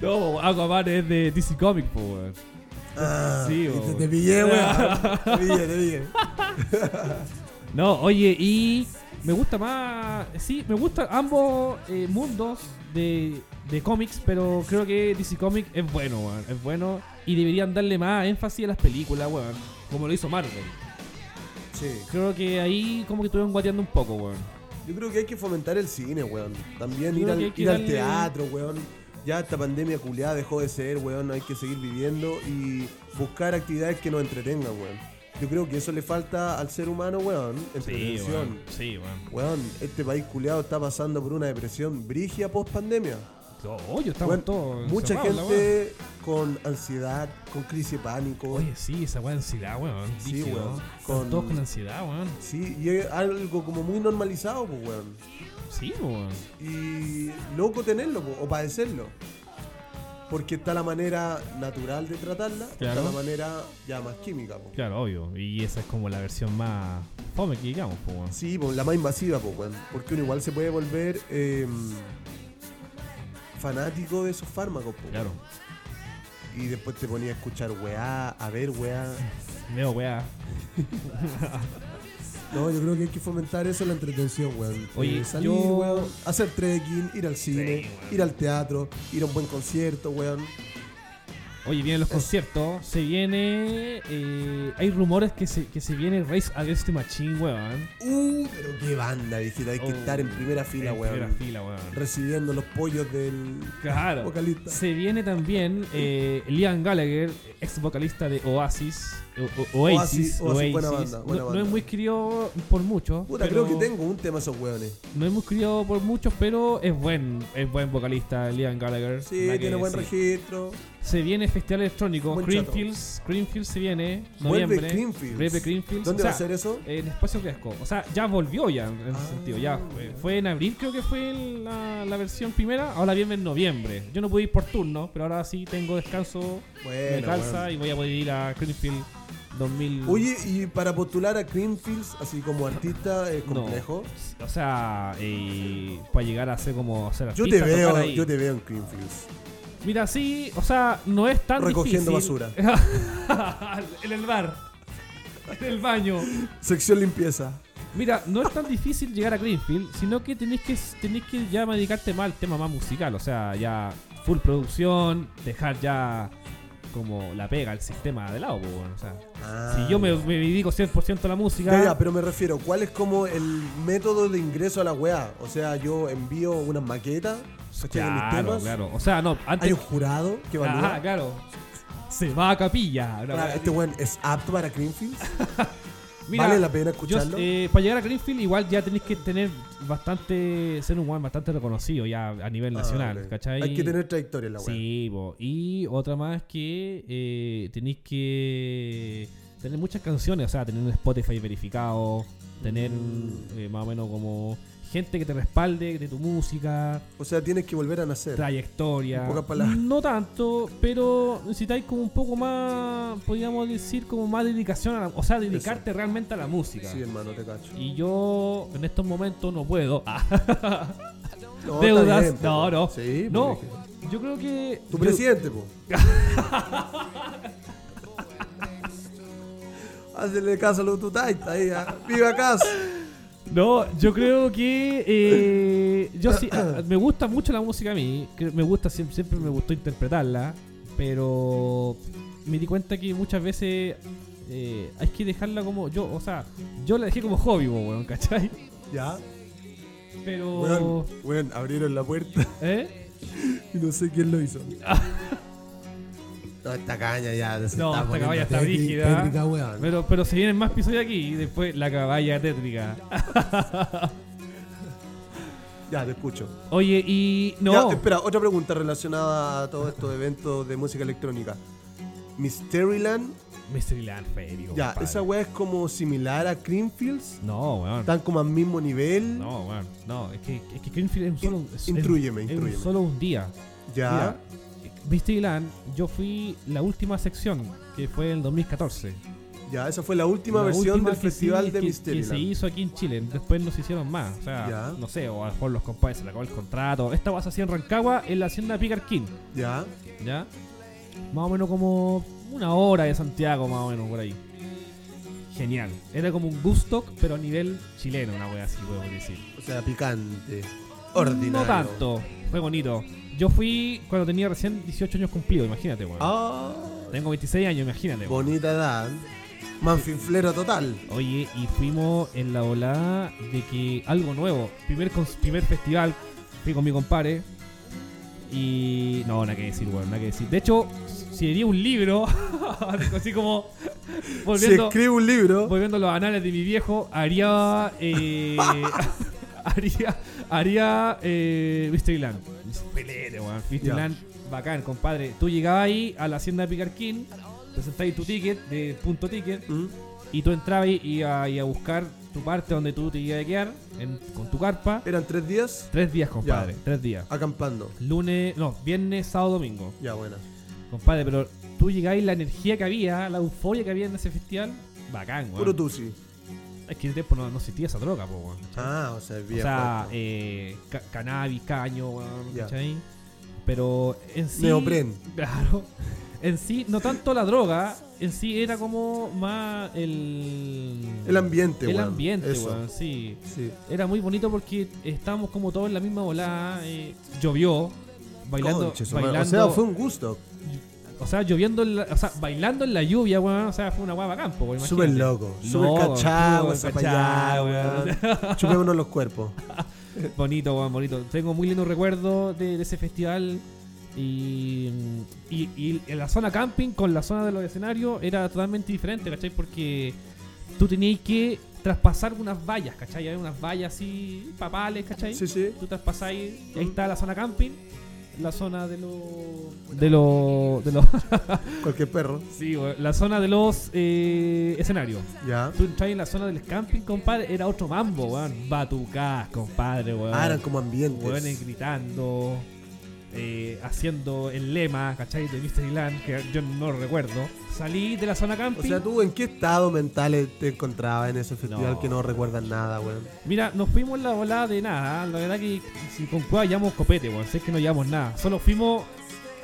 B: no, Aquaman es de DC Comics, po, weón.
C: Ah,
B: Sí,
C: viste,
B: weón.
C: te pillé, weón. Te pillé, te pillé.
B: No, oye, y me gusta más. Sí, me gustan ambos eh, mundos de, de cómics, pero creo que DC Comics es bueno, weón. Es bueno y deberían darle más énfasis a las películas, weón. Como lo hizo Marvel.
C: Sí.
B: Creo que ahí como que estuvieron guateando un poco, weón.
C: Yo creo que hay que fomentar el cine, weón. También
B: Yo
C: ir
B: creo
C: al,
B: que hay que
C: ir al
B: darle-
C: teatro, weón. Ya esta pandemia culiada dejó de ser, weón. Hay que seguir viviendo y buscar actividades que nos entretengan, weón. Yo creo que eso le falta al ser humano, weón. Entretención.
B: Sí, weón.
C: weón. este país culiado está pasando por una depresión brigia post pandemia.
B: Oye, estamos todos.
C: mucha
B: encerrados, la weá.
C: gente con ansiedad, con crisis de pánico.
B: Oye, sí, esa weá de ansiedad, weón.
C: Sí,
B: Brígido.
C: weón.
B: Están
C: Con-
B: Todos con ansiedad, weón.
C: Sí, y es algo como muy normalizado, pues, weón.
B: Sí, weón.
C: y loco tenerlo po, o padecerlo. Porque está la manera natural de tratarla,
B: Claro.
C: está la manera ya más química. pues. po.
B: Claro, obvio. Y esa es como la versión más fome que digamos, po, weón.
C: Sí, po, la más invasiva, po, weón, porque uno igual se puede volver eh, fanático de esos fármacos. pues, po,
B: Claro.
C: Y después te ponía a escuchar weá, a ver weá.
B: Meo, weá.
C: No, yo creo que hay que fomentar eso, la entretención, weón.
B: Oye,
C: Eh, salir,
B: yo-
C: weón, hacer trekking, ir al cine,
B: Sí, weón.
C: ir al teatro, ir a un buen concierto, weón.
B: Oye, vienen los conciertos. Se viene. eh, hay rumores que se, que se viene Race Against the Machine, weón.
C: Uh, pero qué banda, viejita. Hay que
B: Oh,
C: estar en primera fila,
B: En
C: weón.
B: primera fila, weón.
C: Recibiendo los pollos del
B: Claro.
C: vocalista.
B: Se viene también eh, Liam Gallagher, ex vocalista de Oasis. o- o- Oasis.
C: Oasis, Oasis, buena banda,
B: No-
C: buena
B: no,
C: banda.
B: es muy criado por mucho.
C: Puta,
B: pero-
C: creo que tengo un tema esos weones.
B: No es muy criado por muchos, pero es buen, es buen vocalista Liam Gallagher.
C: Sí,
B: Nada que
C: tiene buen
B: decir.
C: registro.
B: Se viene el festival electrónico.
C: Buen chato.
B: Greenfields. Greenfields se viene. Noviembre.
C: Vuelve Greenfield.
B: Vuelve Greenfields.
C: ¿Dónde
B: O sea,
C: va a ser eso?
B: En Espacio Cresco. O sea, ya volvió ya en ese
C: Ah.
B: sentido. Ya fue, fue en abril, creo que fue el- la, la versión primera. Ahora viene en noviembre. Yo no pude ir por turno, pero ahora sí tengo descanso.
C: Bueno,
B: me calza
C: weón.
B: y voy a poder ir a Greenfield 2000.
C: Oye, y para postular a Greenfields, así como artista, es
B: No.
C: complejo.
B: O sea, eh, para llegar a ser como ser
C: Yo
B: artista,
C: te
B: tocar
C: veo,
B: ahí.
C: yo te veo en Greenfields.
B: Mira, sí, o sea, no es tan
C: Recogiendo
B: difícil. basura. en el bar. En el baño.
C: Sección limpieza.
B: Mira, no es tan difícil llegar a Greenfield, sino que tenés que tenés que ya dedicarte más al tema más musical, o sea, ya full producción, dejar ya como la pega al sistema de lado, pues, bueno, o sea,
C: Ah,
B: si yo me, me dedico 100% a la música,
C: Ya, ya, pero me refiero, ¿cuál es como el método de ingreso a la weá? O sea, yo envío una maqueta, ¿cachai? de mis
B: claro,
C: temas.
B: claro, o sea, no, antes
C: Hay un jurado que
B: Ajá,
C: valora.
B: claro. Se va a capilla. una
C: Ahora,
B: wea
C: este weón es apto para Greenfields.
B: Mira,
C: ¿Vale la pena
B: yo,
C: escucharlo?
B: eh, para llegar a Greenfield igual ya tenés que tener bastante, ser un weón bastante reconocido ya a nivel
C: Ah,
B: nacional,
C: vale.
B: ¿cachai?
C: Hay que tener trayectoria en la weá.
B: Sí, po. y otra más que eh, tenéis que tener muchas canciones, o sea, tener un Spotify verificado, tener
C: Mm.
B: eh, más o menos como gente que te respalde de tu música,
C: O sea, tienes que volver a nacer.
B: trayectoria.
C: En pocas palabras.
B: No tanto, pero necesitáis como un poco más, podríamos decir, como más dedicación, a la- o sea, dedicarte realmente a la música.
C: Sí, hermano, te cacho.
B: Y yo en estos momentos no puedo. Ah,
C: No, está
B: deudas.
C: bien, po.
B: no, no.
C: Sí, po,
B: no.
C: dije.
B: Yo creo que.
C: Tu
B: yo-
C: presidente, po. Hazle caso a los tutaitas ahí, ah. viva casa.
B: No, yo creo que eh, yo sí, ah, me gusta mucho la música a mí, que me gusta siempre, siempre me gustó interpretarla, pero me di cuenta que muchas veces eh, hay que dejarla como yo, o sea, yo la dejé como hobby, po, weón, ¿cachai?
C: Ya,
B: Pero
C: weón, weón, abrieron la puerta
B: ¿eh?
C: y no sé quién lo hizo. No, esta caña ya se
B: No, esta
C: poniendo
B: cabaña está
C: tétrica,
B: brígida.
C: tétrica, weón.
B: Pero pero se vienen más pisos de aquí y después la caballa tétrica.
C: Ya, te escucho.
B: Oye, y.
C: Ya,
B: No.
C: espera, otra pregunta relacionada a todos estos eventos de música electrónica. Mysteryland,
B: Mystery Land Ferio.
C: ya,
B: compadre.
C: esa weá es como similar a Creamfields.
B: No, weón.
C: Están como al mismo nivel.
B: No, weón. No, es que, es que Greenfield es un
C: In-
B: solo. es-
C: intrúyeme,
B: es un
C: intrúyeme.
B: solo un día.
C: Ya,
B: Mystery Land, yo fui la última sección, que fue el 2014.
C: ya, esa fue la última
B: La
C: versión
B: última
C: del
B: que
C: festival
B: sí-
C: de
B: que- Que se
C: Mysteryland.
B: hizo aquí en Chile. Después no se hicieron más. O sea,
C: Ya.
B: no sé, o a lo mejor los compadres se le acabó el contrato. Esta vas así en Rancagua, en la hacienda Picarquín.
C: Ya,
B: ¿Ya? Más o menos como una hora de Santiago, más o menos, por ahí. Genial. Era como un Gustock, pero a nivel chileno, una wea así, podemos decir.
C: o sea, picante. Ordinario.
B: No tanto. Fue bonito. Yo fui cuando tenía recién 18 años cumplidos, imagínate, weón.
C: Ah,
B: Tengo 26 años, imagínate. weón.
C: bonita edad. Manfinflero total.
B: Oye, y fuimos en la volada de que algo nuevo. Primer, cons- primer festival, fui con mi compadre. Y. No, nada que decir, weón, nada que decir. De hecho, si diría un libro, así como.
C: Se
B: Volviendo,
C: escribe un libro.
B: volviendo a los anales de mi viejo, haría. eh, haría. Haría. Eh, Mystery Land. Pelete, weón. Mystery
C: Ya.
B: Land, bacán, compadre. Tú llegabas ahí a la hacienda de Picarquín, presentabas tu ticket, de punto ticket.
C: ¿Mm?
B: Y tú entrabas y, y a, y a buscar tu parte donde tú te ibas a quedar en- con tu carpa.
C: Eran tres días
B: Tres días, compadre. Tres días.
C: acampando.
B: Lunes, no, viernes, sábado, domingo.
C: Ya, buena.
B: Compadre, pero tú llegáis, la energía que había, la euforia que había en ese festival, bacán, weón.
C: Puro tusi.
B: Es que en ese tiempo no, no existía esa droga, po, weón. ¿cachai?
C: Ah, o sea, bien.
B: o sea,
C: puesto.
B: eh, ca- cannabis, caño, weón,
C: Ya.
B: ¿cachai? Pero en sí.
C: Neopren.
B: Claro. En sí, no tanto la droga, en sí era como más el.
C: El ambiente,
B: El
C: weón.
B: ambiente,
C: Eso.
B: weón, sí.
C: Sí.
B: Era muy bonito porque estábamos como todos en la misma volada. eh, llovió. Bailando.
C: Conche su madre.
B: bailando
C: O sea, fue un gusto.
B: lloviendo. en la- o sea, bailando en la lluvia, weón. O sea, fue una guapa campo, weón.
C: Súper
B: imagínate.
C: loco.
B: No,
C: Súper cachagua,
B: weón,
C: zapallá,
B: cachagua,
C: weón. Chupémonos los cuerpos.
B: Bonito, weón, bonito. Tengo muy lindos recuerdos de, de ese festival. Y, y, y en la zona camping con la zona de los escenarios era totalmente diferente, ¿cachai? Porque tú tenías que traspasar unas vallas, ¿cachai? Hay unas vallas así, papales, ¿cachai?
C: Sí, sí.
B: Tú traspasáis, y ahí está la zona camping, la zona de los. De los. De los
C: Cualquier perro.
B: sí, weón, la zona de los eh, escenarios.
C: Ya.
B: Tú entras en la zona del camping, compadre, era otro mambo, weón. Batucás, compadre, weón.
C: Ah, eran como ambientes.
B: Weones gritando, eh, haciendo el lema, ¿cachai? De Mystery Land, que yo no lo recuerdo. Salí de la zona camping.
C: O sea, ¿tú en qué estado mental e-, te encontrabas en ese festival
B: No.
C: que no recuerdas nada, weón?
B: Mira, nos fuimos en la volada de nada. ¿eh? La verdad que si con cueva llevamos copete, weón. Sé que no llevamos nada. Solo fuimos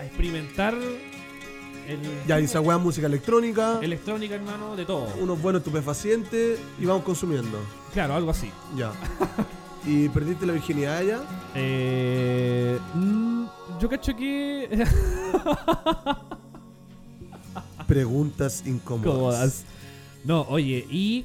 B: a experimentar el-
C: Ya, y esa weá música electrónica,
B: electrónica, hermano, de todo.
C: unos buenos estupefacientes y vamos consumiendo.
B: Claro, algo así.
C: Ya. ¿Y perdiste la virginidad ya?
B: Eh, mm, yo cacho que.
C: Preguntas incómodas.
B: Cómodas. No, oye, y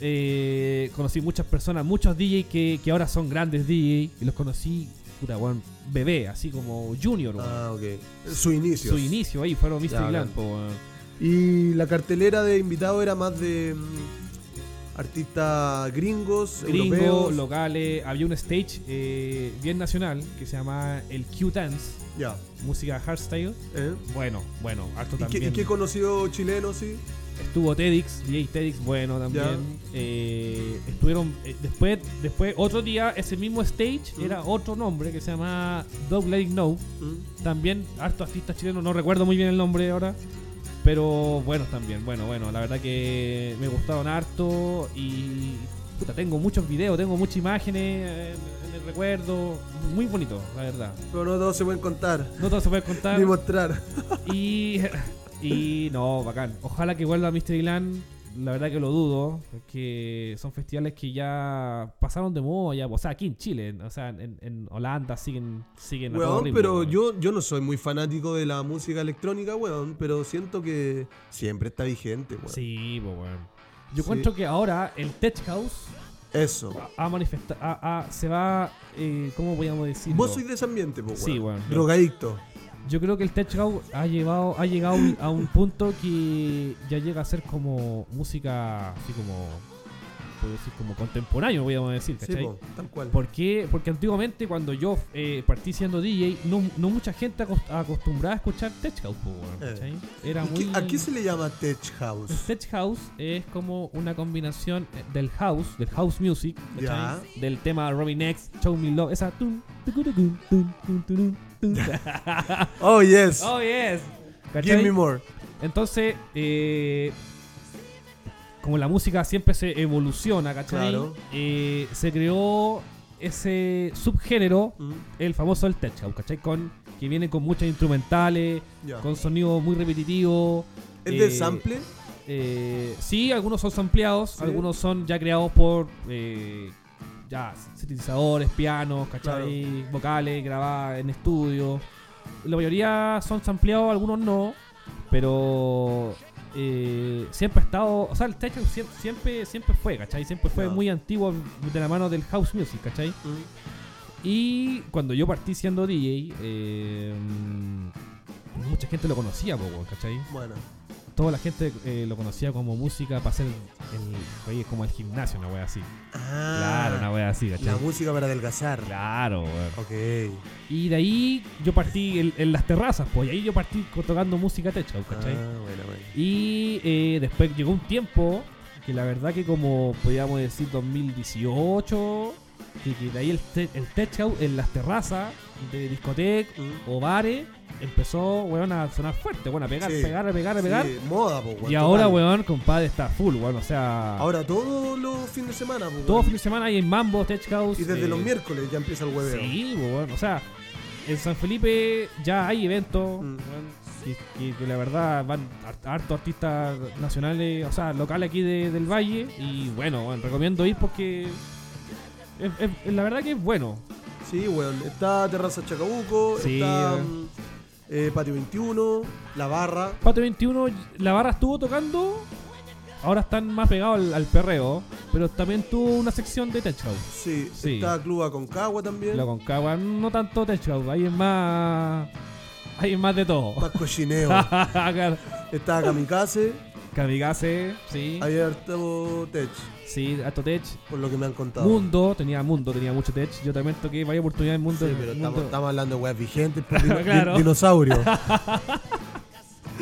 B: eh, conocí muchas personas, muchos DJs que, que ahora son grandes DJs. Y los conocí, puta, weón, bebé, así como junior, weón.
C: Ah, ok. Su inicio.
B: Su inicio ahí fueron Mystery
C: Ya, pues,
B: Land, po, weón.
C: Y la cartelera de invitados era más de mm, artistas gringos,
B: Gringos,
C: europeos.
B: locales. Había un stage eh, bien nacional que se llama el Q-Dance,
C: Ya.
B: música hardstyle.
C: ¿eh?
B: Bueno, bueno, harto
C: ¿Y, qué,
B: también.
C: y qué conocido chileno, sí?
B: Estuvo Tedix, DJ Tedix, bueno también. Eh, estuvieron. eh, después, después, otro día, ese mismo stage
C: Mm.
B: era otro nombre que se llama Dog Letting Know.
C: ¿Mm?
B: También, harto artista chileno, no recuerdo muy bien el nombre ahora. Pero bueno, también, bueno, bueno, la verdad que me gustaron harto y. Puta, tengo muchos videos, tengo muchas imágenes eh, en, en el recuerdo. Muy bonito, la verdad.
C: Pero no todos se pueden contar,
B: No todo se puede contar.
C: ni mostrar.
B: Y, y no, bacán. Ojalá que vuelva a Mystery Land. La verdad que lo dudo, porque son festivales que ya pasaron de moda. Ya, o sea, aquí en Chile, o sea, en, en Holanda siguen, siguen a todo
C: Weón,
B: ritmo,
C: pero
B: weón.
C: yo, yo no soy muy fanático de la música electrónica, weón, pero siento que siempre está vigente, weón.
B: Sí, pues, weón. Yo
C: Sí.
B: encuentro que ahora el Tech House
C: Eso.
B: ha manifestado, se va, eh, ¿cómo podríamos decirlo?
C: Vos sois de ese ambiente, po, weón.
B: Sí, weón. Yo-
C: Drogadicto.
B: Yo creo que el Tech House ha, llevado, ha llegado un- a un punto que ya llega a ser como música así como. podemos decir, como contemporáneo, voy a decir,
C: Sí,
B: ¿cachai?
C: po, tal cual.
B: ¿Por qué? Porque antiguamente cuando yo eh, partí siendo DJ, no, no mucha gente acost- acostumbrada a escuchar Tech House, po, weón,
C: Eh.
B: ¿cachai? Era
C: ¿Y qué-
B: muy...
C: ¿A qué se le llama Tech House?
B: El Tech House es como una combinación eh, del house, del house music,
C: Ya.
B: ¿cachai? del tema Robin X, Show Me Love, esa... tun, tucurucun, tun, tun, turun, tun.
C: Oh, yes.
B: oh, yes.
C: Give
B: ¿Cachai?
C: me more.
B: Entonces, eh, como la música siempre se evoluciona, ¿cachai?
C: Claro.
B: Eh, se creó ese subgénero,
C: Mm,
B: el famoso el tech house, ¿cachai? Con, que viene con muchas instrumentales,
C: ya.
B: con sonidos muy repetitivos.
C: Ah. ¿Es de
B: eh,
C: sample?
B: eh, sí, algunos son sampleados,
C: Sí.
B: algunos son ya creados por eh, ya sintetizadores, pianos, ¿cachai? Vocales grabadas en estudio. La mayoría son sampleados, algunos no, pero eh, siempre ha estado, o sea, el tech house siem- siempre, siempre fue, ¿cachai? Siempre fue
C: Ya.
B: muy antiguo de la mano del house music, ¿cachai?
C: Mm,
B: Y cuando yo partí siendo DJ, eh, mucha gente lo conocía, po, weón, ¿cachai?
C: Bueno,
B: toda la gente eh, lo conocía como música para hacer el, oye, como el gimnasio, una wea así.
C: ah,
B: Claro, una wea así, ¿cachai?
C: la música para adelgazar.
B: Claro, weón.
C: Ok.
B: Y de ahí yo partí en, en las terrazas, pues, y ahí yo partí co- tocando música tech house, ¿cachai?
C: Ah, bueno, bueno.
B: Y eh, después llegó un tiempo que la verdad que como podíamos decir 2018, que, que de ahí el, te- el tech house en las terrazas de discoteca
C: Mm,
B: o bares empezó, weón, a sonar fuerte, bueno, a pegar,
C: Sí.
B: pegar, a pegar, a pegar.
C: sí, moda, po, weón,
B: Y ahora,
C: total.
B: weón, compadre, está full, weón. O sea,
C: Ahora todos los fines de semana, po,
B: todo
C: weón.
B: fin de semana hay en Mambo, Tech House.
C: Y desde
B: eh,
C: los miércoles ya empieza el hueveo.
B: Sí, weón. O sea, en San Felipe ya hay eventos.
C: Mm.
B: weón, que- que- que la verdad van har- harto artistas nacionales, o sea, locales aquí de- del Valle. Y bueno, weón, recomiendo ir porque. es- es- la verdad que es bueno.
C: Sí, weón. Está Terraza Chacabuco,
B: Sí,
C: está
B: weón.
C: mm, eh, Patio 21, La Barra.
B: Pato 21, la barra estuvo tocando. Ahora están más pegados al, al perreo. Pero también tuvo una sección de Tech House.
C: Sí,
B: Sí.
C: está Club Aconcagua también.
B: La Concagua, no tanto tech house, ahí es más. Ahí es más de todo.
C: Más cochineo.
B: Claro,
C: está Kamikaze.
B: Kamikaze, sí.
C: Hay harto tech,
B: Sí, harto tech.
C: por lo que me han contado.
B: Mundo, tenía mundo, tenía mucho tech. Yo también toqué varias oportunidades en mundo.
C: Sí,
B: mundo.
C: pero estamos, estamos hablando de weas vigentes, pues, di-
B: Claro.
C: di- dinosaurio.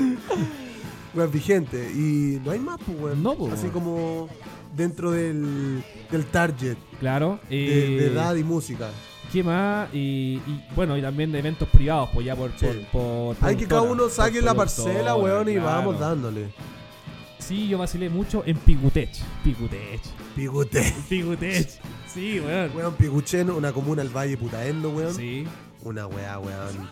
C: weas vigentes. Y no hay más, pues, weón.
B: No, pues,
C: Así
B: weón.
C: como dentro del, del target
B: Claro.
C: de,
B: eh,
C: de edad y música.
B: ¿Qué más? Y, y, bueno, y también eventos privados, pues ya por.
C: Sí.
B: por, por
C: Hay que cada uno
B: productora,
C: saque
B: por
C: la parcela,
B: productora,
C: weón, y
B: claro.
C: vamos dándole.
B: Sí, yo vacilé mucho en Pigutech. Pigutech.
C: Pigute.
B: Pigutech. Sí, weón.
C: Weón, Piguchen, una comuna al Valle Putaendo, weón.
B: Sí.
C: Una weá, weón.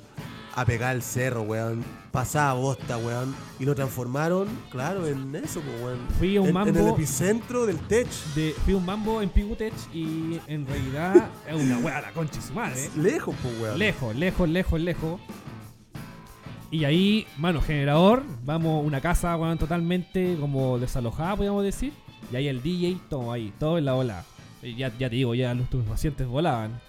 C: A pegar el cerro, weón. Pasaba bosta, weón. Y lo transformaron, claro, en eso, pues, weón.
B: Fui a un
C: en, en el
B: mambo.
C: epicentro del tech.
B: de, fui a un mambo en Pigutech y en realidad es una wea a la concha de su madre. ¿eh?
C: Lejos, pues, weón.
B: Lejos, lejos, lejos, lejos. Y ahí, mano, generador, vamos una casa, weón, totalmente como desalojada, podríamos decir. Y ahí el DJ, todo ahí, todo en la ola. Y ya, ya te digo, ya los pacientes volaban.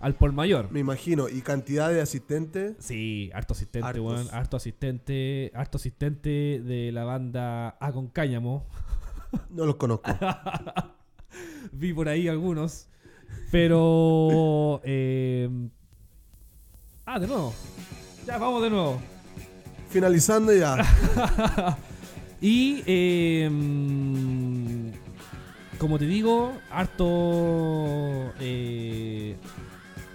B: Al por mayor.
C: Me imagino. Y cantidad de asistentes.
B: Sí, harto asistente,
C: Hartos.
B: weón. Harto asistente, harto asistente de la banda A con Cáñamo.
C: No los conozco.
B: Vi por ahí algunos. Pero. eh, ah, de nuevo. Ya, vamos de nuevo.
C: Finalizando ya.
B: Y. eh, como te digo, harto. eh,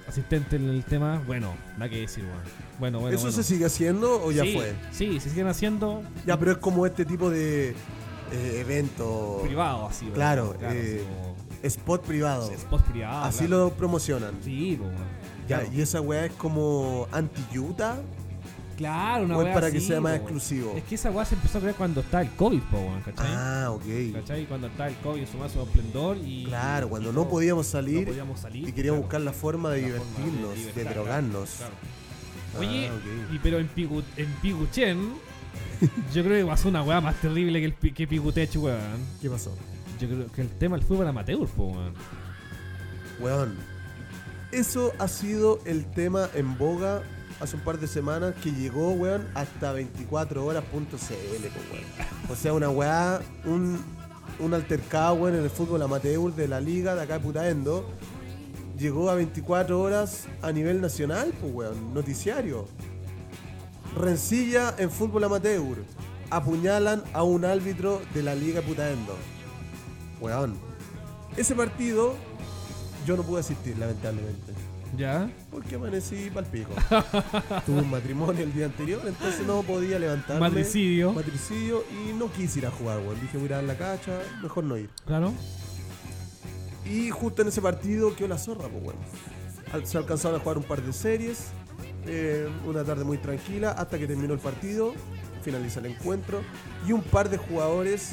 B: asistente en el tema. Bueno, nada que decir, weón. Bueno, bueno.
C: ¿Eso
B: bueno.
C: se sigue haciendo o ya
B: Sí,
C: fue?
B: Sí, se siguen haciendo
C: Ya, pero es como este tipo de eh, evento.
B: privado así, weón.
C: Claro, eh,
B: así como-
C: Spot privado.
B: spot privado.
C: Así
B: Ah, claro.
C: lo promocionan.
B: Sí, po, weón.
C: Ya,
B: Claro.
C: y esa weá es como anti-Utah.
B: Claro, una
C: o es
B: wea
C: para que
B: así,
C: sea más
B: po.
C: exclusivo.
B: Es que esa weá se empezó a crear cuando está el COVID, po, weón, ¿cachai?
C: Ah, ok.
B: ¿Cachai? Cuando está el COVID en su máximo esplendor y.
C: Claro, cuando
B: y
C: no
B: todo.
C: podíamos
B: No
C: salir
B: podíamos salir.
C: y queríamos
B: claro.
C: buscar la forma de
B: La forma
C: divertirnos, de,
B: libertad, claro,
C: drogarnos.
B: claro.
C: Ah,
B: Oye,
C: ok.
B: y pero en, Pigu, en Piguchen, yo creo que pasó una weá más terrible que, el, pi- que Pigutech, weón.
C: ¿Qué pasó?
B: Yo creo que el tema del fútbol amateur, po, weón.
C: Weón, eso ha sido el tema en boga hace un par de semanas que llegó, weón, hasta 24horas.cl, pues, weón. O sea, una weá, un, un altercado weón, en el fútbol amateur de la liga de acá de Putaendo. Llegó a 24 horas a nivel nacional, pues weón, noticiario. Rencilla en fútbol amateur. Apuñalan a un árbitro de la liga de Putaendo. Weón. Ese partido yo no pude asistir, lamentablemente.
B: ¿Ya?
C: Porque amanecí palpico. Tuve un matrimonio el día anterior, entonces no podía levantarme.
B: Matricidio.
C: Matricidio y no quise ir a jugar, weón. Dije, voy a ir a la cacha, mejor no ir.
B: Claro.
C: Y justo en ese partido quedó la zorra, pues bueno. Al- Se alcanzaron a jugar un par de series, eh, una tarde muy tranquila, hasta que terminó el partido, finaliza el encuentro, y un par de jugadores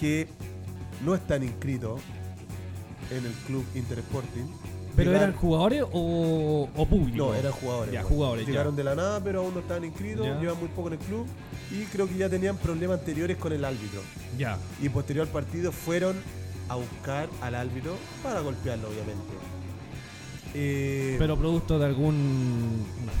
C: que no están inscritos en el club Intersporting.
B: ¿Pero
C: Llegaron-
B: eran jugadores o, o público?
C: No, eran jugadores.
B: Ya,
C: bueno.
B: jugadores, ya.
C: Llegaron de la nada, pero aún no estaban inscritos,
B: Ya.
C: llevan muy poco en el club, y creo que ya tenían problemas anteriores con el árbitro.
B: Ya.
C: Y posterior al partido fueron a buscar al árbitro para golpearlo, obviamente. Eh,
B: Pero producto de alguna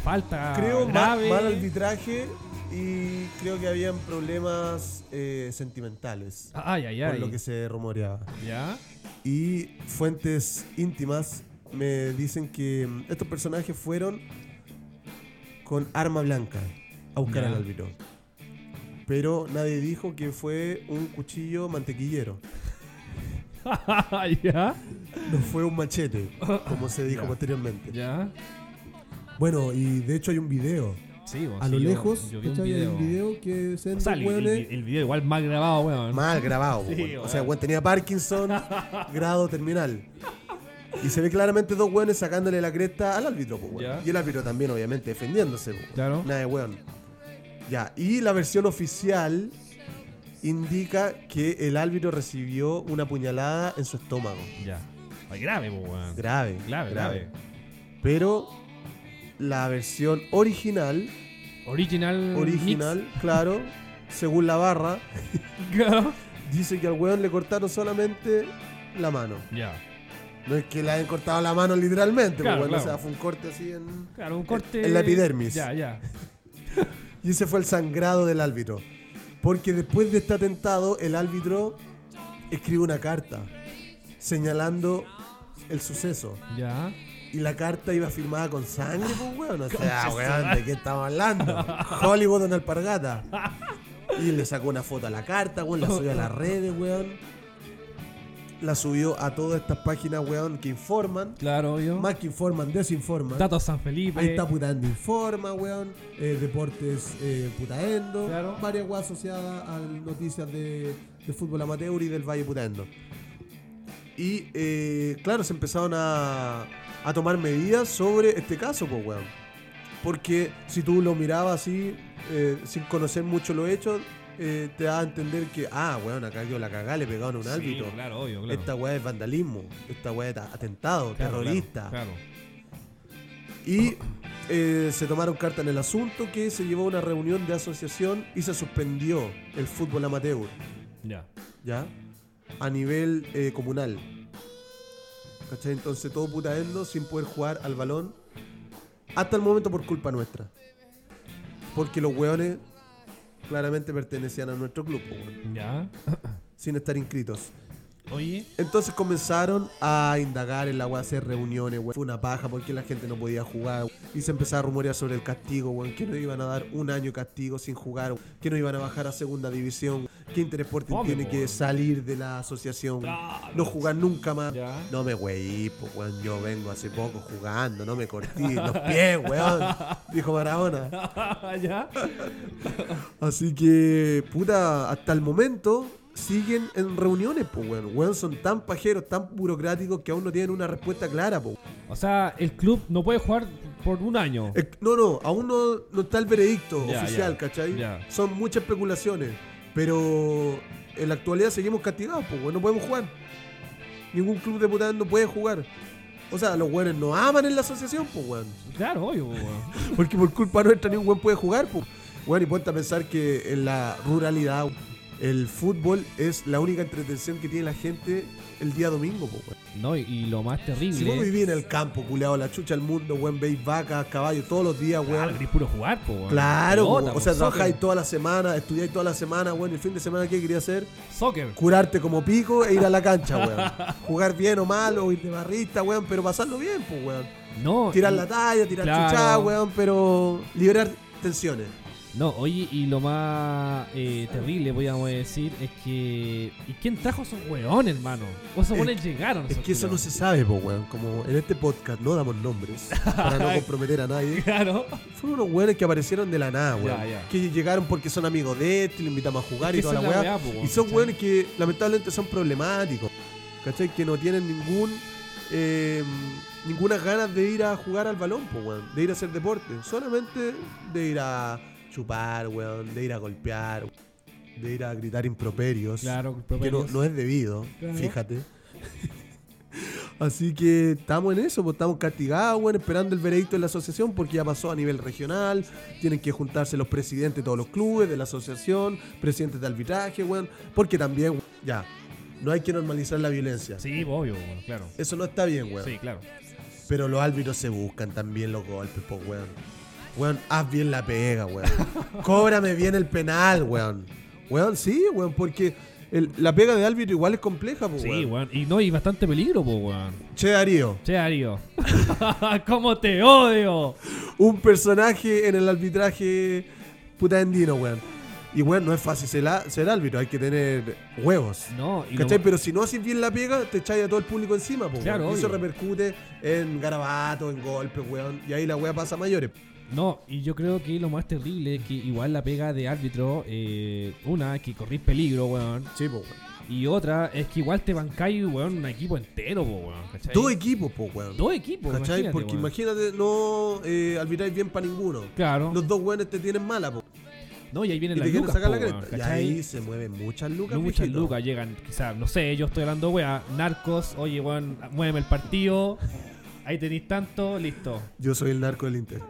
B: falta
C: creo ma-
B: grave.
C: mal arbitraje y creo que habían problemas eh, sentimentales,
B: Ah, Ay, ay,
C: por
B: ay.
C: lo que se rumoreaba.
B: ¿Ya?
C: Y fuentes íntimas me dicen que mm, estos personajes fueron con arma blanca a buscar
B: Ya.
C: al árbitro. Pero nadie dijo que fue un cuchillo mantequillero.
B: ¿Ya?
C: No fue un machete, como se dijo
B: Ya.
C: posteriormente.
B: ¿Ya?
C: Bueno, y de hecho hay un video.
B: Sí, vos,
C: A
B: Pues sí,
C: lo
B: yo-
C: lejos,
B: yo vi un
C: ¿cachai? Hay
B: video.
C: un video que se
B: O sea, el, el- el video igual mal grabado, weón.
C: mal grabado.
B: Sí,
C: weón. O sea,
B: weón.
C: weón tenía Parkinson, grado terminal. Y se ve claramente dos weones sacándole la cresta al árbitro, pues, weón.
B: Ya.
C: Y el árbitro también, obviamente, defendiéndose, pues, weón.
B: Claro.
C: Nada de weón. Ya, y la versión oficial indica que el árbitro recibió una puñalada en su estómago.
B: Ya. Ay, grave, po, weón.
C: Grave.
B: Grave, grave.
C: Pero la versión original,
B: Mm, Original.
C: original, claro, según la barra,
B: mix. Claro.
C: dice que al weón le cortaron solamente la mano.
B: Ya.
C: No es que le hayan cortado la mano literalmente,
B: Claro,
C: porque bueno,
B: claro.
C: o sea, fue un corte así en...
B: Claro, un corte.
C: Eh, En la epidermis.
B: Ya, ya.
C: Y ese fue el sangrado del árbitro. Porque después de este atentado, el árbitro escribe una carta señalando el suceso.
B: Ya.
C: Y la carta iba firmada con sangre, pues, weón. O sea,
B: Concha
C: weón, ¿de qué estamos hablando? Hollywood en alpargata. Y le sacó una foto a la carta, weón, la subió a las redes, weón. La subió a todas estas páginas, weón, que informan.
B: Claro, obvio.
C: Más que informan, desinforman.
B: Datos San Felipe.
C: Ahí está Putando Informa, weón. eh, deportes eh, Putaendo.
B: Claro.
C: Varias weas asociadas a noticias de, de fútbol amateur y del Valle Putaendo. Y eh, claro, se empezaron a, a tomar medidas sobre este caso, pues, weón. Porque si tú lo mirabas así, eh, sin conocer mucho los hechos, eh, te da a entender que, ah, weón, acá yo la cagá, le pegaron a un
B: Sí,
C: árbitro.
B: Claro, obvio, claro.
C: Esta weá es vandalismo, esta weá es atentado,
B: Claro,
C: terrorista.
B: Claro.
C: Y eh, se tomaron carta en el asunto que se llevó a una reunión de asociación y se suspendió el fútbol amateur,
B: claro. Ya.
C: ¿ya? A nivel eh, comunal. ¿Cachai? Entonces todo putaendo sin poder jugar al balón. Hasta el momento por culpa nuestra. Porque los hueones claramente pertenecían a nuestro club, po, weón,
B: Ya.
C: sin estar inscritos.
B: Oye.
C: Entonces comenzaron a indagar en la weá, a hacer reuniones, weón. Fue una paja porque la gente no podía jugar. weón. Y se empezaba a rumorear sobre el castigo, weón. Que nos iban a dar un año de castigo sin jugar, weón. Que nos iban a bajar a segunda división. weón. Que Interesporting
B: Fome,
C: tiene
B: po,
C: que
B: weón.
C: salir de la asociación. weón.
B: Claro.
C: No jugar nunca más.
B: Ya.
C: No me weí, pues weón. Yo vengo hace poco jugando, no me corté los pies, weón. Dijo Maradona.
B: ya.
C: Así que, puta, hasta el momento siguen en reuniones, pues, weón. Weón, son tan pajeros, tan burocráticos que aún no tienen una respuesta clara, po.
B: O sea, el club no puede jugar por un año.
C: Eh, No, no, aún no, no está el veredicto
B: Ya,
C: oficial,
B: ya,
C: ¿cachai?
B: ya.
C: Son muchas especulaciones, pero en la actualidad seguimos castigados, pues, weón. No podemos jugar. Ningún club de puta no puede jugar. O sea, los weones no aman en la asociación, pues, weón.
B: Claro, obvio, weón.
C: Porque por culpa nuestra ningún weón puede jugar, pues. Bueno, y ponte a pensar que en la ruralidad el fútbol es la única entretención que tiene la gente el día domingo, pues. weón.
B: No, y, y lo más terrible.
C: Si vos vivís en el campo, culeado, la chucha al mundo, weón, veis vacas, caballos todos los días,
B: Claro,
C: weón.
B: querés puro jugar, po, weón.
C: Claro,
B: Pelota,
C: weón.
B: po,
C: o sea,
B: soccer,
C: trabajáis toda la semana, estudiáis toda la semana, weón. El fin de semana, ¿qué quería hacer?
B: Soccer.
C: Curarte como pico e ir a la cancha, weón. Jugar bien o mal, o ir de barrista, weón, pero pasarlo bien, pues, weón.
B: No.
C: Tirar
B: y-
C: la talla, tirar
B: Claro.
C: chuchá, weón, pero liberar tensiones.
B: No, oye, y lo más eh, terrible, podríamos decir, es que. ¿Y quién trajo esos weones, hermano? O esos
C: Es-
B: weones llegaron.
C: Es
B: esos
C: que eso no
B: culiados.
C: se sabe, po, weón. Como en este podcast no damos nombres para no comprometer a nadie.
B: Claro.
C: Fueron unos weones que aparecieron de la nada, weón.
B: Ya, ya.
C: Que llegaron porque son amigos de este, lo invitamos a
B: Es
C: jugar
B: que
C: y toda
B: esa
C: la
B: es la
C: weá.
B: weá, po, weón,
C: y son
B: ¿cachai?
C: weones que lamentablemente son problemáticos. ¿Cachai? Que no tienen ningún. eh, ninguna ganas de ir a jugar al balón, po, weón. De ir a hacer deporte. Solamente de ir a chupar, weón. De ir a golpear. De ir a gritar improperios.
B: Claro,
C: Que no,
B: propios.
C: no es debido,
B: Claro.
C: fíjate. Así que estamos en eso, pues, estamos castigados, bueno, esperando el veredicto de la asociación porque ya pasó a nivel regional, tienen que juntarse los presidentes de todos los clubes, de la asociación, presidentes de arbitraje, bueno, porque también, weón, ya, no hay que normalizar la violencia.
B: Sí, obvio, weón, claro.
C: Eso no está bien, weón.
B: Sí, claro.
C: Pero los árbitros se buscan también los golpes, pues, weón. Weón, haz bien la pega, weón. Cóbrame bien el penal, weón. Weón, sí, weón, porque el- la pega de árbitro igual es compleja, pues,
B: Sí,
C: weón.
B: weón. Y no, y bastante peligro, po, weón.
C: Che, Darío,
B: Che, Darío. ¡Cómo te odio!
C: un personaje en el arbitraje puta endino, weón. Y, weón, no es fácil ser, la- ser árbitro, hay que tener huevos.
B: No, y lo-
C: ¿Cachai? Pero si no haces bien la pega, te echáis a todo el público encima, pues,
B: Claro,
C: weón. Y eso
B: obvio.
C: repercute en garabato, en golpes, weón. Y ahí la wea pasa a mayores.
B: No, y yo creo que lo más terrible es que igual la pega de árbitro, eh, una, es que corrís peligro, weón.
C: Sí, pues, weón.
B: Y otra es que igual te bancáis, weón, un equipo entero, po, weón. ¿cachai?
C: Todo equipo, pues, weón.
B: Dos equipos,
C: ¿Cachai?
B: imagínate,
C: Porque
B: weón.
C: imagínate, no eh, arbitráis bien para ninguno.
B: Claro.
C: Los dos weones te tienen mala, po.
B: No, y ahí
C: Y
B: vienen
C: te
B: las
C: quieren
B: lucas,
C: sacar
B: po,
C: la
B: weón,
C: cresta. Y
B: ¿cachai?
C: ahí se mueven muchas lucas,
B: Muchas
C: mijito.
B: lucas llegan, quizás, no sé, yo estoy hablando, weá, narcos, oye, weón, muéveme el partido, ahí tenéis tanto, listo.
C: Yo soy el narco del Inter.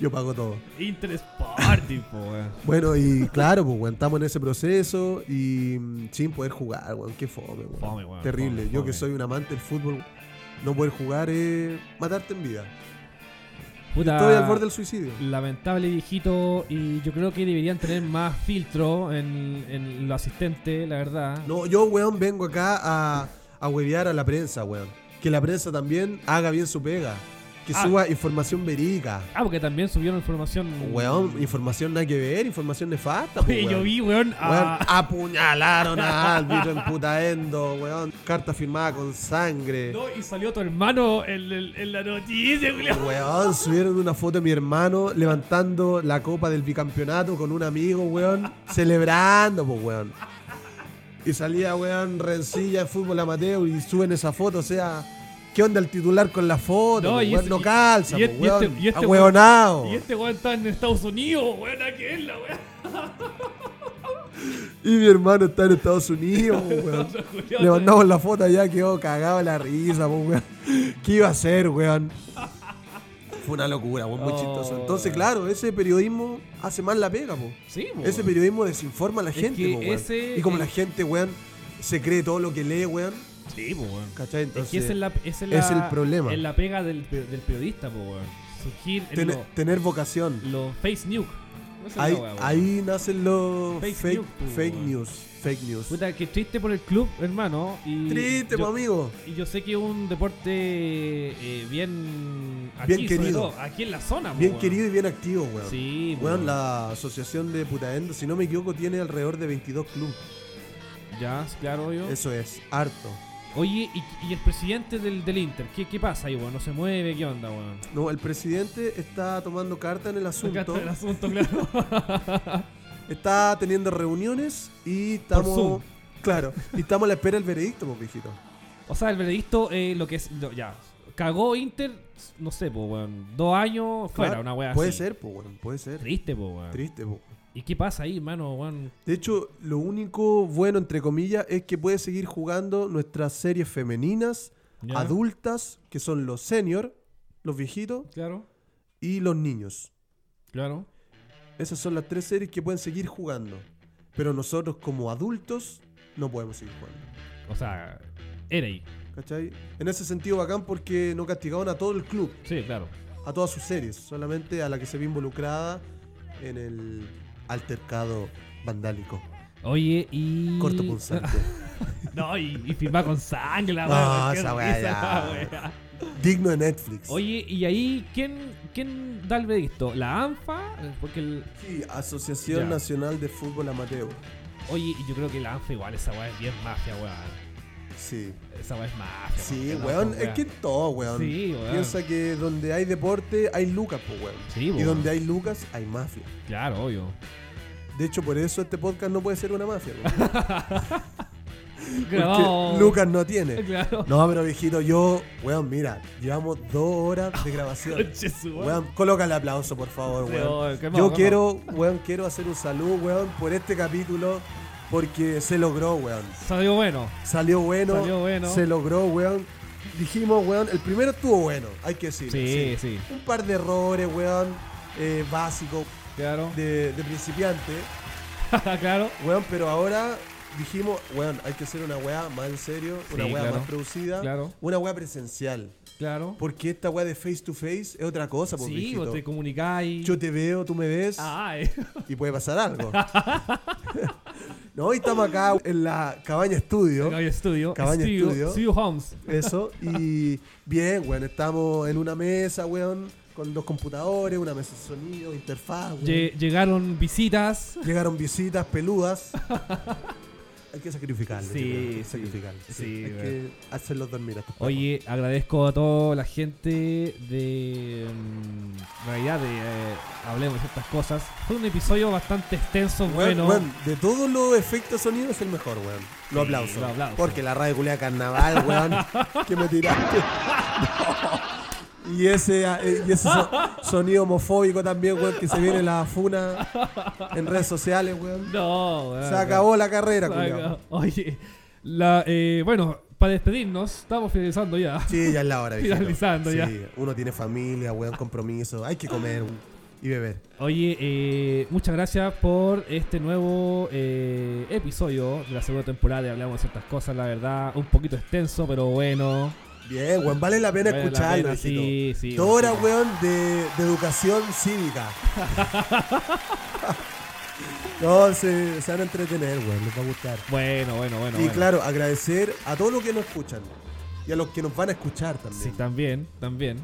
C: Yo pago todo.
B: Intersporting, po, weón.
C: Bueno, y claro, pues, weón, estamos en ese proceso y mm, sin poder jugar, weón. Qué fome, weón.
B: Fome, weón,
C: Terrible.
B: fome,
C: Yo
B: fome.
C: que soy un amante del fútbol, no poder jugar es matarte en vida.
B: Puta,
C: Estoy al borde del suicidio.
B: lamentable viejito, y yo creo que deberían tener más filtro en, en lo asistente, la verdad.
C: No, yo, weón, vengo acá a, a huevear a la prensa, weón. Que la prensa también haga bien su pega. Que
B: Ah.
C: suba información verídica.
B: Ah, porque también subieron información...
C: Weón, información nada que ver, información nefasta, po,
B: Oye,
C: weón.
B: yo vi, weón, a-
C: Weón, ah. apuñalaron a árbitro en putaendo, weón. Carta firmada con sangre.
B: No, y salió tu hermano en, en- en la noticia, Julio.
C: Weón, subieron una foto de mi hermano levantando la copa del bicampeonato con un amigo, weón. Celebrando, pues, weón. Y salía, weón, rencilla de fútbol amateur y suben esa foto, o sea, ¿qué onda el titular con la foto?
B: No,
C: No,
B: y
C: weón,
B: ese-
C: no calza,
B: y- y
C: po,
B: este-
C: weón.
B: y este
C: Ahueonao.
B: Y este weón está en Estados Unidos, weón, aquí es la weón.
C: Y mi hermano está en Estados Unidos, po, weón. Le mandamos la foto allá, quedó cagado de la risa, po, weón. ¿Qué iba a hacer, weón? Fue una locura, weón, muy
B: Oh,
C: chistoso. Entonces,
B: weón.
C: claro, ese periodismo hace mal la pega, po.
B: Sí, weón.
C: Ese periodismo desinforma a la
B: Oh. Es
C: gente,
B: que
C: po, weón.
B: ese-
C: Y como
B: eh,
C: la gente, weón, se cree todo lo que lee, weón.
B: Sí, po, weón.
C: ¿Cachai?
B: Es
C: Entonces,
B: que esa es la, esa es
C: es
B: la-
C: el problema.
B: Es la pega del, pe- del periodista, po, weón. Surgir en
C: ten-
B: los
C: tener vocación.
B: los face nuke. Esa es la
C: Ahí,
B: weá, weón.
C: ahí nacen los
B: Fake
C: fake,
B: news, po,
C: fake
B: weón.
C: news. Fake news.
B: Puta, que triste por el club, hermano. Y
C: Triste, po,
B: yo,
C: amigo.
B: Y yo sé que es un deporte eh, bien. Aquí,
C: Bien querido.
B: sobre todo, aquí en la zona, po,
C: Bien
B: weón.
C: querido y bien activo, weón.
B: Sí, po,
C: Weón, la asociación de Putaendo, si no me equivoco, tiene alrededor de 22 clubes.
B: Ya, claro, yo.
C: Eso es, harto.
B: Oye, y, y el presidente del, del Inter, ¿qué, ¿qué pasa ahí, weón? ¿No se mueve? ¿Qué onda, weón?
C: No, el presidente está tomando carta en el
B: Acá
C: asunto.
B: está el asunto, claro.
C: Está teniendo reuniones y
B: Por
C: estamos.
B: Zoom.
C: Claro, y estamos a la espera del veredicto, pues, viejito.
B: o sea, el veredicto, eh, lo que es. lo- ya. Cagó Inter, no sé, po, weón. Dos años fuera,
C: Claro,
B: una wea
C: Puede
B: así.
C: ser, pues, weón, puede ser.
B: Triste, po, weón.
C: Triste, pues.
B: ¿Y qué pasa ahí, hermano, weón?
C: De hecho, lo único bueno, entre comillas, es que puede seguir jugando nuestras series femeninas,
B: Ya.
C: adultas, que son los senior, los viejitos
B: Claro,
C: y los niños.
B: claro.
C: Esas son las tres series que pueden seguir jugando. Pero nosotros como adultos no podemos seguir jugando.
B: O sea, Erei.
C: ¿Cachai? En ese sentido, bacán porque no castigaban a todo el club,
B: Sí, claro.
C: a todas sus series, solamente a la que se ve involucrada en el altercado vandálico.
B: Oye, y.
C: Corto punzante.
B: No, y, y firmar con sangre, la
C: No,
B: weá, qué
C: esa weá
B: risa,
C: ya.
B: la weá.
C: Digno de Netflix.
B: Oye, y ahí, ¿quién, quién da el veredicto? ¿La ANFA? Eh, Porque el.
C: Sí, Asociación
B: Ya.
C: Nacional de Fútbol Amateur.
B: Oye, y yo creo que la ANFA igual, esa weá es bien mafia, weón.
C: Sí.
B: Esa weá es mafia.
C: Sí,
B: porque la
C: weón.
B: ANFA,
C: Es que todo, weón.
B: Sí, weón.
C: Piensa que donde hay deporte hay lucas, pues, weón.
B: Sí,
C: Y
B: weón.
C: donde hay lucas hay mafia.
B: Claro, obvio.
C: De hecho, por eso este podcast no puede ser una mafia, weón.
B: Grabado.
C: Porque Lucas no tiene.
B: Claro.
C: No, pero viejito, yo, weón, mira, llevamos dos horas de grabación.
B: Conche su madre.
C: Weón, coloca el aplauso, por favor,
B: Sí,
C: weón.
B: oh, qué
C: Yo
B: modo, qué
C: quiero, weón, quiero hacer un saludo, weón, por este capítulo, porque se logró, weón.
B: Salió bueno.
C: Salió bueno,
B: Salió bueno.
C: se logró, weón. Dijimos, weón, el primero estuvo bueno, hay que decirlo.
B: Sí, sí.
C: Un par de errores, weón, eh, básicos,
B: Claro.
C: de, de principiante,
B: claro.
C: weón, pero ahora dijimos, weón, hay que hacer una weá más en serio, una
B: Sí,
C: weá
B: claro.
C: más producida,
B: Claro.
C: una weá presencial.
B: Claro.
C: Porque esta weá de face to face es otra cosa, pues,
B: Sí,
C: viejito.
B: vos te comunicáis.
C: Yo te veo, tú me ves
B: Ah, eh.
C: y puede pasar algo. no, hoy estamos acá en la cabaña estudio.
B: Cabaña Estudio.
C: Cabaña
B: Estudio.
C: Estudio.
B: Estudio Homes.
C: Eso, y bien, weón, estamos en una mesa, weón, con dos computadores, una mesa de sonido, interfaz, weón.
B: Lle- llegaron visitas.
C: Llegaron visitas peludas. Hay que sacrificarlo.
B: Sí,
C: yo creo, hay que
B: sí.
C: sacrificarlo,
B: Sí,
C: Hay
B: weón.
C: que hacerlos dormir a estos
B: Oye, agradezco a toda la gente de. mm, En realidad, de. eh, hablemos de estas cosas. Fue un episodio bastante extenso,
C: pacos.
B: bueno.
C: Weón, weón, de todos los efectos sonidos es el mejor, weón. Lo
B: Sí,
C: aplauso.
B: lo aplauso.
C: Porque la radio culia carnaval, weón. que me tiraste. Y ese, eh, y ese so- sonido homofóbico también, weón, que se viene la funa en redes sociales, weón.
B: No, weón.
C: Se acabó la carrera,
B: Ah, Se acabó.
C: culiao.
B: Oye, la, eh, bueno, para despedirnos, estamos finalizando ya.
C: Sí, ya es la hora, viejito.
B: Finalizando
C: Sí,
B: ya.
C: uno tiene familia, weón, compromiso. Hay que comer y beber.
B: Oye, eh, muchas gracias por este nuevo eh, episodio de la segunda temporada de Hablamos de ciertas cosas, la verdad, un poquito extenso, pero bueno.
C: Bien, weón, vale la pena
B: Vale la
C: escucharlo,
B: pena,
C: viejito.
B: sí, sí,
C: Dos horas,
B: sí.
C: weón, de, de educación cívica. no, se, se van a entretener, weón, les va a gustar.
B: Bueno, bueno, bueno.
C: y
B: bueno.
C: claro, agradecer a todos los que nos escuchan. Y a los que nos van a escuchar
B: Sí,
C: también.
B: también,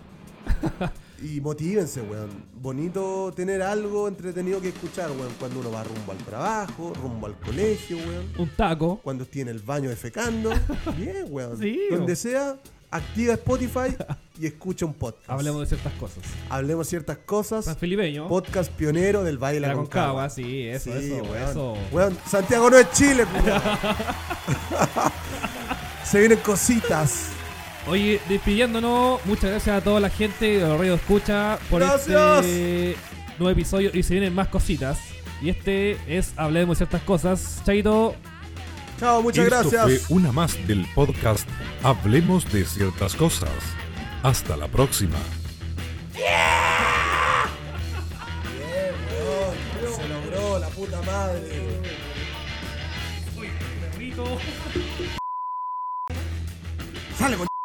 B: también.
C: Y motívense, weón. Bonito tener algo entretenido que escuchar, weón. Cuando uno va rumbo al trabajo, rumbo al colegio, weón.
B: Un taco.
C: cuando esté en el baño defecando. Bien, weón.
B: Sí,
C: Donde
B: weón.
C: sea, activa Spotify y escucha un podcast.
B: Hablemos de ciertas cosas.
C: Hablemos ciertas
B: San
C: cosas.
B: Filipeño.
C: Podcast pionero del Valle de la
B: La Concagua,
C: Concagua.
B: sí, eso,
C: Sí,
B: eso,
C: weón.
B: eso.
C: Weón, Santiago no es Chile, pues, weón. Se vienen cositas.
B: Oye, despidiéndonos, muchas gracias a toda la gente de los Radio Escucha por
C: Gracias.
B: este nuevo episodio y se vienen más cositas. Y este es Hablemos de ciertas cosas. Chaito.
C: Chao, muchas
A: Esto
C: gracias.
A: fue una más del podcast Hablemos de ciertas cosas. Hasta la próxima.
C: Weón, Se logró, la puta madre. Sale, con